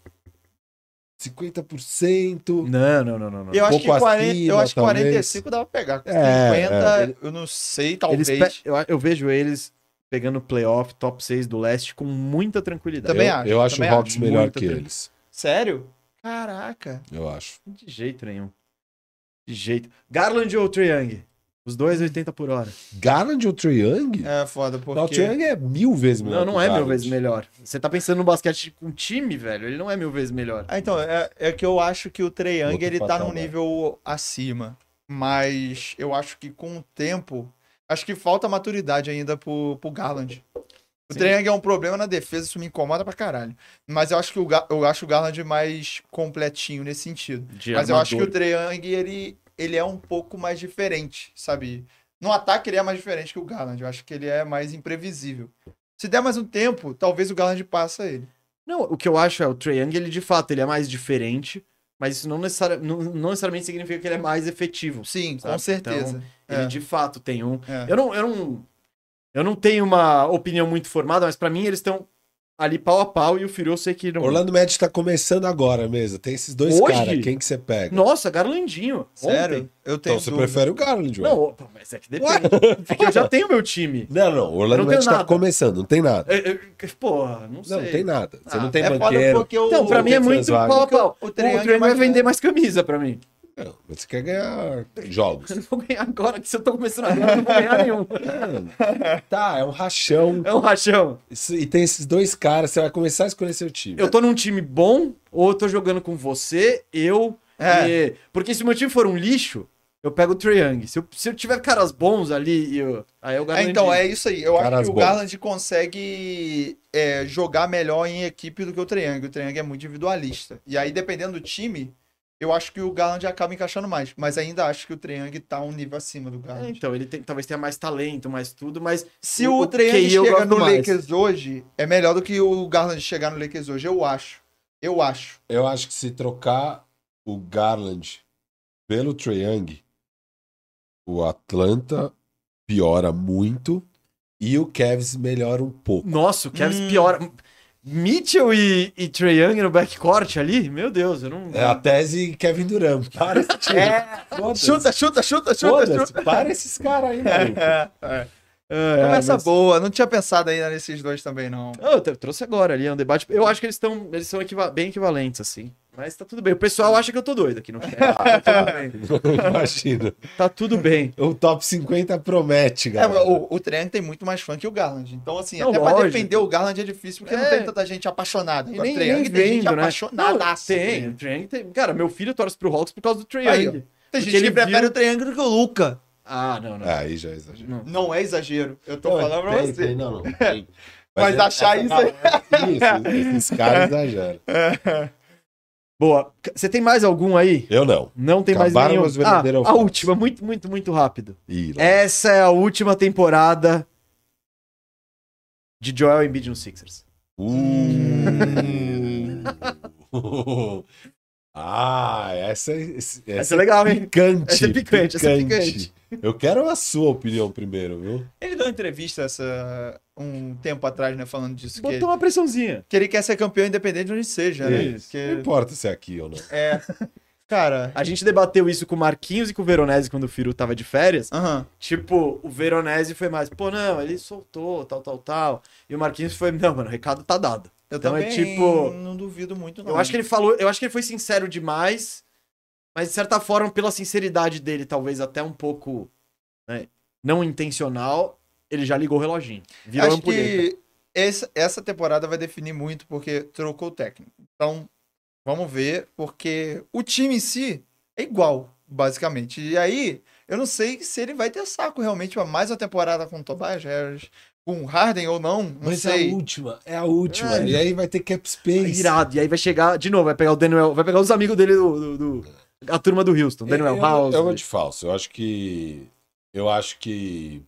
50%.
Não, não, não, não. não.
Eu acho que,
pouco
40, eu
acima, É,
acho que 45 dava pra pegar. 50, eu não sei, talvez.
Eles pe- eu, eu vejo eles pegando playoff, top 6 do leste com muita tranquilidade.
Também
eu,
acho,
eu acho
também
o Hawks
acho.
melhor
Muito
que
bem.
eles.
Sério? Caraca.
Eu acho.
De jeito nenhum. De jeito. Garland ou Trae Young? Os dois 80 por hora.
Garland ou Trae Young?
É foda,
Não, o
porque...
Trae Young é mil vezes melhor.
Não,
que o
não é mil
Garland.
vezes melhor. Você tá pensando no basquete com time, velho. Ele não é mil vezes melhor.
Ah, então, é, é que eu acho que o Trae Young,
Outro
ele tá
patamar.
num nível acima. Mas eu acho que com o tempo, acho que falta maturidade ainda pro, pro Garland. O
Sim.
Trae Young é um problema na defesa, isso me incomoda pra caralho. Mas eu acho que o, Ga- eu acho o Garland mais completinho nesse sentido.
De
Mas eu acho que o
armador.
Trae Young, ele, ele é um pouco mais diferente, sabe? No ataque ele é mais diferente que o Garland, eu acho que ele é mais imprevisível. Se der mais um tempo, talvez o Garland passe ele.
Não, o que eu acho é o Trae Young, ele de fato, ele é mais diferente, mas isso não, necessari- não- não necessariamente significa que ele é mais efetivo. Sabe?
Sim,
Então,
com certeza.
Ele
É.
de fato tem um.
É.
Eu não, eu não, eu não tenho uma opinião muito formada, mas pra mim eles estão ali pau a pau e o Firu eu sei que não.
Orlando Magic tá começando agora mesmo. Tem esses dois
Hoje?
caras. Quem que você pega?
Nossa, Garlandinho.
Sério?
Ontem.
Eu tenho
então você
dúvida.
prefere o Garland, ué?
Não, opa, mas é que depende. Porque eu já tenho meu time. É,
Não, não, o
Eu
Orlando
não tenho
Magic tá
nada.
começando, não tem nada.
Eu- eu- porra, não sei.
Não, não tem nada. Você
Ah,
não tem
é foda
banqueiro.
porque o...
Então, pra mim é
Tem
muito
transvaga.
pau a pau.
O
O
Trae Young
Trae Young
mais
vai vender
ganha.
mais camisa pra mim.
Não, mas você quer ganhar jogos.
Eu não vou ganhar agora, que se eu tô começando agora, eu não vou ganhar nenhum.
tá, é um rachão.
É um rachão.
Isso- E tem esses dois caras, você vai começar a escolher seu time.
eu tô num time bom ou eu tô jogando com você, eu.
É.
e- Porque se o meu time for um lixo, eu pego o Trae Young. Se eu, se eu tiver caras bons ali, e eu... aí eu
É,
garanto.
então, é isso aí. Eu
Caras
acho que o
bons.
Garland consegue é, jogar melhor em equipe do que o Triângulo. O Triângulo é muito individualista. E aí, dependendo do time, eu acho que o Garland acaba encaixando mais. Mas ainda acho que o Triângulo tá um nível acima do
É,
Garland.
então, ele tem- talvez tenha mais talento, mais tudo, mas.
Se
o-
É, o,
o
Triângulo
QI eu
chega
gosto
no
mais.
Lakers hoje, é melhor do que o Garland chegar no Lakers hoje, eu acho. Eu acho.
Eu acho que se trocar o Garland pelo Trae Young, o Atlanta piora muito e o Cavs melhora um pouco.
Nossa, o Kevs
Hum.
piora. Mitchell e, e Trae Young no backcourt ali? Meu Deus, eu não.
É a tese Kevin Durant. Para esse time. Foda-se.
chuta, chuta, É,
Foda-se, para esses caras aí, maluco.
É, é,
Conversa
mas-
boa, não tinha pensado ainda nesses dois também, não.
Ah, Eu te- trouxe agora ali, é um debate. Eu acho que eles estão eles são equiva- bem equivalentes, assim. Mas tá tudo bem. O pessoal acha que eu tô doido aqui no chat. Tá tudo bem.
Imagina.
Tá tudo bem.
O top 50 promete,
É,
galera.
o, o Triângulo tem muito mais fã que o Garland. Então, assim,
né? Não,
até pra
lógico.
defender o Garland é difícil, porque não
É.
tem tanta gente apaixonada.
E
Agora,
nem,
o Triângulo
nem
tem gente
vendo, né?
apaixonada.
Não, tem, o Trae Young tem. Cara, meu filho torce pro Hawks por causa do Trae
Aí,
Young.
Tem
Porque
gente
ele
que prefere
viu-
o Triângulo do que o Luca.
Ah, não, não.
Aí já exagerou.
não.
Não é exagero. Eu tô
Não,
falando pra
tem,
você.
tem, não, não, tem.
Mas
é-
tá
achar
essa
isso aí-
galera- Isso, esses caras exageram.
Boa. C- Você tem mais algum aí?
Eu não.
Não tem
Acabaram
mais nenhum.
as verdadeiras
Ah, a
alfaces.
última, muito, muito, muito rápido.
Ih, lá.
Essa é a última temporada de Joel Embiid no Sixers.
Uh. ah, essa, esse-
Essa é legal, hein?
picante.
Essa é picante, essa é picante.
Eu quero a sua opinião primeiro, viu?
Ele deu uma entrevista essa, um tempo atrás, né? Falando disso. Que,
Botou uma pressãozinha.
que ele quer ser campeão independente de onde seja, né?
Isso.
Não
Porque,
importa se é aqui ou não.
é. Cara.
A gente debateu isso com o Marquinhos e com o Veronese quando o Firu tava de férias.
Aham.
Tipo, o Veronese foi mais, pô, não, ele soltou, tal, tal, tal. E o Marquinhos foi, não, mano, o recado tá dado.
Eu
Então é
também
tipo-
não duvido muito, não.
Eu acho que ele falou, eu acho que ele foi sincero demais, mas de certa forma, pela sinceridade dele, talvez até um pouco né, não intencional, ele já ligou o reloginho. Virou
acho
ampulheta.
que essa, essa temporada vai definir muito, porque trocou o técnico. Então, vamos ver, porque o time em si é igual, basicamente. E aí, eu não sei se ele vai ter saco realmente pra mais uma temporada com o Tobias Harris, com o Harden ou não, não sei.
última, é a última.
É.
E aí vai ter cap space.
Irado. E aí vai chegar, de novo, vai pegar o Daniel, vai pegar os amigos dele do. do- do- a turma do Houston, Daniel
eu,
House.
Eu vou é de falso. Eu acho que. Eu acho que.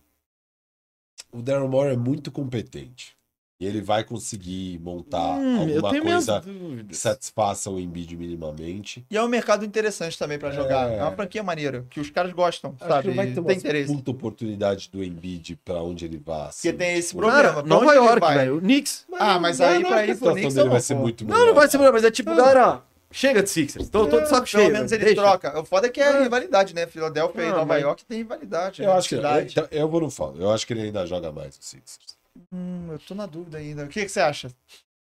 O Daryl Moore é muito competente. E ele vai conseguir montar
Hum, eu
alguma
tenho minhas
coisa é que
dúvidas.
satisfaça o Embiid minimamente.
E é um mercado interessante também pra jogar.
É.
É uma franquia maneira, que os caras gostam,
Acho
sabe?
que vai ter uma
tem interesse.
puta oportunidade do Embiid pra onde ele vá. assim.
Porque tem esse
Cara,
problema.
Cara,
pra
Nova
onde ele
York,
vai?
velho. O Knicks.
Ah, mas aí
não,
pra
acho
ir
que a
pro
situação
Knicks
dele
eu
vai
não
ser
vou.
muito
Não, não vai ser melhor, mas é tipo, galera, chega de Sixers. Tô, tô de saco cheio.
Ah, Pelo menos
velho,
ele
deixa.
troca. O foda é que é rivalidade, né? Filadélfia e
Ah,
Nova
mas-
York tem rivalidade.
Eu
né?
acho que eu,
Cidade.
então, eu vou no falso. Eu acho que ele ainda joga mais no Sixers.
Hum, eu tô na dúvida ainda. O que, que você acha?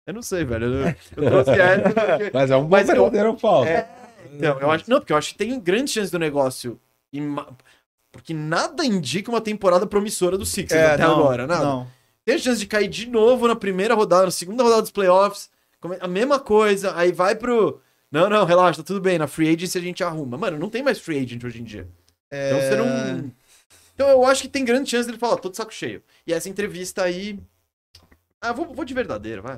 Eu não sei, velho. Eu, eu trouxe essa porque-
Mas é um bom
Mas eu-
verdadeiro falso.
É, Não, eu acho, não, porque eu acho que tem grande chance do negócio. e ma- Porque nada indica uma temporada promissora do Sixers até agora, nada.
É, Não.
Tem chance de cair de novo na primeira rodada, na segunda rodada dos playoffs. come- A mesma coisa, aí vai pro. Não, não, relaxa, tá tudo bem. Na free agency a gente arruma. Mano, não tem mais free agent hoje em dia. Então você não. Então eu acho que tem grande chance dele falar, tô de saco cheio. E essa entrevista aí. Ah, vou, vou de verdadeiro, vai.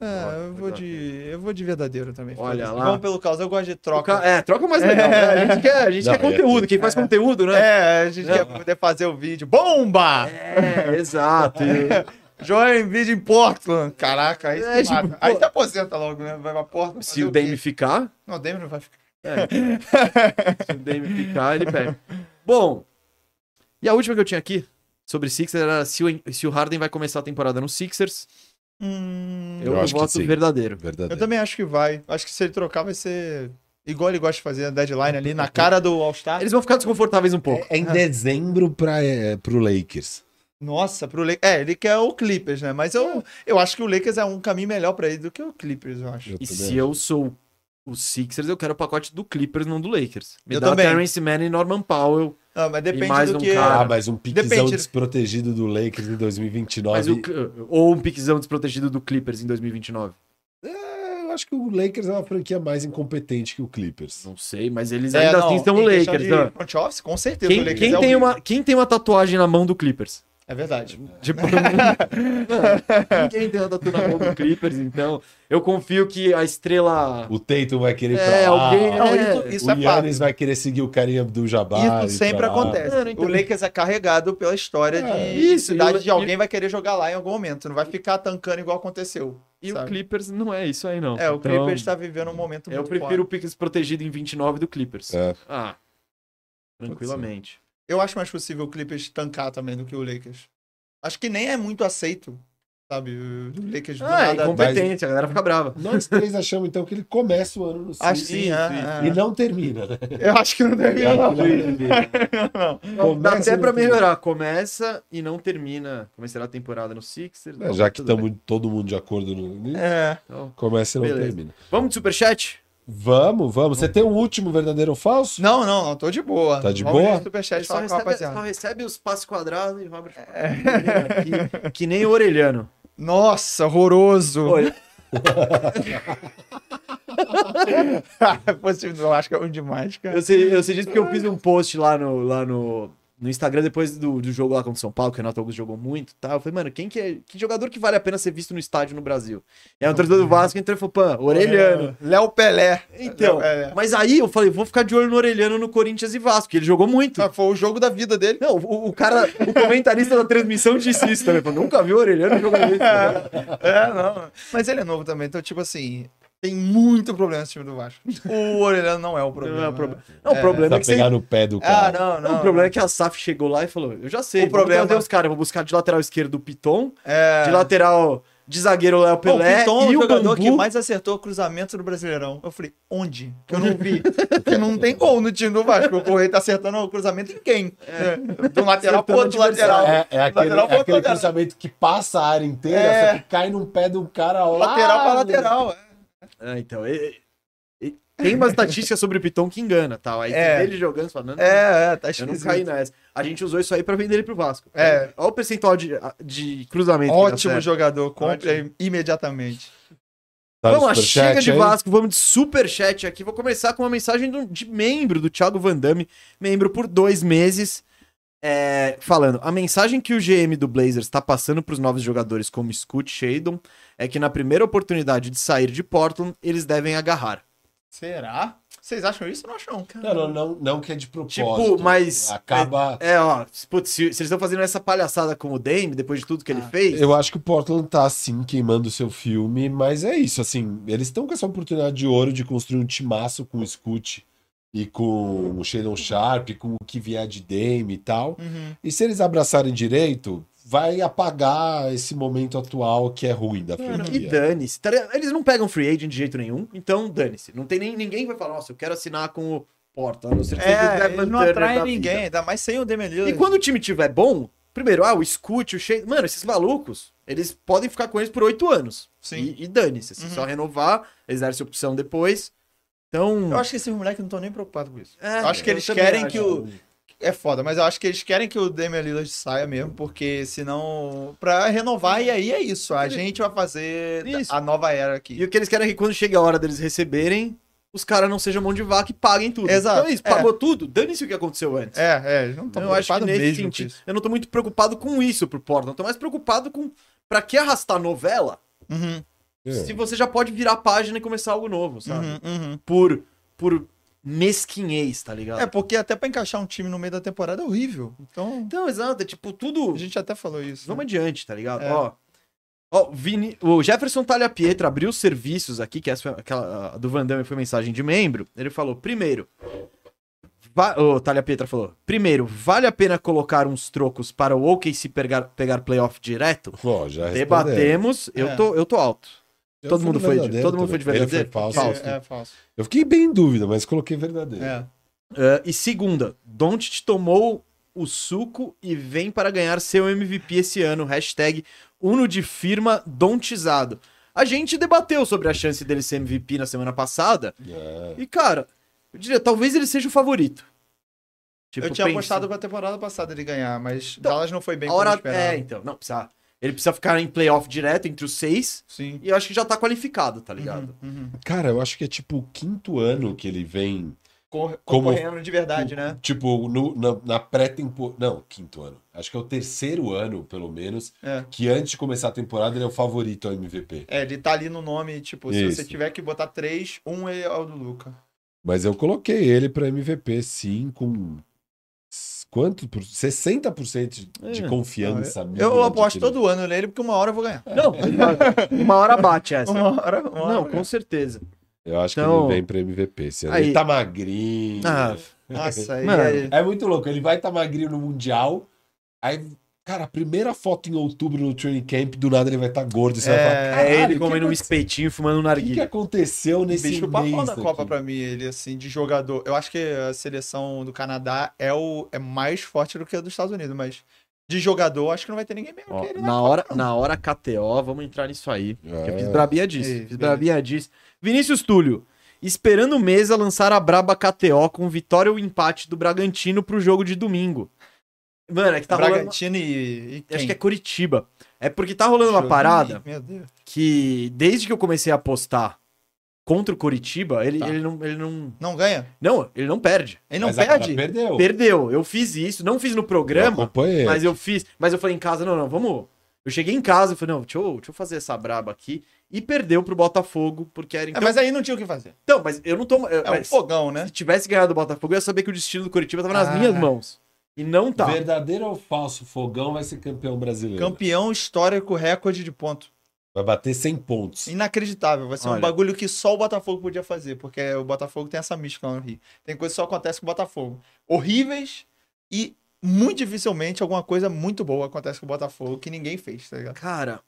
É, eu vou de. Eu vou de verdadeiro também.
Olha
foda-se.
lá.
Vamos pelo caos. Eu gosto de
Troca.
troca.
É, troca o mais legal.
É.
né? A gente quer, a gente
Não,
quer
ia ter-
conteúdo. Quem faz conteúdo, né?
É, a gente
Não.
quer poder fazer o vídeo. Bomba!
É, exato.
Joia em vídeo em Portland. Caraca, aí,
É,
se mata.
tipo,
aí
pô.
se aposenta logo, né? Vai pra Portland.
Se
fazer
o
quê?
Dame ficar,
Não, o Dame não vai ficar.
se o Dame ficar, ele pega. Bom, e a última que eu tinha aqui sobre Sixers era se o, se o Harden vai começar a temporada no Sixers.
Hum,
Eu,
Eu acho que
voto
sim.
verdadeiro.
eu
Verdadeiro.
também acho que vai. Acho que se ele trocar vai ser. Igual ele gosta de fazer a deadline ali, na cara do All-Star.
Eles vão ficar desconfortáveis um pouco.
É em dezembro para é, pro Lakers.
Nossa, pro Lakers. É, ele quer o Clippers, né? Mas eu, eu acho que o Lakers é um caminho melhor pra ele do que o Clippers, eu acho.
Eu
E
também
se eu sou o Sixers, eu quero o pacote do Clippers, não do Lakers. Me
Eu
dá
também.
Terrence Mann e Norman Powell.
Ah, mas depende
mais
do
um
que.
cara.
Ah, mas um piquezão
Depende. né?
desprotegido do Lakers em 2029.
Mas o Cl- ou um piquezão desprotegido do Clippers em 2029.
É, eu acho que o Lakers é uma franquia mais incompetente que o Clippers.
Não sei, mas eles
É,
ainda
não,
assim são o
em questão
Lakers.
de
né?
Front office, com certeza o
Quem,
Lakers
quem
é o
tem
líder.
uma, quem tem uma tatuagem na mão do Clippers?
É verdade.
Tipo, não, É, ninguém tem uma tatuagem na mão do Clippers, então eu confio que a estrela.
O Tatum vai querer
É,
pra lá,
alguém-
Não,
É,
isso, isso
o
é fato.
Yannis vai querer seguir o carinha do Jabá.
Isso sempre acontece.
Mano, então-
O Lakers é carregado pela história
É,
de
isso, e
cidade
o-
de alguém vai querer jogar lá em algum momento. Não vai ficar tancando igual aconteceu.
E o
sabe?
Clippers não é isso aí, não.
É,
Então,
o Clippers tá vivendo um momento muito
Eu prefiro o Pickers protegido em 29 do Clippers.
É.
Ah, tranquilamente.
Eu acho mais possível o Clippers tancar também do que o Lakers. Acho que nem é muito aceito, sabe? O Lakers do
Ah, é
nada- tá
incompetente, a galera fica brava.
Nós três achamos então que ele começa o ano no
Acho
Sixers
sim,
Isso, É.
é,
e
é.
não termina, né?
Eu acho que não deveria, não. não.
Então, Dá
Começa
até
e
pra
não termina.
melhorar. Começa e não termina. Começará a temporada no Sixers.
É, Já que
tudo bem.
estamos todo mundo de acordo no. né?
É.
Então,
Começa e não
Beleza.
termina.
vamos de superchat?
Vamos, vamos. Você tem um último verdadeiro ou falso?
Não, não, não, tô de boa.
Tá de
Vamos
boa?
ler o Superchat
Só
fala com a
recebe,
rapaziada.
só recebe os passos quadrados e Robert. Que, que nem o Orelhano.
Nossa, horroroso.
Olha,
Você não acho que é um demais, cara. é
eu sei, eu sei disso porque eu fiz um post lá no, lá no, no Instagram, depois do, do jogo lá contra o São Paulo, que o Renato Augusto jogou muito e tal, eu falei, mano, quem que, é, que jogador que vale a pena ser visto no estádio no Brasil? E aí o torcedor do Vasco entrou e falou, pã, Orelhano.
Léo Pelé.
Então,
Léo Pelé.
mas aí eu falei, vou ficar de olho no Orelhano no Corinthians e Vasco, que ele jogou muito.
Ah, Foi o jogo da vida dele.
Não, o, o cara, o comentarista da transmissão disse isso também. Falou, nunca vi o Orelhano jogando isso.
É, não. Mas ele é novo também, então, tipo assim, tem muito problema esse time do Vasco. O Orelhano não é o problema.
Não é o problema. Não, o problema é
Pra
que você...
pegar no pé do
Ah,
cara.
não, não.
Não, o problema é que a SAF chegou lá e falou: Eu já sei,
O
o
problema-
problema é os caras, vou buscar de lateral esquerdo o Piton,
É.
de lateral de zagueiro Léo
Pô,
Pelé
o Piton é o
e o
jogador
Bambu.
que mais acertou cruzamento no Brasileirão. Eu falei, onde? Que eu não vi. Porque não tem gol no time do Vasco. O Correio tá acertando o cruzamento em quem? É. Do lateral pro
Acertando
outro
o adversário.
lateral.
É, é aquele,
lateral
é aquele
lateral.
cruzamento que passa a área inteira,
É.
só que cai num pé do cara lá.
Lateral pra lateral. é.
É, então, e- e- e- tem uma estatística sobre o Piton que engana, tal. Aí
É.
ele jogando, falando,
É, é, tá
eu não
esquisito.
caí nessa. A gente usou isso aí pra vender ele pro Vasco.
É.
Olha o percentual de, de cruzamento. que dá
Ótimo
certo.
jogador, compre imediatamente.
Tá no
Vamos lá,
superchat
chega de
aí?
Vasco, vamos de superchat aqui. Vou começar com uma mensagem do- de membro do Thiago Vandame, membro por dois meses, é, falando: a mensagem que o GM do Blazers está passando para os novos jogadores como Scoot Shadon é que na primeira oportunidade de sair de Portland, eles devem agarrar.
Será? Vocês acham isso ou não acham?
Não, não, não, não que é de propósito.
Tipo, mas-
Acaba.
É, ó, putz, se, se eles estão fazendo essa palhaçada com o Dame, depois de tudo que ele
Ah.
fez.
Eu acho que o Portland tá assim queimando o seu filme, mas é isso, assim, eles estão com essa oportunidade de ouro de construir um timaço com o Scoot e com o Shannon Sharp, com o que vier de Dame e tal.
Uhum.
E se eles abraçarem direito, vai apagar esse momento atual que é ruim da
Mano,
franquia.
e dane-se. tá ligado? Eles não pegam free agent de jeito nenhum, então dane-se. Não tem nem ninguém que vai falar, nossa, eu quero assinar com o Portland. a não ser que seja o
É,
Devin
ele não
Turner
atrai
né, da vida.
ninguém, ainda mais sem o Demelio.
E quando o time tiver bom, primeiro, ah, o Scoot, o Shea. Mano, esses malucos, eles podem ficar com eles por oito anos.
Sim.
E, e dane-se. Se
Uhum.
só renovar, eles deram essa opção depois.
Eu
Então.
acho que esses moleques não estão nem preocupados com isso.
é,
eu acho que eles
também
querem
acho.
que o- É foda, mas eu acho que eles querem que o Damian Lillard saia mesmo, porque senão. Pra renovar, e aí é isso. A gente vai fazer
Isso.
a nova era aqui.
E o que eles querem é que quando chega a hora deles receberem, os caras não sejam mão de vaca e paguem tudo.
Exato.
Então é isso,
É.
pagou tudo, dane-se o que aconteceu antes. Então,
É, é, eles não estão
eu acho que
preocupados
nesse
mesmo com
sentido.
isso.
Eu não tô muito preocupado com isso pro Portland. Eu tô mais preocupado com. Pra que arrastar novela
Uhum,
É.
se você já pode virar a página e começar algo novo, sabe?
uhum, uhum.
Por. Por mesquinhez, tá ligado?
É, porque até pra encaixar um time no meio da temporada é horrível. Então,
Então, exato, é tipo,
a
tudo.
gente até falou isso.
Vamos adiante, tá ligado?
É.
Ó. Ó, o Vini... o Jefferson Talha Pietra abriu os serviços aqui, que essa foi aquela a do Van Damme foi mensagem de membro. Ele falou: primeiro. Va... O Talha Pietra falou: primeiro, vale a pena colocar uns trocos para o OKC pegar, pegar playoff direto?
Ó, já respondeu.
Debatemos, eu,
É.
tô, eu tô alto.
Eu
todo
fui
mundo
no
foi de-
verdadeiro
todo mundo foi de
também. Ele
verdadeiro?
foi falso.
Porque É, falso.
Eu fiquei bem em dúvida, mas coloquei
Tipo,
verdadeiro.
É.
Ah, e segunda, Doncic tomou o suco e vem para ganhar seu MVP esse ano. Hashtag Uno de firma Dontizado. A gente debateu sobre a chance dele ser MVP na semana passada.
É.
E, cara, eu diria, talvez ele seja o favorito. Tipo,
eu tinha
pensa-
apostado pra temporada passada ele ganhar, mas
Então,
Dallas não foi bem
a
como eu
hora...
esperava.
É, então, não, precisa. Ele precisa ficar em playoff direto entre os seis.
Sim.
E eu acho que já tá qualificado, tá ligado?
Uhum, uhum.
Cara, eu acho que é tipo o quinto ano que ele vem
Cor-
Como-
Concorrendo de verdade, né?
Tipo, no- na, na pré-temporada. Não, quinto ano. Acho que é o terceiro ano, pelo menos,
É.
que antes de começar a temporada ele é o favorito ao MVP.
É, ele tá ali no nome, tipo, se
Isso.
você tiver que botar três, um é o do Luca.
Mas eu coloquei ele pra MVP, sim, com. s- Quanto? Por 60% de- de
É.
confiança.
Eu
mínima de
aposto
né?
que
todo ano nele, porque uma hora eu vou ganhar.
Uhum. Não, uma, uma hora bate essa.
Uma hora, uma hora. eu
Não,
vou
com certeza.
ele- Eu acho
Então-
que ele vem pra MVP. Esse ano.
Aí.
Ele tá magrinho.
Ah,
ganhar. Nossa, aí,
Mano.
aí-
É muito louco. Ele vai estar magrinho no Mundial. Aí, cara, a primeira foto em outubro no training camp, do nada ele vai estar gordo. e Você vai falar,
É
"Caralho,
ele
que
comendo um
aconteceu?"
espetinho, fumando um
O que, que
narguilha.
aconteceu nesse
Bicho
mês
papão da
aqui?
Copa pra mim, ele, assim, de jogador. Eu acho que a seleção do Canadá é, o, é mais forte do que a dos Estados Unidos, mas de jogador, acho que não vai ter ninguém melhor
Ó,
que ele. né?
na hora, na hora KTO, vamos entrar nisso aí. que Eu fiz
É.
brabinha disso.
Ei,
fiz
beleza.
brabinha disso. Vinícius Túlio, esperando o Mesa lançar a braba KTO com vitória ou empate do Bragantino pro jogo de domingo. Mano, é que tá rolando...
Bragantino e, e quem?
Acho que é Curitiba. É porque tá rolando uma
Jogo-
parada
Ih, Meu Deus.
que, desde que eu comecei a apostar contra o Coritiba, ele,
Tá.
ele, não, ele não.
Não ganha?
Não, ele não perde.
Ele não
Mas agora
perde?
Perdeu.
Perdeu. Eu fiz isso, não fiz no
Eu
programa,
acompanhei.
mas eu fiz. Mas eu falei em casa, não, não, vamos. Eu cheguei em casa e falei, não, deixa eu, deixa eu fazer essa braba aqui. E perdeu pro Botafogo, porque era.
É,
Então,
mas aí não tinha o que fazer.
então, mas eu não tô. eu-
É um
mas
fogão, né?
Se tivesse ganhado o Botafogo, eu ia saber que o destino do Coritiba tava nas
Ah.
minhas mãos. E não
então.
tá.
Verdadeiro ou falso? Fogão vai ser campeão brasileiro.
Campeão histórico, recorde de ponto.
Vai bater 100 pontos.
Inacreditável. Vai ser
Olha.
um bagulho que só o Botafogo podia fazer, porque o Botafogo tem essa mística lá no Rio. Tem coisa que só acontece com o Botafogo. Horríveis e muito dificilmente alguma coisa muito boa acontece com o Botafogo que ninguém fez, tá ligado?
Cara.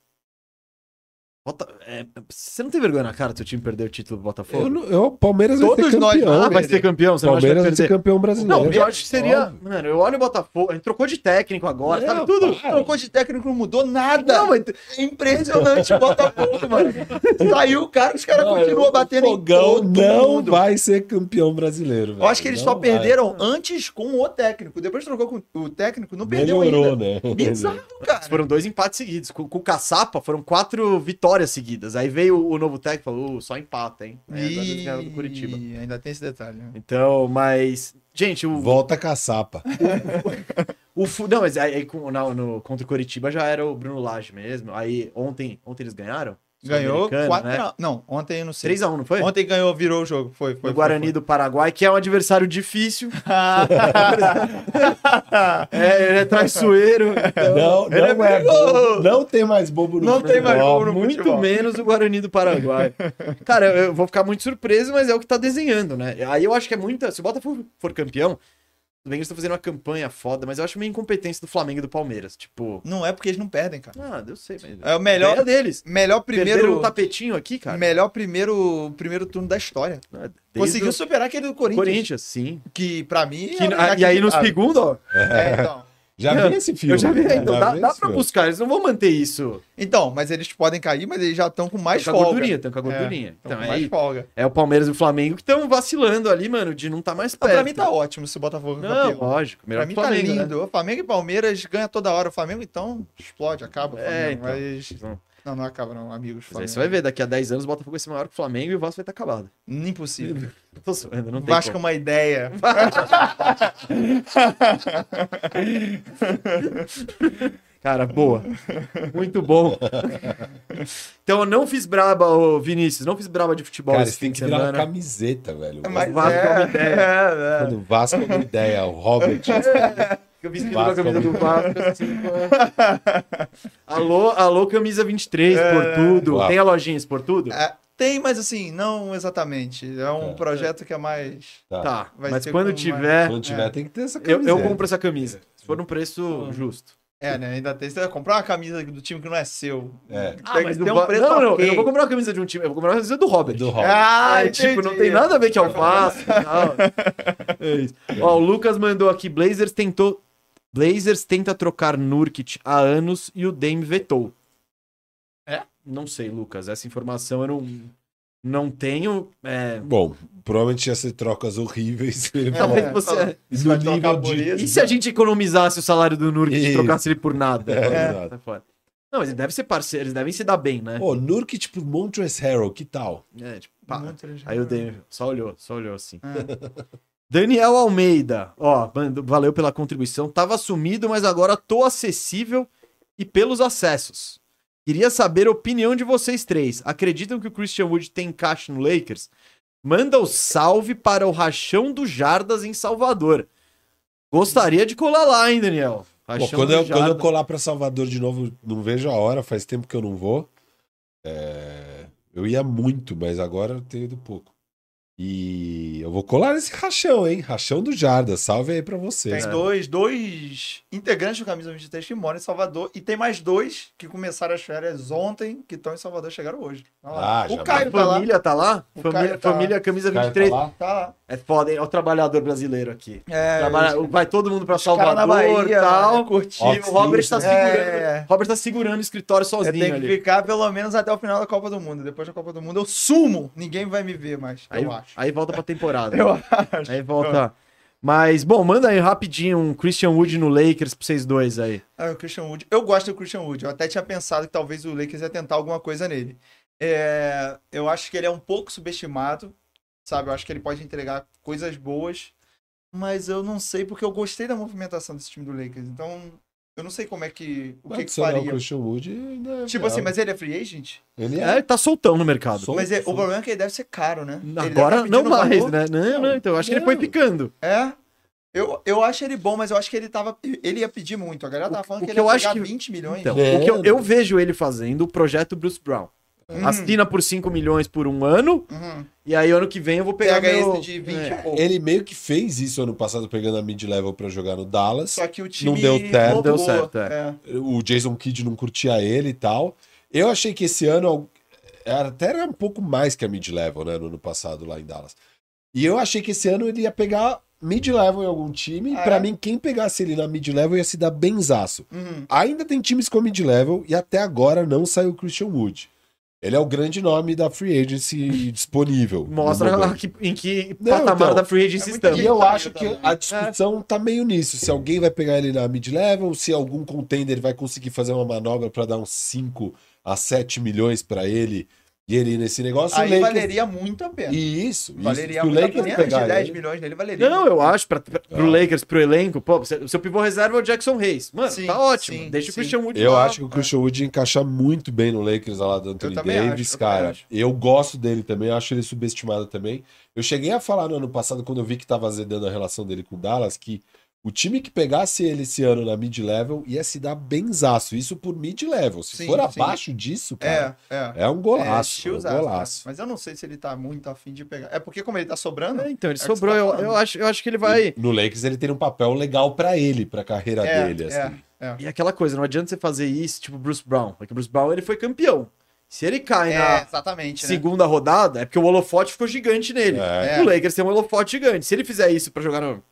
Bota- é, você não tem vergonha na cara do seu time perder o título do Botafogo?
Eu, não- eu- o Palmeiras vai
Todos
ser
nós,
campeão.
Ah,
mas-
vai ser campeão, você
o Palmeiras
não acha que vai
vai ser
perder.
campeão brasileiro.
é
Não, eu acho que seria.
Óbvio.
Mano, eu olho o Botafogo. A gente trocou de técnico agora,
Não,
sabe? Tudo.
para.
Trocou de técnico, não mudou nada.
Não, mas
É impressionante o Botafogo, mano. Saiu o cara, os caras
Não, é
continuam
o
batendo em
Fogão
todo
não
mundo.
vai ser campeão brasileiro.
Eu
velho.
acho que eles
Não
só
vai.
perderam antes com o técnico. Depois trocou com o técnico, não perdeu
Melhorou,
ainda.
né?
Bizarro, cara.
foram dois empates seguidos. Com, com o Caçapa foram quatro vitórias seguidas. Aí veio o novo técnico e falou: "Uh, só empata, hein? É, agora eles ganharam do Curitiba.
Ih, ainda tem esse detalhe. né?
Então, mas. Gente, o,
Volta a caçapa.
O fu- Não, mas aí, aí com- na- no, contra o Coritiba já era o Bruno Lage mesmo. Aí ontem, ontem eles ganharam?
Ganhou
Sul-Americano,
4
né?
a... um. Não, ontem eu não sei.
3x1, não foi?
Ontem ganhou, virou o jogo. Foi, foi.
o Guarani
foi,
do Paraguai, que é um adversário difícil.
foi.
É, ele é traiçoeiro. então,
Não, não
ele
é bobo. Não tem mais bobo no
Não tem mais
futebol.
bobo no
muito
futebol.
menos o Guarani do Paraguai. Cara, eu, eu vou ficar muito surpreso, mas é o que tá desenhando, né? Aí eu acho que é muita. Se o Botafogo for campeão, tudo bem que eles estão fazendo uma campanha foda, mas eu acho meio incompetência do Flamengo e do Palmeiras. Tipo,
não é porque eles não perdem, cara.
ah, eu sei, mas.
É o melhor,
Ideia deles.
melhor
Primeiro
primeiro,
um tapetinho aqui, cara. Ah,
melhor primeiro, primeiro turno da história.
Desde
Conseguiu
o
superar aquele do Corinthians,
Corinthians, sim.
que pra mim
Que-
é
ah, e aí no segundo, ó.
É, então.
Já
Não,
vi esse filme.
eu já vi.
né?
Então dá,
vi
dá
esse
pra
filme.
buscar, eles não vão manter isso.
Então, mas eles podem cair, mas eles já estão com mais
Tão Tá com a
folga.
gordurinha, estão com a gordurinha.
Tão
então,
com mais
aí,
folga.
é o Palmeiras e o Flamengo que estão vacilando ali, mano, de não tá mais
Ah,
perto.
pra mim tá ótimo se o Botafogo é
Não,
campeão.
lógico. Melhor
Pra
que
mim
o Flamengo,
tá
né?
lindo. O Flamengo e Palmeiras ganha toda hora. O Flamengo, então, explode, acaba. o
É,
Flamengo,
então.
Mas. Não, não acaba, não, amigos.
Mas aí
Flamengo.
você vai ver, daqui a 10 anos o Botafogo vai ser maior que o Flamengo e o Vasco vai estar acabado.
Impossível.
Tô zoando, não
O
tem
Vasco é
como.
uma ideia. um
Cara, boa. Muito bom. então eu não fiz braba, ô Vinícius, não fiz braba de futebol
Cara,
esse né?
você tem
fim de
que virar uma
semana.
camiseta, velho.
Mas
Vasco é uma
é,
Quando o Vasco é uma ideia, o Robert. tá.
Eu vestido com a
Vasco. é
camisa do Vasco, assim, com- alô, alô, camisa 23, por tudo.
Uau.
Tem a lojinha Esportudo?
é. É, Tem, mas assim, não exatamente. É um
É.
projeto que é mais.
Tá,
Vai
mas
ser
quando
como
tiver,
Quando tiver, tem que ter essa
eu,
camiseta.
eu compro essa camisa. Se for num preço justo.
É, né? Ainda tem. Você vai comprar uma camisa do time que não é seu.
É.
Tem
Ah,
que
mas
ter
do
um
Va-
preço
Não, não, eu
ok.
não vou comprar uma camisa de um time, eu vou comprar uma camisa do Robert.
Do Robert.
Ah,
É, tipo, não
entendi.
tem nada a ver que é o Vasco. não. É isso. Ó, o Lucas mandou aqui, Blazers tentou... Blazers tenta trocar Nurkic há anos e o Dame vetou.
É?
Não sei, Lucas. Essa informação eu não, não tenho. É...
Bom, provavelmente ia ser trocas horríveis.
É.
Ele falou,
Talvez você...
Isso vai
No
trocar
nível
por
de- É,
isso.
E se a gente economizasse o salário do Nurkic e
Isso.
trocasse ele por nada?
É,
Tá fora. Não, mas ele deve ser parceiro, eles devem se dar bem, né?
Pô, Nurkic tipo Montrezl Harrell, que tal?
É, tipo, pá.
Muito legal.
Aí o Daniel só olhou, só olhou assim.
Ah,
Daniel Almeida, ó, mando- valeu pela contribuição. Tava sumido, mas agora tô acessível e pelos acessos. Queria saber a opinião de vocês três. Acreditam que o Christian Wood tem encaixe no Lakers? Manda o salve para o Rachão do Jardas em Salvador. Gostaria de colar lá, hein, Daniel?
Pô,
Rachão
quando,
do
eu, quando eu
Jardas.
colar pra Salvador de novo, não vejo a hora, faz tempo que eu não vou. É, Eu ia muito, mas agora eu tenho ido pouco. E eu vou colar nesse rachão, hein? Rachão do Jarda. Salve aí pra vocês.
Tem dois, dois integrantes do Camisa 23 que moram em Salvador. E tem mais dois que começaram as férias ontem, que estão em Salvador, chegaram hoje. Tá lá.
Ah, já
o Caio
A
tá lá.
família tá lá?
O
Família,
Caio tá lá.
família camisa
O cara
23.
tá lá?
Tá lá.
é foda, hein? É o trabalhador brasileiro aqui.
É,
Trabalha- vai todo mundo pra
os caras na
Salvador e
Bahia, né?
tal.
mano, curtindo.
E o Robert tá
É.
segurando. Robert tá segurando o escritório
Eu
sozinho
tenho que
ali.
ficar pelo menos até o final da Copa do Mundo. Depois da Copa do Mundo eu sumo. Ninguém vai me ver mais,
Aí,
eu acho.
aí volta pra temporada.
Eu acho.
Aí volta. Mas, bom, manda aí rapidinho um Christian Wood no Lakers pra vocês dois aí.
Ah, o Christian Wood. Eu gosto do Christian Wood. Eu até tinha pensado que talvez o Lakers ia tentar alguma coisa nele. É, eu acho que ele é um pouco subestimado, sabe? Eu acho que ele pode entregar coisas boas, mas eu não sei porque eu gostei da movimentação desse time do Lakers. Então, eu não sei como é que o que, que
faria? O
faria.
Christian Wood ainda é
Tipo
viável.
assim, mas ele é free agent?
Ele
É,
é.
ele tá soltão no mercado.
Sol-
Mas é-
Sim.
o problema é que ele deve ser caro, né? Ele deve
Agora
tá
não
pedindo
mais,
valor.
né? Não, não, então eu acho que ele foi
Não.
picando.
É. Eu, eu acho ele bom, mas eu acho que ele tava. Ele ia pedir muito. A galera tava falando
o
que
que eu
ele ia
acho
pegar
que-
20 milhões.
Então,
É.
o que eu, eu vejo ele fazendo, o projeto Bruce Brown.
Uhum,
Assina por 5 milhões por um ano,
uhum.
e aí ano que vem eu vou pegar
Pega
meu...
esse de 20
É.
e pouco.
Ele meio que fez isso ano passado, pegando a mid-level pra jogar no Dallas.
Só que o time.
deu certo,
deu
roubou.
certo, é.
O Jason Kidd não curtia ele e tal. Eu achei que esse ano al- era- até era um pouco mais que a mid-level, né? No ano passado lá em Dallas. E eu achei que esse ano ele ia pegar mid-level em algum time. E
Ah,
pra
é?
mim, quem pegasse ele na mid-level ia se dar benzaço.
Uhum.
Ainda tem times com mid-level e até agora não saiu o Christian Wood. Ele é o grande nome da free agency disponível. no
Mostra
momento.
que- em que
Não,
patamar
então,
da free agency
é muita
estamos.
E eu
Tá,
acho que
exatamente.
a discussão tá meio nisso. Se alguém vai pegar ele na mid-level, se algum contender vai conseguir fazer uma manobra pra dar uns 5 a 7 milhões pra ele e ele ir nesse negócio. o
Aí
Lakers-
valeria muito a pena.
E isso, isso.
valeria
Se o
muito a
Lakers
pena. Menos de
pegar
10
ele-
milhões nele valeria.
Não, eu acho, pra, pra, pro
Ah.
Lakers, pro elenco, pô, seu seu pivô reserva é o Jackson Reis. Mano,
Sim,
tá ótimo.
sim,
Deixa o
sim.
Christian Wood
Eu
lá.
acho que o Christian Wood ia encaixar muito bem no Lakers lá do Anthony
Eu também acho,
Davis,
eu também
cara.
acho.
Eu gosto dele também, eu acho ele subestimado também. Eu cheguei a falar no ano passado, quando eu vi que tava azedando a relação dele com o Dallas, que o time que pegasse ele esse ano na mid-level ia se dar benzaço. Isso por mid-level. Se
Sim,
for
sim.
abaixo disso, cara,
É, é.
é, um golaço. É, um
Shields, né?
golaço.
Mas eu não sei se ele tá muito afim de pegar. É porque, como ele tá sobrando,
É, então, ele
É o que
sobrou.
você tá
eu,
falando.
eu acho, eu acho que ele vai.
No Lakers ele tem um papel legal pra ele, pra carreira
É,
dele,
é.
assim.
E aquela coisa, não adianta você fazer isso, tipo Bruce Brown. Porque o Bruce Brown ele foi campeão. Se ele cai
é,
na
exatamente. né?
segunda rodada, é porque o holofote ficou gigante nele.
É.
É.
O Lakers tem um holofote gigante. Se ele fizer isso pra jogar no,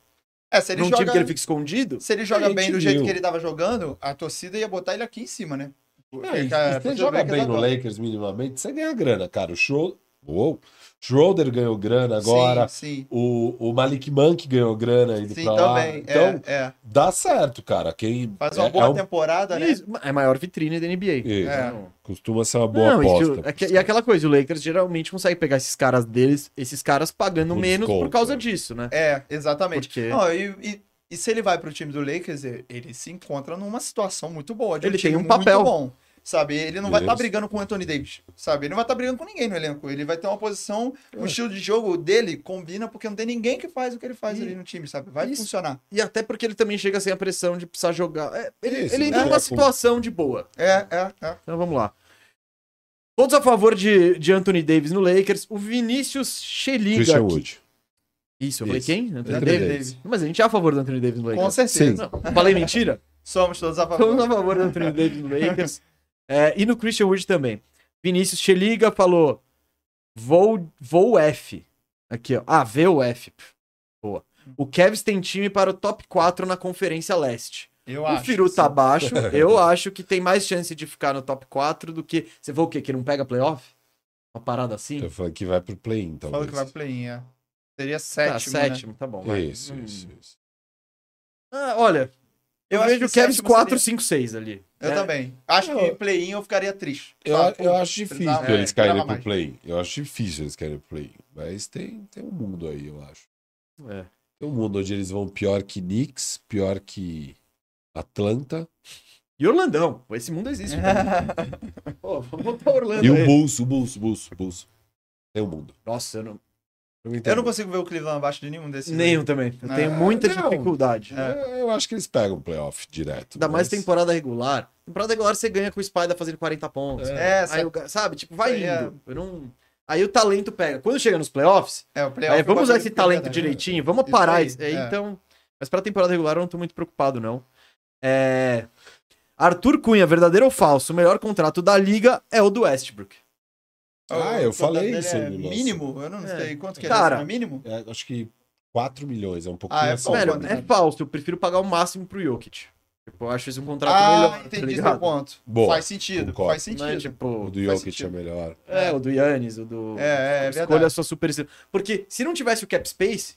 É, se ele
num
joga,
time que ele fica escondido,
se ele
A
joga
gente
bem do jeito
viu.
que ele tava jogando, a torcida ia botar ele aqui em cima, né?
É, e
Porque a
se
torcida
você
do
joga
Lakers
bem no
adora.
Lakers minimamente, você ganha grana, cara. O Schro- Uou. Schroeder ganhou grana agora,
Sim, sim.
o, o Malik Monk ganhou grana indo
Sim,
pra lá.
também.
Então,
É, é.
dá certo, cara. Quem
Faz uma
é-
boa
é um-
temporada, né?
isso- é a maior vitrine da NBA.
Isso.
É.
Não.
costuma ser uma boa
Não, e que o-
aposta.
é que- e aquela coisa, o Lakers geralmente consegue pegar esses caras deles, esses caras pagando
Um
menos por
desconto,
causa
né?
disso, né?
É, exatamente.
Porque-
Não, e, e- e se ele vai pro time do Lakers, e- ele se encontra numa situação muito boa. De
Ele tem
time
um papel.
Muito bom, sabe? Ele não vai estar
Isso.
brigando com o Anthony Davis, sabe? Ele não vai estar brigando com ninguém no elenco. Ele vai ter uma posição,
É.
o estilo de jogo dele combina, porque não tem ninguém que faz o que ele faz
E-
ali no time, sabe? Vai
Isso.
funcionar.
E até porque ele também chega sem a pressão de precisar jogar. É, ele,
Isso,
ele entra
né?
numa
É,
situação de boa.
É, é, é.
Então vamos lá. Todos a favor de, de Anthony Davis no Lakers. O Vinícius Cheliga.
Christian
aqui-
Wood.
Isso, eu falei
Isso.
quem? Anthony
Anthony
Davis.
Davis.
Mas a gente é a favor do Anthony Davis no
Com
Lakers.
certeza.
Não, falei mentira?
Somos todos a favor.
Estamos a favor do Anthony Davis no Lakers. É, e no Christian Wood também. Vinícius Cheliga falou: vou, vou F. Aqui, ó. Ah, vê o F. Boa. O Cavs tem time para o top 4 na Conferência Leste.
Eu
O
acho.
Firu tá
sim.
baixo. Eu acho que tem mais chance de ficar no top 4 do que. Você vê o quê? Que não pega playoff? Uma parada assim?
Eu falei então, que vai pro play-in,
Falou que vai
talvez.
pro play-in, é. Seria
Tá,
sétimo, né?
sétimo, tá bom. vai.
Isso,
Hum.
isso, isso.
Ah, olha, eu,
Eu acho
vejo
que
o Cavs
sétimo
4,
seria-
5, 6 ali.
Eu
né?
também. Acho que
Eu-
play-in eu ficaria triste.
Eu,
sabe?
eu acho difícil
Tá, precisava-
eles caírem
é, precisava
pro
mais.
play-in. Eu acho difícil eles caírem pro play-in. Mas tem, tem um mundo aí, eu acho.
É.
Tem um mundo onde eles vão pior que Knicks, pior que Atlanta.
E Orlandão. Esse mundo
É.
existe. Pô, vamos botar Orlando
E o
aí.
Bulls, o Bulls, o Bulls, o Bulls. Tem um mundo.
Nossa, eu não...
Eu não consigo ver o Cleveland abaixo de nenhum desses.
Nenhum também. Eu
Ah,
tenho muita
não.
dificuldade.
É, Eu acho que eles pegam o playoff direto.
Ainda mais
mas-
temporada regular. Temporada regular você ganha com o Spider fazendo 40 pontos.
É.
É,
Aí
sabe?
o ga- sabe? Tipo, vai
Aí é-
indo. Eu não... Aí o talento pega. Quando chega nos playoffs,
É, o playoff
aí, vamos
eu
usar
gosto
esse
de
talento
pegar, né?
direitinho, vamos
Isso
parar
aí,
isso. É,
é.
Então, mas pra temporada regular eu não tô muito preocupado, não. É... Arthur Cunha, verdadeiro ou falso? O melhor contrato da liga é o do Westbrook.
Ah,
O
eu falei
contrato
isso
dele
no
É
nosso-
mínimo? Eu não
É.
sei quanto que
Cara.
é. esse, não é mínimo?
É, acho que 4 milhões, é um pouquinho
Ah, é
acima.
bom,
Velho,
né?
é falso. Eu prefiro pagar o máximo pro Jokic. Tipo, eu acho esse um contrato
Ah,
melhor. tá
entendi
ligado?
seu ponto.
Boa,
Faz sentido,
concordo.
faz
Não é,
sentido.
O
tipo,
do
faz
Jokic é
sentido.
melhor.
é, o do Yannis, o do.
É, é, é
Escolha
verdade.
a sua superestrela. Porque se não tivesse o cap space,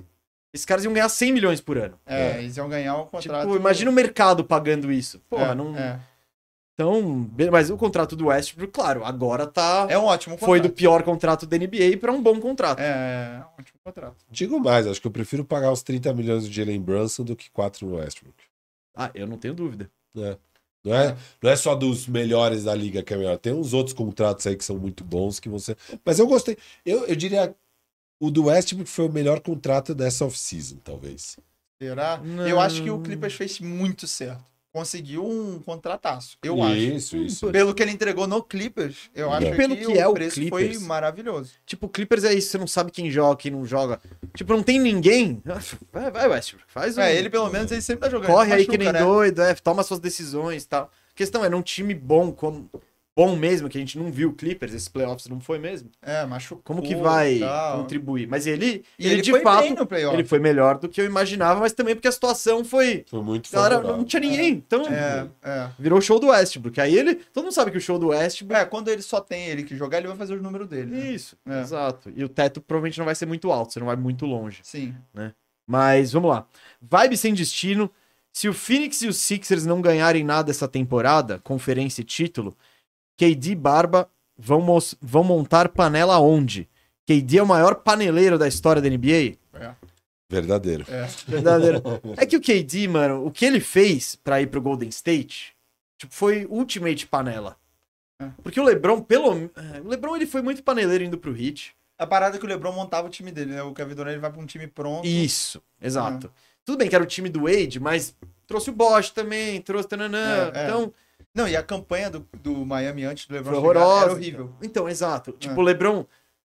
esses caras iam ganhar 100 milhões por ano.
É, eles iam ganhar o contrato.
Tipo, imagina o mercado pagando isso. Porra,
é,
não.
é.
Então, be- mas o contrato do Westbrook, claro, agora tá.
É um ótimo contrato.
foi do pior contrato da NBA pra um bom contrato.
É, um ótimo contrato.
Digo mais, acho que eu prefiro pagar os 30 milhões de Jalen Brunson do que 4 no Westbrook.
Ah, eu não tenho dúvida.
Não é, não é só dos melhores da liga que é melhor. Tem uns outros contratos aí que são muito bons que você. Mas eu gostei. Eu, eu diria o do Westbrook foi o melhor contrato dessa off-season, talvez.
Será?
Não.
Eu acho que o Clippers fez muito certo. Conseguiu um contrataço, eu acho. Hum,
isso, isso.
Pelo que ele entregou no Clippers, eu
E
acho
pelo
que,
que é
o
o
preço
Clippers.
foi maravilhoso.
Tipo, Clippers é isso, você não sabe quem joga, quem não joga. Tipo, não tem ninguém. Vai, vai Westbrook, faz um.
É, ele pelo menos ele sempre tá jogando.
Corre
ele
aí que
machuca,
nem
né?
doido, é, toma suas decisões e tal. A questão é, num time bom, como, bom mesmo, que a gente não viu o Clippers, esses playoffs não foi mesmo.
É, machucou.
Como que vai
tal.
contribuir? Mas ele,
tá. E
ele,
ele
de
foi
fato,
bem no playoff.
ele foi melhor do que eu imaginava, mas também porque a situação foi.
Foi muito
Galera,
favorável.
não tinha ninguém. Então,
É,
virou o show do Westbrook. Aí ele. Todo mundo sabe que o show do
é.
Westbrook.
É, quando ele só tem ele que jogar, ele vai fazer os números dele. né?
Isso,
É.
exato. E o teto provavelmente não vai ser muito alto, você não vai muito longe.
Sim.
Mas vamos lá. Vibe sem destino. Se o Phoenix e os Sixers não ganharem nada essa temporada, conferência e título, KD e Barba vão, mos- vão montar panela onde? KD é o maior paneleiro da história da NBA?
É,
Verdadeiro.
é.
Verdadeiro. É que o KD, mano, o que ele fez pra ir pro Golden State, tipo, foi ultimate panela.
É.
Porque o LeBron, pelo é, o LeBron ele foi muito paneleiro indo pro Heat.
A parada é que o LeBron montava o time dele, né? O Kevin Durant ele vai pra um time pronto.
Isso, exato.
Hum.
Tudo bem que era o time do Wade, mas trouxe o Bosch também, trouxe tananã.
É, é.
Então,
Não, e a campanha do, do Miami antes do LeBron
Foi
chegar era
horrorosa.
horrível.
então, exato. Tipo,
É.
o LeBron,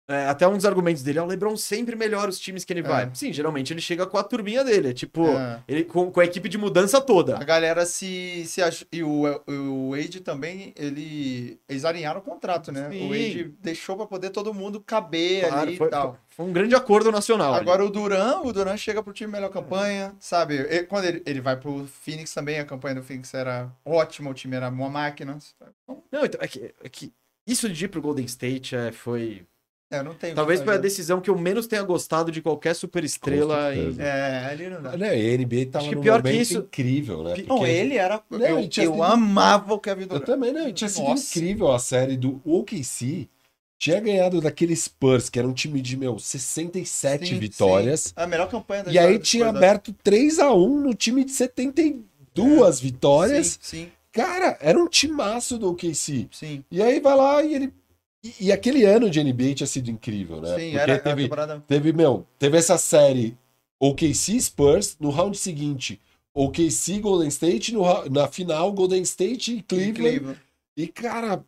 é, até um dos argumentos dele é o LeBron sempre melhora os times que ele
É.
vai. Sim, geralmente ele chega com a turminha dele, é tipo,
É.
ele com, com a equipe de mudança toda.
A galera se. se ach- E o, o Wade também, ele. Eles alinharam o contrato, né?
Sim.
O Wade deixou pra poder todo mundo caber
Claro,
ali
foi,
e tal.
foi um grande acordo nacional. ali.
Agora o Duran, o Duran chega pro time melhor campanha, sabe? E quando ele, ele vai pro Phoenix também, a campanha do Phoenix era ótima, o time era uma máquina.
Não, então, é que, é que isso de ir pro Golden State é, foi.
É, não tem. o que
Talvez foi a
fazer.
decisão que eu menos tenha gostado de qualquer superestrela.
Com
Em...
certeza.
É, ali não dá.
Né, e a NBA tava
Acho que
num
pior que
momento
isso-
incrível, né?
Não,
Porque-
ele era.
Não,
eu
ele tinha
eu
sido-
amava o Kevin
Eu
Durant.
também, não. E tinha sido
Nossa.
incrível a série do OKC. Tinha ganhado daquele Spurs, que era um time de, meu, 67
Sim,
vitórias.
A melhor campanha da
E aí
história do
tinha
Spurs,
aberto 3 a 1 no time de 72 vitórias.
assim. Sim,
Cara, era um timaço do OKC.
sim, sim.
E aí vai lá e ele. E, e aquele ano de NBA tinha sido incrível, né?
sim
Porque
era, era a
teve,
temporada.
teve, meu, teve essa série OKC Spurs no round seguinte. OKC Golden State, no, ra- na final, Golden State e Cleveland.
incrível.
E, cara,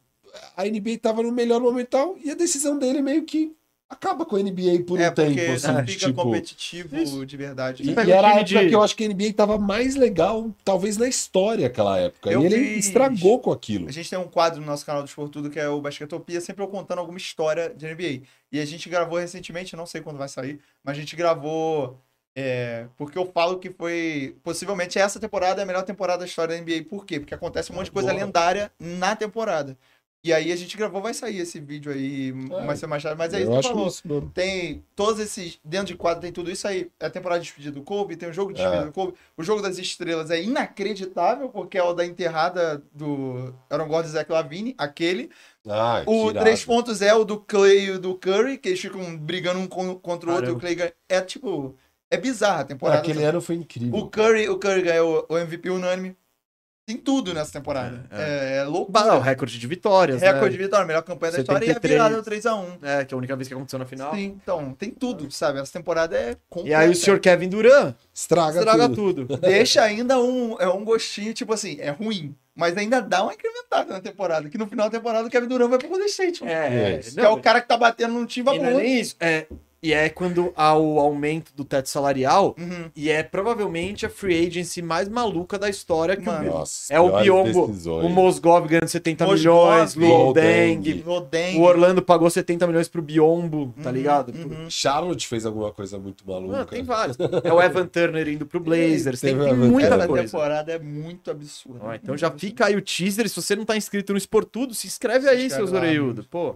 a NBA tava no melhor momento e tal, e a decisão dele meio que acaba com a NBA por
é,
um tempo.
porque
assim,
não fica
tipo...
competitivo
Isso.
de verdade.
E,
Você
né?
pega
e
um
era
time
a época
de-
que eu acho que a NBA tava mais legal, talvez na história aquela época.
Eu
e ele
fiz-
estragou com aquilo.
A gente tem um quadro no nosso canal do Esportudo que é o Basquetopia, sempre eu contando alguma história de NBA. E a gente gravou recentemente, não sei quando vai sair, mas a gente gravou. é, porque eu falo que foi. Possivelmente essa temporada é a melhor temporada da história da NBA. Por quê? Porque acontece um monte de coisa
Boa.
lendária na temporada. E aí a gente gravou, vai sair esse vídeo aí mais mais tarde. Mas é isso
eu
que
acho
você falou.
isso, mano.
Tem todos esses. Dentro de quadro tem tudo isso aí. É a temporada de despedida do Kobe, tem o jogo de
É.
despedida do Kobe. O jogo das estrelas é inacreditável, porque é o da enterrada do Aaron Gordon e Zach Lavine, aquele.
Ah,
O
tirado.
três pontos é o do Clay e o do Curry, que eles ficam brigando um con- contra o outro. e
Caramba.
O Clay ganha. É tipo. É bizarra a
Cara,
temporada.
aquele ano foi incrível.
O Curry, o Curry ganhou o MVP unânime. Tem tudo nessa temporada.
É,
É, é, loucura.
Bah, o recorde de vitórias.
Recorde
né?
de vitória, melhor campanha da história e a um.
73.
virada do 3x1.
É, que é a única vez que aconteceu na final.
Sim, então, tem tudo, sabe? Essa temporada é
E aí o
completa.
senhor Kevin Durant
Estraga,
estraga
tudo.
tudo.
deixa ainda um, é um gostinho, tipo assim, é ruim, mas ainda dá uma incrementada na temporada, que no final da temporada o Kevin Durant vai pro Golden State, mano.
É,
Yes.
que é
não,
o cara que tá batendo no time, vai
e
pro
não é
outro.
nem isso. É, e é quando há o aumento do teto salarial,
Uhum.
e é provavelmente a free agency mais maluca da história que o
Mano.
Nossa,
É o
piores
Biombo,
decisões.
O Mosgov ganhando 70
Mosgov,
milhões, Luol
Deng.
Deng.
Loden.
O Orlando pagou 70 milhões pro Biombo, tá
Uhum,
ligado?
uhum.
Charlotte fez alguma coisa muito maluca.
Mano, tem vários. É o Evan Turner indo pro Blazers, tem,
Teve
tem
o Evan
muita
Essa
Turner.
coisa.
temporada é muito absurda.
Ó, então já fica aí o teaser. Se você não tá inscrito no Esportudo, se inscreve né?
Se
aí,
inscreve
seus
lá,
orelhudos. Pô.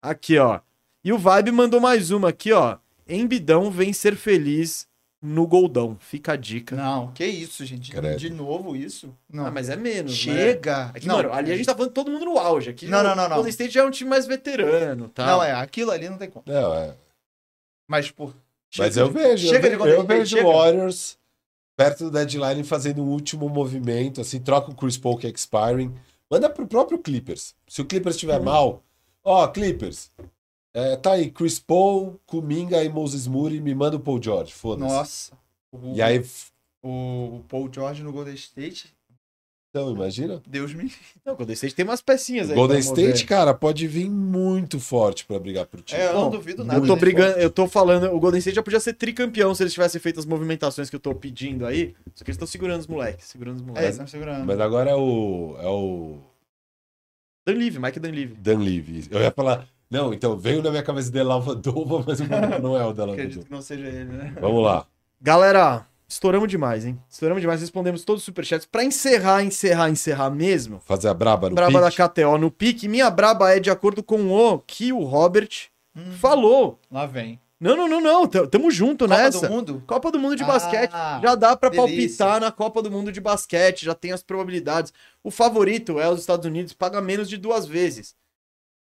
Aqui, ó. E o Vibe mandou mais uma aqui, ó. Embidão vem ser feliz no Goldão. Fica a dica.
Não, que isso, gente.
Credo.
De novo isso? Não.
Ah, mas é menos, né?
Chega.
É que, mano, ali a gente tá falando todo mundo no auge. Aqui
Não,
no-
não, não, não.
Golden State já é um time mais veterano, tá?
Não, é, aquilo ali não tem como.
Não, é.
Mas, pô,
Mas eu vejo.
chega de
eu,
Golden
ve- eu
State,
vejo
chega.
o Warriors perto do deadline fazendo um último movimento, assim, troca o Chris Paul que é expiring, manda pro próprio Clippers. Se o Clippers
Hum.
estiver mal, ó, Clippers, é, tá aí, Chris Paul, Kuminga e Moses Moody, me manda o Paul George, foda-se.
nossa. O,
E aí, f-
o Paul George no Golden State,
então, imagina.
Deus me livre.
Não, o Golden State tem umas pecinhas aí.
Golden
pra mover.
State, cara, pode vir muito forte pra brigar pro time.
então, É, eu não
Bom,
duvido nada.
Eu tô
né?
brigando, eu tô falando, o Golden State já podia ser tricampeão se eles tivessem feito as movimentações que eu tô pedindo aí. Só que eles estão segurando os moleques, segurando os
É, eles
moleques.
estão segurando.
Mas agora é o, é o
Dunleavy, Mike Dunleavy.
Dan Levy. Eu ia falar, não, então veio na minha cabeça Delavadova, mas o maluco não é o
Acredito
Delavadova.
que não seja ele, né?
Vamos lá.
Galera, estouramos demais, hein? Estouramos demais, respondemos todos os superchats. Pra encerrar, encerrar, encerrar mesmo,
Fazer a braba no
braba
pique.
da KTO no pique, minha braba é de acordo com o que o Robert
Hum,
falou.
Lá vem.
Não, não, não, não, t- tamo junto
Copa
nessa.
do Mundo?
Copa do Mundo de
Ah,
basquete. Já dá pra
delícia.
palpitar na Copa do Mundo de basquete, já tem as probabilidades. O favorito é os Estados Unidos, paga menos de duas vezes.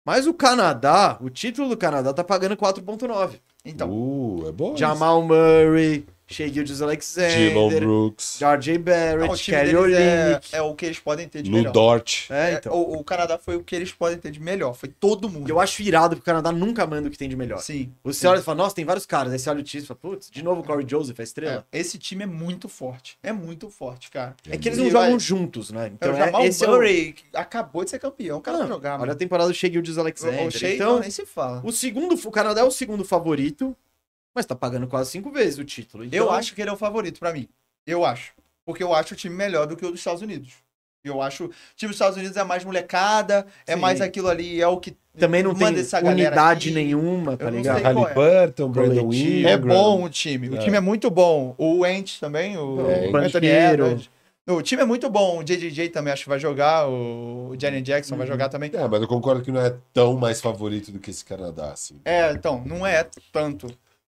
Mas o Canadá, o título do Canadá tá pagando 4.9.
Então,
Uh, é bom.
Jamal Murray, Shea Gildas
Dylan
Alexander,
Brooks.
J.J.
ah, o
Barrett,
time
Kelly
deles é,
Olynyk.
é o que eles podem ter de
Lu
melhor.
Dort.
É,
É,
então.
o, o Canadá foi o que eles podem ter de melhor. Foi todo mundo.
Eu acho irado porque o Canadá nunca manda o que tem de melhor.
Sim.
Você olha e fala, nossa, tem vários caras. Aí você olha o título e fala, putz, de novo o Corey Joseph, a estrela.
É, esse time é muito forte. É muito forte, cara.
É, que eles não
E
jogam
vai-
juntos, né?
É,
Então,
o Jamal
é, esse é o-
Murray que acabou de ser campeão. O cara
Não,
vai jogar,
Olha a
mano.
temporada do Shea Gildas Alexander.
O Shea
então,
não, nem se fala.
O segundo, o Canadá é o segundo favorito, mas tá pagando quase cinco vezes o título. Então,
Eu acho que ele é o favorito pra mim. Eu acho. Porque eu acho o time melhor do que o dos Estados Unidos. Eu acho. O time dos Estados Unidos é mais molecada, é
Sim.
mais aquilo ali, é o que.
também não tem
manda essa galera
unidade
aqui.
nenhuma, tá
Eu não
ligado?
sei.
Halliburton, Brandon
Coletivo.
Ingram.
É bom o time. O
É.
time é muito bom. O Ent também, o
É,
o Anthony
banqueiro.
Edwards. O time é muito bom. O JJJ também acho que vai jogar. O Jaren Jackson
Hum.
vai jogar também.
É, mas eu concordo que não é tão mais favorito do que esse Canadá, assim.
É, então, não é tanto.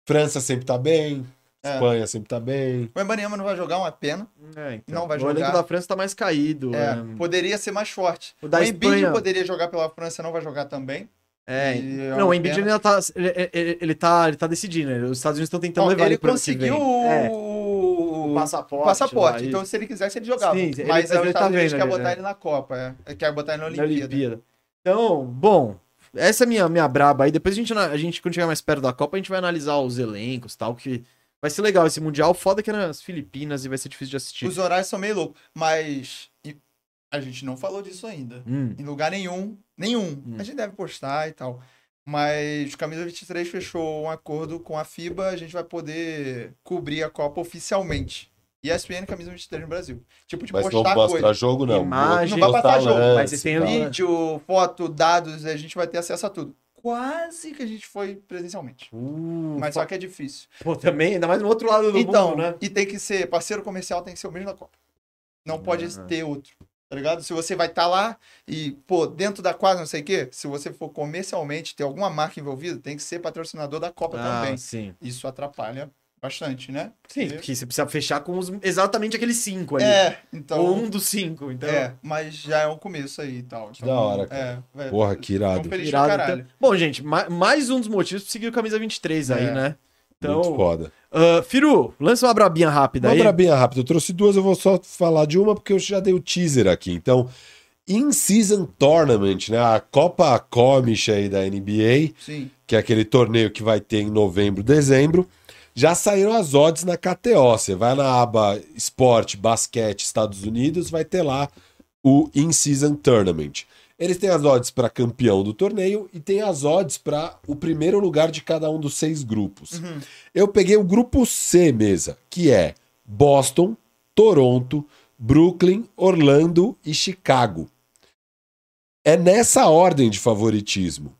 França sempre tá bem,
É.
Espanha sempre tá bem.
O Embanyama não vai jogar, uma pena.
É, então.
Não vai
O elenco
jogar.
da França tá mais caído.
É,
né?
Poderia ser mais forte.
O da
o Embiid
Espanha.
poderia jogar pela França, não vai jogar também.
É.
E é
Não, o
uma
Embiid
pena.
ainda tá ele, ele, ele tá. ele tá decidindo, né? Os Estados Unidos estão tentando
Não,
levar ele,
ele
pro ano que vem.
conseguiu
É,
o...
o passaporte. lá,
passaporte.
e-
Então, se ele quisesse, ele jogava.
Sim, ele-
Mas
ele
aí os
tá
Estados Unidos
vendo
quer
ali,
botar
né?
ele na Copa. É. Ele Quer botar ele na
na
Olimpíada.
Olimpíada. Então, bom, essa é minha minha braba aí. Depois a gente, ana- a gente, quando chegar mais perto da Copa, a gente vai analisar os elencos e tal, que vai ser legal esse Mundial. Foda que é nas Filipinas e vai ser difícil de assistir.
Os horários são meio loucos. Mas e- a gente não falou disso ainda.
Hum.
Em lugar nenhum. Nenhum.
Hum.
A gente deve postar e tal. Mas o Camisa 23 fechou um acordo com a FIBA. A gente vai poder cobrir a Copa oficialmente. ESPN Camisa 23 no Brasil. Tipo, de
Mas não
postar
mostra
coisa.
jogo, não.
Imagem.
Não vai passar jogo,
lance,
mas vocês têm
tá?
vídeo.
Vídeo, foto, dados. A gente vai ter acesso a tudo. Quase que a gente foi presencialmente.
Uh,
Mas só que é difícil.
Pô, também, ainda mais no outro lado do
então,
mundo, né?
e tem que ser, parceiro comercial tem que ser o mesmo da Copa. Não pode
Uhum.
ter outro, tá ligado? Se você vai estar lá e, pô, dentro da quadra, não sei o quê, se você for comercialmente ter alguma marca envolvida, tem que ser patrocinador da Copa Ah, também.
Ah, sim.
Isso atrapalha bastante, né?
Sim,
Porque-
porque você precisa fechar com os- exatamente aqueles cinco ali.
É, então.
Ou um dos cinco, então.
É, mas já é um começo aí e tal. Então,
da hora,
É, vai-
Porra, que
tão
irado.
feliz pra
Irado,
caralho.
então. Bom, gente, ma- mais um dos motivos pra seguir o camisa 23 aí,
É.
né?
Muito
Então,
foda.
ah, Firu, lança uma brabinha rápida
Uma
aí.
brabinha rápida. Eu trouxe duas, eu vou só falar de uma porque eu já dei o teaser aqui. Então, In-Season Tournament, né? A Copa Comish aí da NBA,
Sim.
que é aquele torneio que vai ter em novembro, dezembro. Já saíram as odds na KTO. Você vai na aba Esporte, Basquete, Estados Unidos, vai ter lá o In-Season Tournament. Eles têm as odds para campeão do torneio e tem as odds para o primeiro lugar de cada um dos seis grupos.
Uhum.
Eu peguei o grupo C mesa, que é Boston, Toronto, Brooklyn, Orlando e Chicago. É nessa ordem de favoritismo.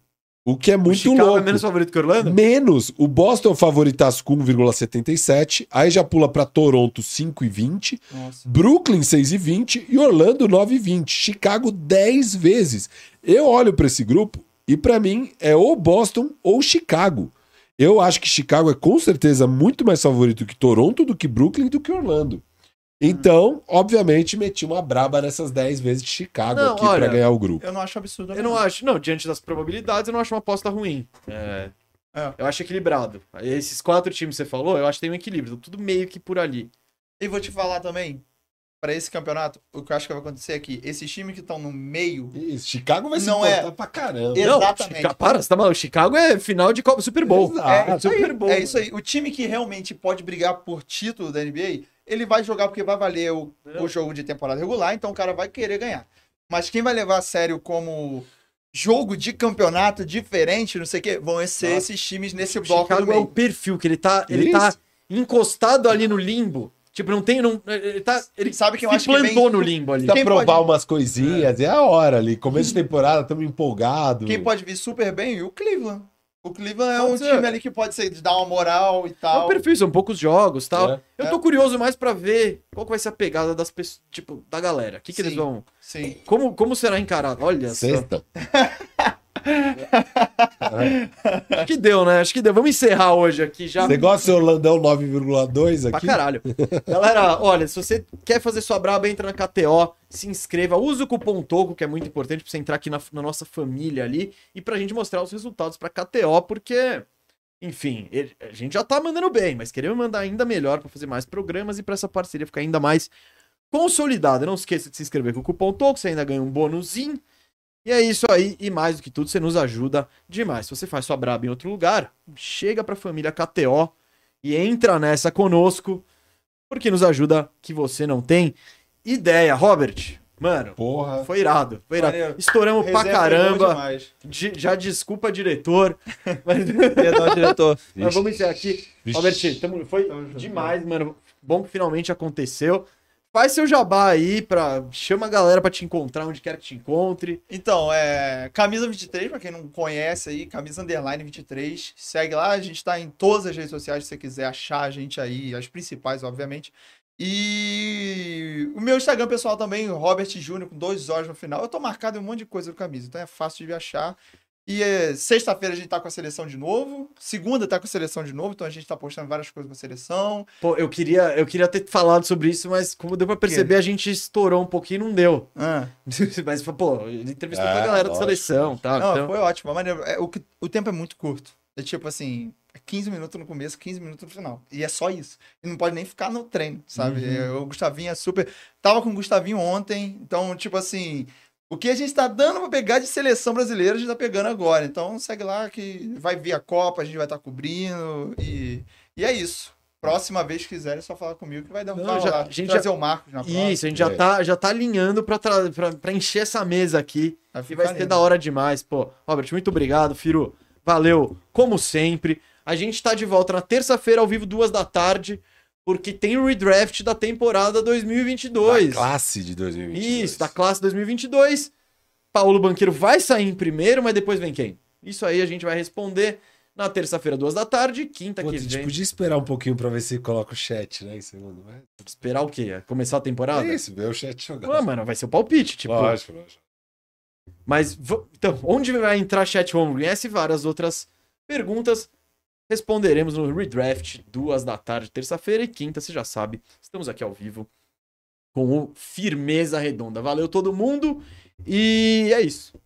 O que é
O
muito
Chicago
louco.
é menos favorito que o Orlando?
Menos. O Boston é o favoritaço com 1,77. Aí já pula para Toronto 5,20.
Nossa.
Brooklyn 6,20 e Orlando 9,20. Chicago 10 vezes. Eu olho para esse grupo e para mim é ou Boston ou Chicago. Eu acho que Chicago é com certeza muito mais favorito que Toronto, do que Brooklyn, do que Orlando. Então, obviamente, meti uma braba nessas 10 vezes de Chicago
Não,
aqui pra
olha,
ganhar o grupo.
Eu não acho absurdo.
Eu não acho, não, diante das probabilidades, eu não acho uma aposta ruim. É,
É.
Eu acho equilibrado. Esses quatro times que você falou, eu acho que tem um equilíbrio, tudo meio que por ali.
E vou te falar também, pra esse campeonato, o que eu acho que vai acontecer aqui, esses times que estão no meio,
Isso, Chicago vai se
Não é.
importar pra caramba.
Eu- Exatamente.
Não, Chica- para, você tá maluco? Chicago é final de Copa Super Bowl.
Exato.
É, Super Bowl.
é isso aí. O time que realmente pode brigar por título da NBA, ele vai jogar porque vai valer o,
É.
o jogo de temporada regular, então o cara vai querer ganhar. Mas quem vai levar a sério como jogo de campeonato diferente, não sei o quê, vão ser
Nossa.
esses times nesse
O
bloco do
Chicago é o
meio.
perfil que ele tá, ele
Isso.
tá encostado ali no limbo. Tipo, não tem, não, ele tá, ele
Sabe que eu
se
acho que é
plantou
vem-
no limbo ali.
Precisa
Quem
provar
pode-
umas coisinhas, é a hora ali. Começo de temporada, estamos empolgados.
Quem pode vir super bem? O Cleveland. O Cleveland é
Pode
um
ser.
time ali que pode ser, dar uma moral e
É
tal.
o perfil, são poucos jogos, tal.
É.
Eu tô curioso mais pra ver qual que vai ser a pegada das pessoas, tipo, da galera. O que que eles
Sim.
vão
Sim.
Como, como será encarado? Olha só.
Sexta.
Acho que deu, né? Acho que deu. Vamos encerrar hoje aqui já.
Você gosta do Orlandão 9,2
Pra
aqui?
caralho. Galera, olha, se você quer fazer sua braba, entra na KTO, se inscreva, usa o cupom TOCO, que é muito importante pra você entrar aqui na, na nossa família ali e pra gente mostrar os resultados pra KTO, porque, enfim, ele- a gente já tá mandando bem, mas queremos mandar ainda melhor pra fazer mais programas e pra essa parceria ficar ainda mais consolidada. Não esqueça de se inscrever com o cupom TOCO, você ainda ganha um bônusinho. E é isso aí, e mais do que tudo, você nos ajuda demais. Se você faz sua braba em outro lugar, chega pra família KTO e entra nessa conosco, porque nos ajuda que você não tem ideia. Robert, mano,
Porra.
foi irado, foi irado.
Maneiro.
Estouramos pra
Resenha foi boa
caramba.
é demais.
De- já desculpa, diretor. Mas,
Perdão,
um
diretor.
mas vamos encerrar aqui.
Vixe.
Robert, tamo- foi
Tamo junto.
demais, mano. Bom que finalmente aconteceu. Faz seu jabá aí, pra, chama a galera pra te encontrar onde quer que te encontre.
Então, é. Camisa 23, pra quem não conhece aí, camisa underline 23. Segue lá, a gente tá em todas as redes sociais se você quiser achar a gente aí, as principais, obviamente. E o meu Instagram pessoal também, Robert Júnior, com dois olhos no final. Eu tô marcado em um monte de coisa no camisa, então é fácil de achar. E é, sexta-feira a gente tá com a seleção de novo. Segunda tá com a seleção de novo, então a gente tá postando várias coisas com a seleção.
Pô, eu queria, eu queria ter falado sobre isso, mas como deu pra perceber, a gente estourou um pouquinho e não deu.
Ah.
Mas, pô, ele entrevistou
É,
pra galera da
lógico,
seleção, tá?
Não,
então,
foi ótimo. A maneira, é, o, que- o tempo é muito curto. É tipo assim, é 15 minutos no começo, 15 minutos no final. E é só isso. E não pode nem ficar no treino, sabe?
Uhum.
É, O Gustavinho é super. Tava com o Gustavinho ontem, então, tipo assim. O que a gente tá dando pra pegar de seleção brasileira, a gente tá pegando agora. Então segue lá que vai vir a Copa, a gente vai estar cobrindo. E, e é isso. Próxima vez que quiser, é só falar comigo que vai dar um
Não,
pau
já-
lá.
a gente
trazer o Marcos na próxima.
Isso, a gente já,
É.
tá, já tá alinhando pra, tra- pra- pra encher essa mesa aqui. E vai ser da hora demais, pô. Robert, muito obrigado, Firo. Valeu, como sempre. A gente tá de volta na terça-feira, ao vivo, duas da tarde, porque tem o redraft da temporada 2022.
Da classe de 2022.
Isso, da classe 2022. Paulo Banqueiro vai sair em primeiro, mas depois vem quem? Isso aí a gente vai responder na terça-feira, duas da tarde, quinta
Pô, a
que
gente
vem.
podia esperar um pouquinho pra ver se coloca o chat, né? Em segundo, mas...
Esperar o quê? Começar a temporada?
É isso, ver o chat jogar.
Ah, mano, vai ser o palpite, tipo.
lógico, lógico.
Mas, v- então, onde vai entrar chat home green? Essa e várias outras perguntas responderemos no redraft, duas da tarde, terça-feira e quinta, você já sabe. Estamos aqui ao vivo com o Firmeza Redonda. Valeu todo mundo e é isso.